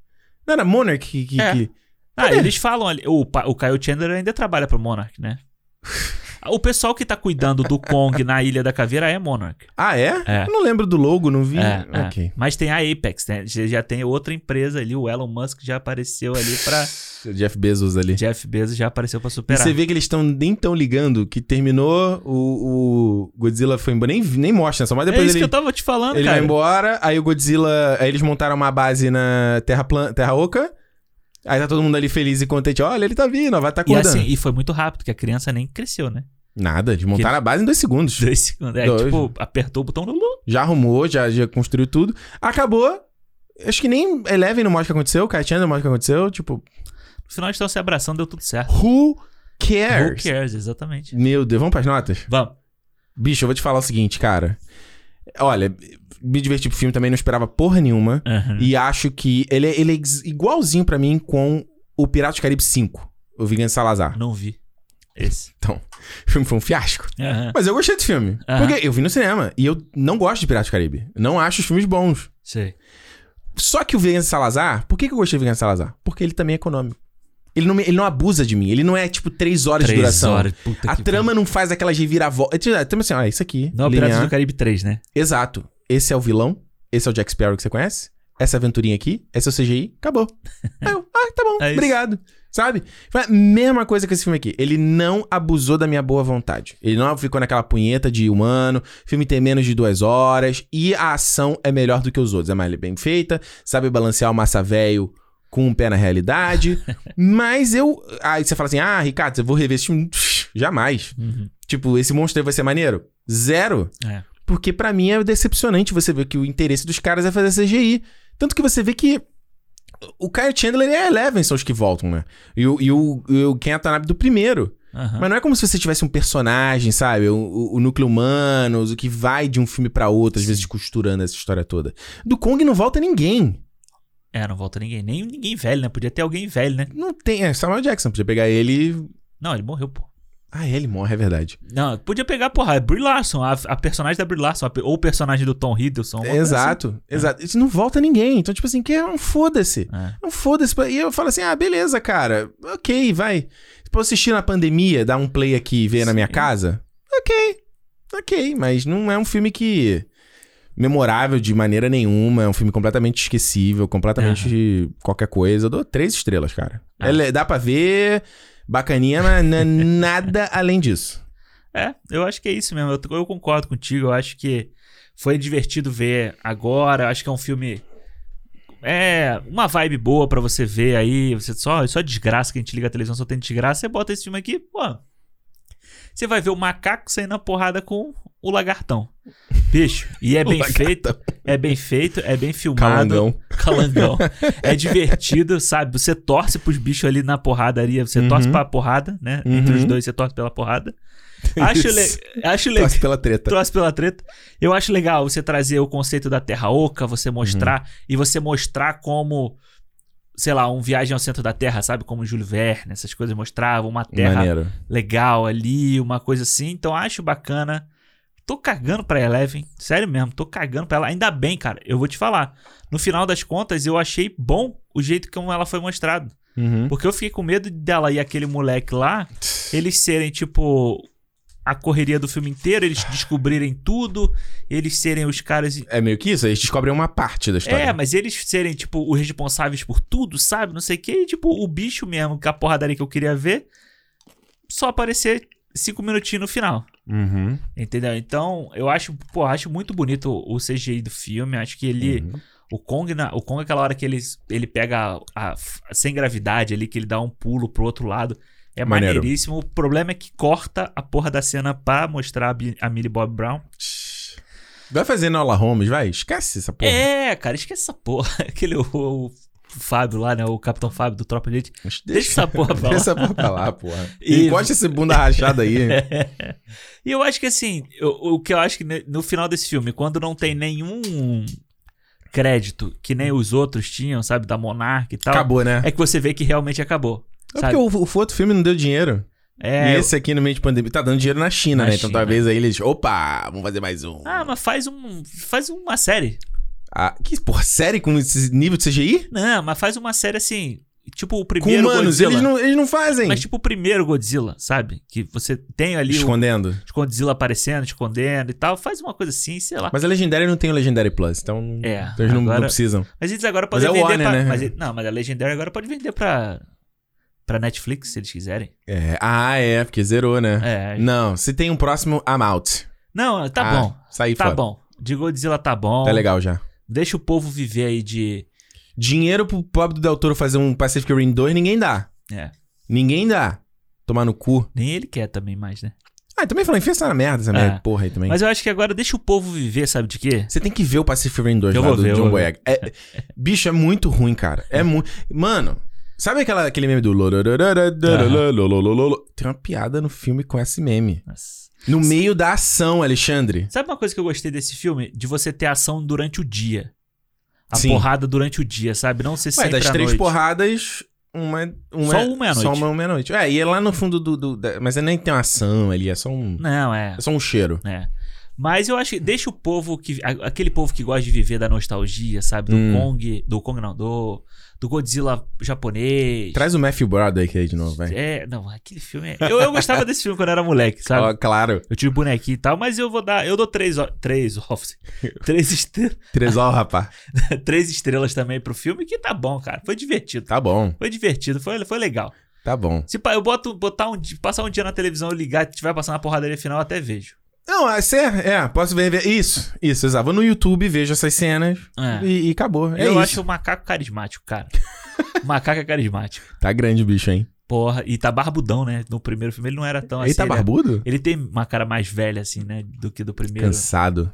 Speaker 1: Não era Monarch que. que,
Speaker 2: É.
Speaker 1: que-
Speaker 2: Ah, eles falam ali. O, Pa- o Kyle Chandler ainda trabalha pro Monarch, né? O pessoal que tá cuidando do Kong na Ilha da Caveira é Monarch.
Speaker 1: Ah, é?
Speaker 2: É.
Speaker 1: Eu não lembro do logo, não vi.
Speaker 2: É, é.
Speaker 1: ok.
Speaker 2: Mas tem a Apex, né? Já já tem outra empresa ali. O Elon Musk já apareceu ali pra.
Speaker 1: Jeff Bezos ali.
Speaker 2: Jeff Bezos já apareceu pra
Speaker 1: E
Speaker 2: superar.
Speaker 1: você vê que eles estão nem tão ligando que terminou o, o Godzilla foi embora. Nem, nem mostra, só mas
Speaker 2: é
Speaker 1: depois
Speaker 2: isso que
Speaker 1: ele,
Speaker 2: eu tava te falando,
Speaker 1: ele vai
Speaker 2: cara.
Speaker 1: embora. Aí o Godzilla. Aí eles montaram uma base na Terra, plan, terra Oca. Aí tá todo mundo ali feliz e contente. Olha, ele tá vindo, ó, vai tá
Speaker 2: E
Speaker 1: acordando.
Speaker 2: assim, e foi muito rápido, que a criança nem cresceu, né?
Speaker 1: Nada, eles montaram a base em dois segundos.
Speaker 2: Dois segundos. É,
Speaker 1: Dois.
Speaker 2: tipo, apertou o botão. lulu.
Speaker 1: Já arrumou, já, já construiu tudo. Acabou. Acho que nem Eleven não mostra o que aconteceu, Kai Chan não mostra o que aconteceu. Tipo,
Speaker 2: No final eles estão se abraçando, deu tudo certo.
Speaker 1: who cares?
Speaker 2: Who cares, exatamente.
Speaker 1: Meu Deus, vamos pras notas?
Speaker 2: Vamos.
Speaker 1: Bicho, eu vou te falar o seguinte, cara. Olha, me diverti pro filme também, não esperava porra nenhuma.
Speaker 2: Aham.
Speaker 1: E acho que ele, é- ele é ex- igualzinho pra mim com o Piratas do Caribe 5, o Vingança Salazar.
Speaker 2: Não vi. Esse.
Speaker 1: O filme foi um fiasco.
Speaker 2: Aham.
Speaker 1: Mas eu gostei do filme.
Speaker 2: Aham.
Speaker 1: Porque eu vi no cinema e eu não gosto de Piratas do Caribe. Não acho os filmes bons.
Speaker 2: Sei.
Speaker 1: Só que o Vingança Salazar, por que que eu gostei do Vingança Salazar? Porque ele também é econômico. Ele não, me- ele não abusa de mim. Ele não é tipo três horas de
Speaker 2: Três
Speaker 1: duração.
Speaker 2: horas. Puta
Speaker 1: A
Speaker 2: que
Speaker 1: trama não faz aquelas reviravoltas. É tipo assim, ó, isso aqui.
Speaker 2: pariu. Não,
Speaker 1: linear.
Speaker 2: Piratas do Caribe 3, né?
Speaker 1: Exato. Esse é o vilão, esse é o Jack Sparrow que você conhece, essa aventurinha aqui, esse é o CGI, acabou. Aí eu, ah, tá bom,
Speaker 2: É isso.
Speaker 1: obrigado. Sabe? Foi a mesma coisa que esse filme aqui. Ele não abusou da minha boa vontade. Ele não ficou naquela punheta de humano. O filme tem menos de duas horas. E a ação é melhor do que os outros. É mais bem feita. Sabe balancear o massa velho com um pé na realidade. Mas eu. Aí você fala assim: ah, Ricardo, eu vou rever esse filme. Jamais.
Speaker 2: Uhum.
Speaker 1: Tipo, esse monstro aí vai ser maneiro? Zero.
Speaker 2: É.
Speaker 1: Porque pra mim é decepcionante você ver que o interesse dos caras é fazer CGI. Tanto que você vê que o Kyle Chandler e a Eleven são os que voltam, né? E o, e o, e o Ken Watanabe do primeiro.
Speaker 2: Aham.
Speaker 1: Mas não é como se você tivesse um personagem, sabe? O, o- o núcleo humano, o que vai de um filme pra outro, às vezes costurando essa história toda. Do Kong não volta ninguém.
Speaker 2: É, não volta ninguém. Nem ninguém velho, né? Podia ter alguém velho, né?
Speaker 1: Não tem. É, Samuel Jackson podia pegar ele. e-
Speaker 2: Não, ele morreu, pô.
Speaker 1: Ah, ele morre, é verdade.
Speaker 2: Não, podia pegar, porra, a Brie Larson, a, a personagem da Brie Larson, a pe- ou o personagem do Tom Hiddleston. uma coisa assim.
Speaker 1: Exato, exato. Isso não volta ninguém. Então, tipo assim, que é um foda-se.
Speaker 2: assim. É.
Speaker 1: Não foda-se. pra- E eu falo assim, ah, beleza, cara. Ok, vai. Pra eu assistir na pandemia, dar um play aqui e ver na minha
Speaker 2: Sim.
Speaker 1: casa? Ok. Ok, mas não é um filme que... Memorável de maneira nenhuma. É um filme completamente esquecível, completamente qualquer coisa. Eu dou três estrelas, cara.
Speaker 2: Ah.
Speaker 1: Ele- é, dá pra ver... Bacaninha, mas não é nada além disso.
Speaker 2: É, eu acho que é isso mesmo. Eu, eu concordo contigo. Eu acho que foi divertido ver agora. Eu acho que é um filme. É uma vibe boa pra você ver aí. Você só, só desgraça que a gente liga a televisão, só tem desgraça. Você bota esse filme aqui, pô. Você vai ver o macaco saindo a porrada com o lagartão. Bicho, e é bem feito. É bem feito, é bem filmado.
Speaker 1: Calandão.
Speaker 2: Calangão. É divertido, sabe? Você torce pros bichos ali na porradaria. Você
Speaker 1: Uhum.
Speaker 2: torce pra porrada, né? Entre os
Speaker 1: Uhum.
Speaker 2: dois, você torce pela porrada. Acho,
Speaker 1: Isso.
Speaker 2: le... acho legal.
Speaker 1: Torce pela treta.
Speaker 2: Torce pela treta. Eu acho legal você trazer o conceito da Terra Oca, você
Speaker 1: Uhum.
Speaker 2: mostrar. E você mostrar como. Sei lá, um Viagem ao Centro da Terra, sabe? Como Júlio Verne, essas coisas mostravam. Uma terra
Speaker 1: Maneiro.
Speaker 2: legal ali, uma coisa assim. Então acho bacana. Tô cagando pra Eleven, sério mesmo, tô cagando pra ela. Ainda bem, cara, eu vou te falar. No final das contas, eu achei bom o jeito como ela foi mostrada.
Speaker 1: Uhum.
Speaker 2: Porque eu fiquei com medo dela e aquele moleque lá, eles serem tipo. A correria do filme inteiro, eles descobrirem tudo, eles serem os caras.
Speaker 1: É meio que isso. Eles descobrem uma parte da história.
Speaker 2: É, mas eles serem, tipo, os responsáveis por tudo, sabe? Não sei o que. E, tipo, o bicho mesmo, com a porradaria que eu queria ver, só aparecer cinco minutinhos no final.
Speaker 1: Uhum.
Speaker 2: Entendeu? Então, eu acho, pô, acho muito bonito o o CGI do filme. Acho que ele.
Speaker 1: Uhum.
Speaker 2: O Kong, na, o Kong, aquela hora que ele, ele pega a, a- sem gravidade ali, que ele dá um pulo pro outro lado. É
Speaker 1: Maneiro.
Speaker 2: maneiríssimo. O problema é que corta a porra da cena pra mostrar a, Bi- a Millie Bob Brown.
Speaker 1: Vai fazer Nola Holmes, vai? Esquece essa porra.
Speaker 2: É, cara, esquece essa porra. Aquele o, o Fábio lá, né? O Capitão Fábio do Tropa de Elite.
Speaker 1: Mas
Speaker 2: Deixa
Speaker 1: Deixa,
Speaker 2: essa porra
Speaker 1: deixa
Speaker 2: pra lá.
Speaker 1: essa porra pra lá, porra.
Speaker 2: E-
Speaker 1: E... Encosta esse bunda rachada aí.
Speaker 2: É, E eu acho que assim, eu- o que eu acho que ne- no final desse filme, quando não tem nenhum crédito que nem os outros tinham, sabe, da Monarca e tal,
Speaker 1: Acabou, né?
Speaker 2: é que você vê que realmente acabou.
Speaker 1: É,
Speaker 2: sabe?
Speaker 1: porque o, o outro filme não deu dinheiro.
Speaker 2: É.
Speaker 1: E esse aqui, no meio de pandemia, tá dando dinheiro na China,
Speaker 2: Na
Speaker 1: né? Então
Speaker 2: China.
Speaker 1: talvez aí eles... Opa, vamos fazer mais um.
Speaker 2: Ah, mas faz um, faz uma série.
Speaker 1: Ah, que porra, série com esse nível de CGI?
Speaker 2: Não, mas faz uma série assim, Tipo o
Speaker 1: Com
Speaker 2: primeiro
Speaker 1: humanos,
Speaker 2: Godzilla.
Speaker 1: eles não, eles não fazem.
Speaker 2: Mas tipo o primeiro Godzilla, sabe? Que você tem ali o
Speaker 1: Escondendo.
Speaker 2: os Godzilla aparecendo, escondendo e tal. Faz uma coisa assim, sei lá.
Speaker 1: Mas a Legendary não tem o Legendary Plus, então,
Speaker 2: É,
Speaker 1: então eles não, não
Speaker 2: agora-
Speaker 1: precisam.
Speaker 2: Mas eles agora
Speaker 1: Mas
Speaker 2: podem
Speaker 1: é o
Speaker 2: vender
Speaker 1: Warner,
Speaker 2: pra.
Speaker 1: né?
Speaker 2: Mas ele- não, mas a Legendary agora pode vender pra. pra Netflix, se eles quiserem.
Speaker 1: É, Ah, é, porque zerou, né?
Speaker 2: É.
Speaker 1: Não, se tem um próximo, I'm out.
Speaker 2: Não, tá
Speaker 1: Ah,
Speaker 2: bom.
Speaker 1: Saí
Speaker 2: Tá
Speaker 1: fora.
Speaker 2: bom. De Godzilla tá bom.
Speaker 1: Tá legal já.
Speaker 2: Deixa o povo viver aí de.
Speaker 1: Dinheiro pro pobre do Del Toro fazer um Pacific Rim 2, ninguém dá.
Speaker 2: É.
Speaker 1: Ninguém dá. Tomar no cu.
Speaker 2: Nem ele quer também mais, né?
Speaker 1: Ah, e também falando, enfia essa merda, essa
Speaker 2: É.
Speaker 1: merda, porra aí também.
Speaker 2: Mas eu acho que agora deixa o povo viver, sabe de quê?
Speaker 1: Você tem que ver o Pacific Rim 2
Speaker 2: Eu
Speaker 1: lá
Speaker 2: vou
Speaker 1: do
Speaker 2: ver, eu
Speaker 1: John
Speaker 2: vou
Speaker 1: Boyega. É- bicho, é muito ruim, cara. É muito... Mano, sabe aquela, aquele meme do... lorororororororororororororororororororororororororororororororororororororororororor? Tem uma piada no filme com esse meme.
Speaker 2: Nossa.
Speaker 1: No meio da ação, Alexandre.
Speaker 2: Sabe uma coisa que eu gostei desse filme? De você ter ação durante o dia. A
Speaker 1: Sim.
Speaker 2: porrada durante o dia, sabe? Não ser
Speaker 1: Ué,
Speaker 2: sempre
Speaker 1: das
Speaker 2: à
Speaker 1: três
Speaker 2: noite.
Speaker 1: porradas, uma, uma...
Speaker 2: Só uma é à
Speaker 1: Só
Speaker 2: noite.
Speaker 1: uma, uma é à noite. É, e é lá no fundo do... do da- Mas nem tem uma ação ali, é só um...
Speaker 2: Não, é.
Speaker 1: É só um cheiro.
Speaker 2: É. Mas eu acho que deixa o povo que. a- Aquele povo que gosta de viver da nostalgia, sabe? Do
Speaker 1: Hum.
Speaker 2: Kong. Do Kong não, do. Do Godzilla japonês.
Speaker 1: Traz o Matthew Broderick aí de novo, vai.
Speaker 2: É, não, aquele filme é. Eu, eu gostava desse filme quando eu era moleque, sabe?
Speaker 1: Ó, claro.
Speaker 2: Eu tive bonequinho e tal, mas eu vou dar. Eu dou três. o- Três offs. Três, estre-
Speaker 1: Tresol, rapaz.
Speaker 2: três estrelas também pro filme, que tá bom, cara. Foi divertido.
Speaker 1: Tá bom,
Speaker 2: Foi divertido, foi, foi legal.
Speaker 1: tá bom.
Speaker 2: Se pa- eu boto, botar um, di- passar um dia na televisão, eu ligar, tiver passando a porradaria final, eu até vejo.
Speaker 1: Não, essa é, é, posso ver, ver- Isso, isso, exato. Vou no YouTube, vejo essas cenas
Speaker 2: É.
Speaker 1: e, e acabou. É
Speaker 2: eu
Speaker 1: isso.
Speaker 2: acho o macaco carismático, cara. O macaco é carismático.
Speaker 1: Tá grande o bicho, hein?
Speaker 2: Porra, e tá barbudão, né? No primeiro filme ele não era tão assim.
Speaker 1: ele tá
Speaker 2: né?
Speaker 1: barbudo?
Speaker 2: Ele tem uma cara mais velha, assim, né? Do que do primeiro.
Speaker 1: Cansado.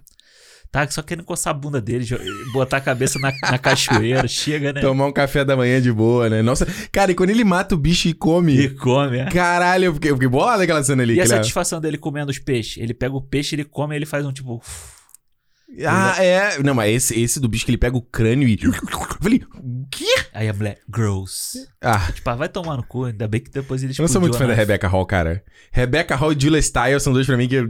Speaker 2: Tá só querendo coçar a bunda dele, jo- botar a cabeça na, na cachoeira, chega, né?
Speaker 1: Tomar um café da manhã de boa, né? Nossa, cara, e quando ele mata o bicho e come.
Speaker 2: E come, é.
Speaker 1: Caralho, eu fiquei, eu fiquei bolado aquela cena ali.
Speaker 2: E a
Speaker 1: que ele-
Speaker 2: satisfação dele comendo os peixes? Ele pega o peixe, ele come, ele faz um tipo. "Uf".
Speaker 1: Ah, é. Não, mas esse, esse do bicho que ele pega o crânio e. Eu falei, o quê?
Speaker 2: Aí a mulher, gross.
Speaker 1: Ah,
Speaker 2: Tipo, ah, vai tomar no cu, ainda bem que depois ele
Speaker 1: eu não sou muito fã da
Speaker 2: explodiu, né?
Speaker 1: Rebecca Hall, cara. Rebecca Hall e Julia Stiles são dois pra mim que.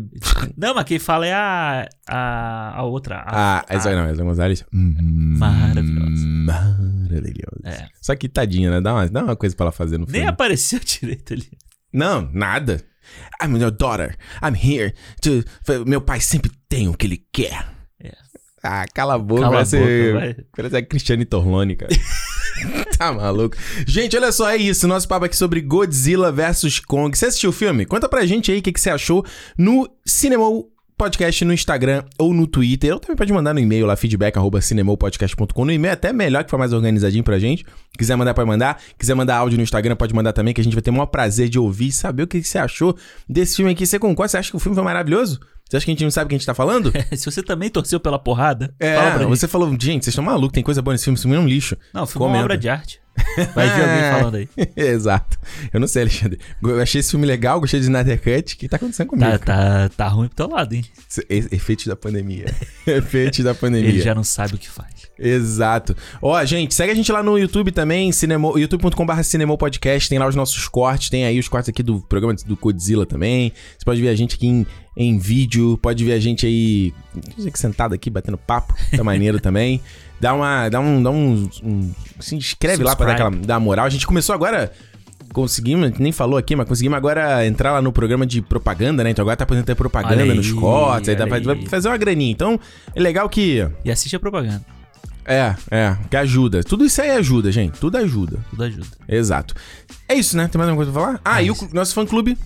Speaker 2: Não, mas quem fala é a. a, a outra. a-
Speaker 1: Ah, essa não, essa Gonzalez. Hum,
Speaker 2: Maravilhosa.
Speaker 1: Maravilhosa.
Speaker 2: É.
Speaker 1: Só que tadinha, né? Dá uma, dá uma coisa pra ela fazer no
Speaker 2: Nem
Speaker 1: filme.
Speaker 2: apareceu direito ali.
Speaker 1: Não, nada. I'm your daughter. I'm here to... Meu pai sempre tem o que ele quer.
Speaker 2: É.
Speaker 1: Ah, cala a boca.
Speaker 2: Cala a
Speaker 1: parece,
Speaker 2: boca, vai.
Speaker 1: parece a Cristiane Torlone, cara. tá maluco. Gente, olha só, é isso. Nosso papo aqui sobre Godzilla vs Kong. Você assistiu o filme? Conta pra gente aí o que, que você achou no Cinema Podcast no Instagram ou no Twitter. Ou também pode mandar no e-mail lá, feedback, arroba cinemopodcast.com. No e-mail é até melhor, que foi mais organizadinho pra gente. Quiser mandar, pode mandar. Quiser mandar áudio no Instagram, pode mandar também, que a gente vai ter o maior prazer de ouvir e saber o que, que você achou desse filme aqui. Você concorda? Você acha que o filme foi maravilhoso? Você acha que a gente não sabe o que a gente tá falando?
Speaker 2: Se você também torceu pela porrada,
Speaker 1: É,
Speaker 2: fala pra
Speaker 1: você falou, gente, vocês estão malucos, tem coisa boa nesse filme, esse filme é um lixo.
Speaker 2: gente. Não, o filme é
Speaker 1: comenta.
Speaker 2: uma obra de arte. Vai ver alguém falando aí.
Speaker 1: Exato. Eu não sei, Alexandre. Eu achei esse filme legal, gostei de Snyder Cut. O que tá acontecendo comigo?
Speaker 2: Tá, tá, tá ruim pro teu lado, hein?
Speaker 1: Esse- e- Efeitos da pandemia. Efeitos da pandemia.
Speaker 2: Ele já não sabe o que faz.
Speaker 1: Exato. Ó, gente, segue a gente lá no YouTube também, cinema, youtube.com.br cinemopodcast, tem lá os nossos cortes, tem aí os cortes aqui do programa do Godzilla também. Você pode ver a gente aqui em, em vídeo, pode ver a gente aí dizer que sentado aqui, batendo papo, tá maneiro também. Dá uma, dá um, dá um, um- se inscreve lá pra dar aquela
Speaker 2: Subscribe.
Speaker 1: dar uma moral. A gente começou agora... Conseguimos, a gente nem falou aqui, mas conseguimos agora entrar lá no programa de propaganda, né? Então agora tá podendo ter propaganda
Speaker 2: Olha
Speaker 1: nos
Speaker 2: aí,
Speaker 1: cortes, aí dá
Speaker 2: olha
Speaker 1: pra,
Speaker 2: aí.
Speaker 1: vai fazer uma graninha. Então, é legal que
Speaker 2: E assiste a propaganda.
Speaker 1: é, é, que ajuda. Tudo isso aí ajuda, gente. Tudo ajuda.
Speaker 2: Tudo ajuda.
Speaker 1: Exato. É isso, né? Tem mais alguma coisa pra falar? Ah,
Speaker 2: É
Speaker 1: e o
Speaker 2: isso.
Speaker 1: clu- nosso fã-clube,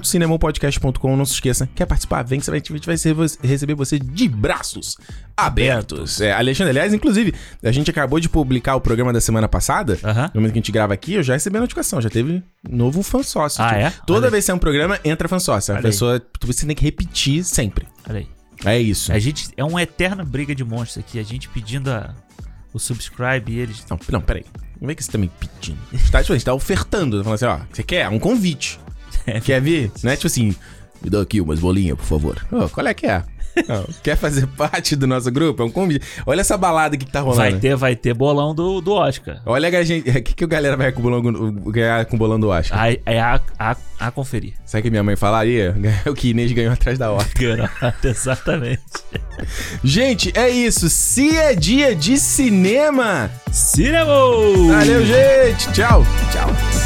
Speaker 1: clube.cinemopodcast.com. Não se esqueça, quer participar? Vem que você vai- a gente vai ser vo- receber você de braços abertos. É, Alexandre, aliás, inclusive, a gente acabou de publicar o programa da semana passada.
Speaker 2: Aham.
Speaker 1: No momento que a gente grava aqui, eu já recebi a notificação. Já teve novo fã sócio.
Speaker 2: Ah, é?
Speaker 1: Toda
Speaker 2: Olha
Speaker 1: vez que é um programa, entra fã sócio. A
Speaker 2: Olha aí.
Speaker 1: pessoa, você tem que repetir sempre.
Speaker 2: Olha aí.
Speaker 1: É isso.
Speaker 2: A gente é uma eterna briga de monstros aqui. A gente pedindo a- o subscribe e eles.
Speaker 1: Não, não, peraí. Como é que você tá me pedindo? Você tá, tipo, a gente tá ofertando. Tá falando assim, ó, você quer? Um convite. Quer vir? Não é tipo assim, me dá aqui umas bolinhas, por favor. Ô, qual é que é? Não, quer fazer parte do nosso grupo? É um convite. Olha essa balada que tá rolando.
Speaker 2: Vai ter, vai ter bolão do, do Oscar.
Speaker 1: Olha a gente. O que, que o galera vai com o bolão, ganhar com o bolão do Oscar?
Speaker 2: A, é a, a, a conferir.
Speaker 1: Sabe o que minha mãe falaria? O que Inês ganhou atrás da hora.
Speaker 2: Garoto, Exatamente.
Speaker 1: Gente, é isso. Se é dia de cinema.
Speaker 2: Cinema! Uh.
Speaker 1: Valeu, gente. Tchau. Tchau.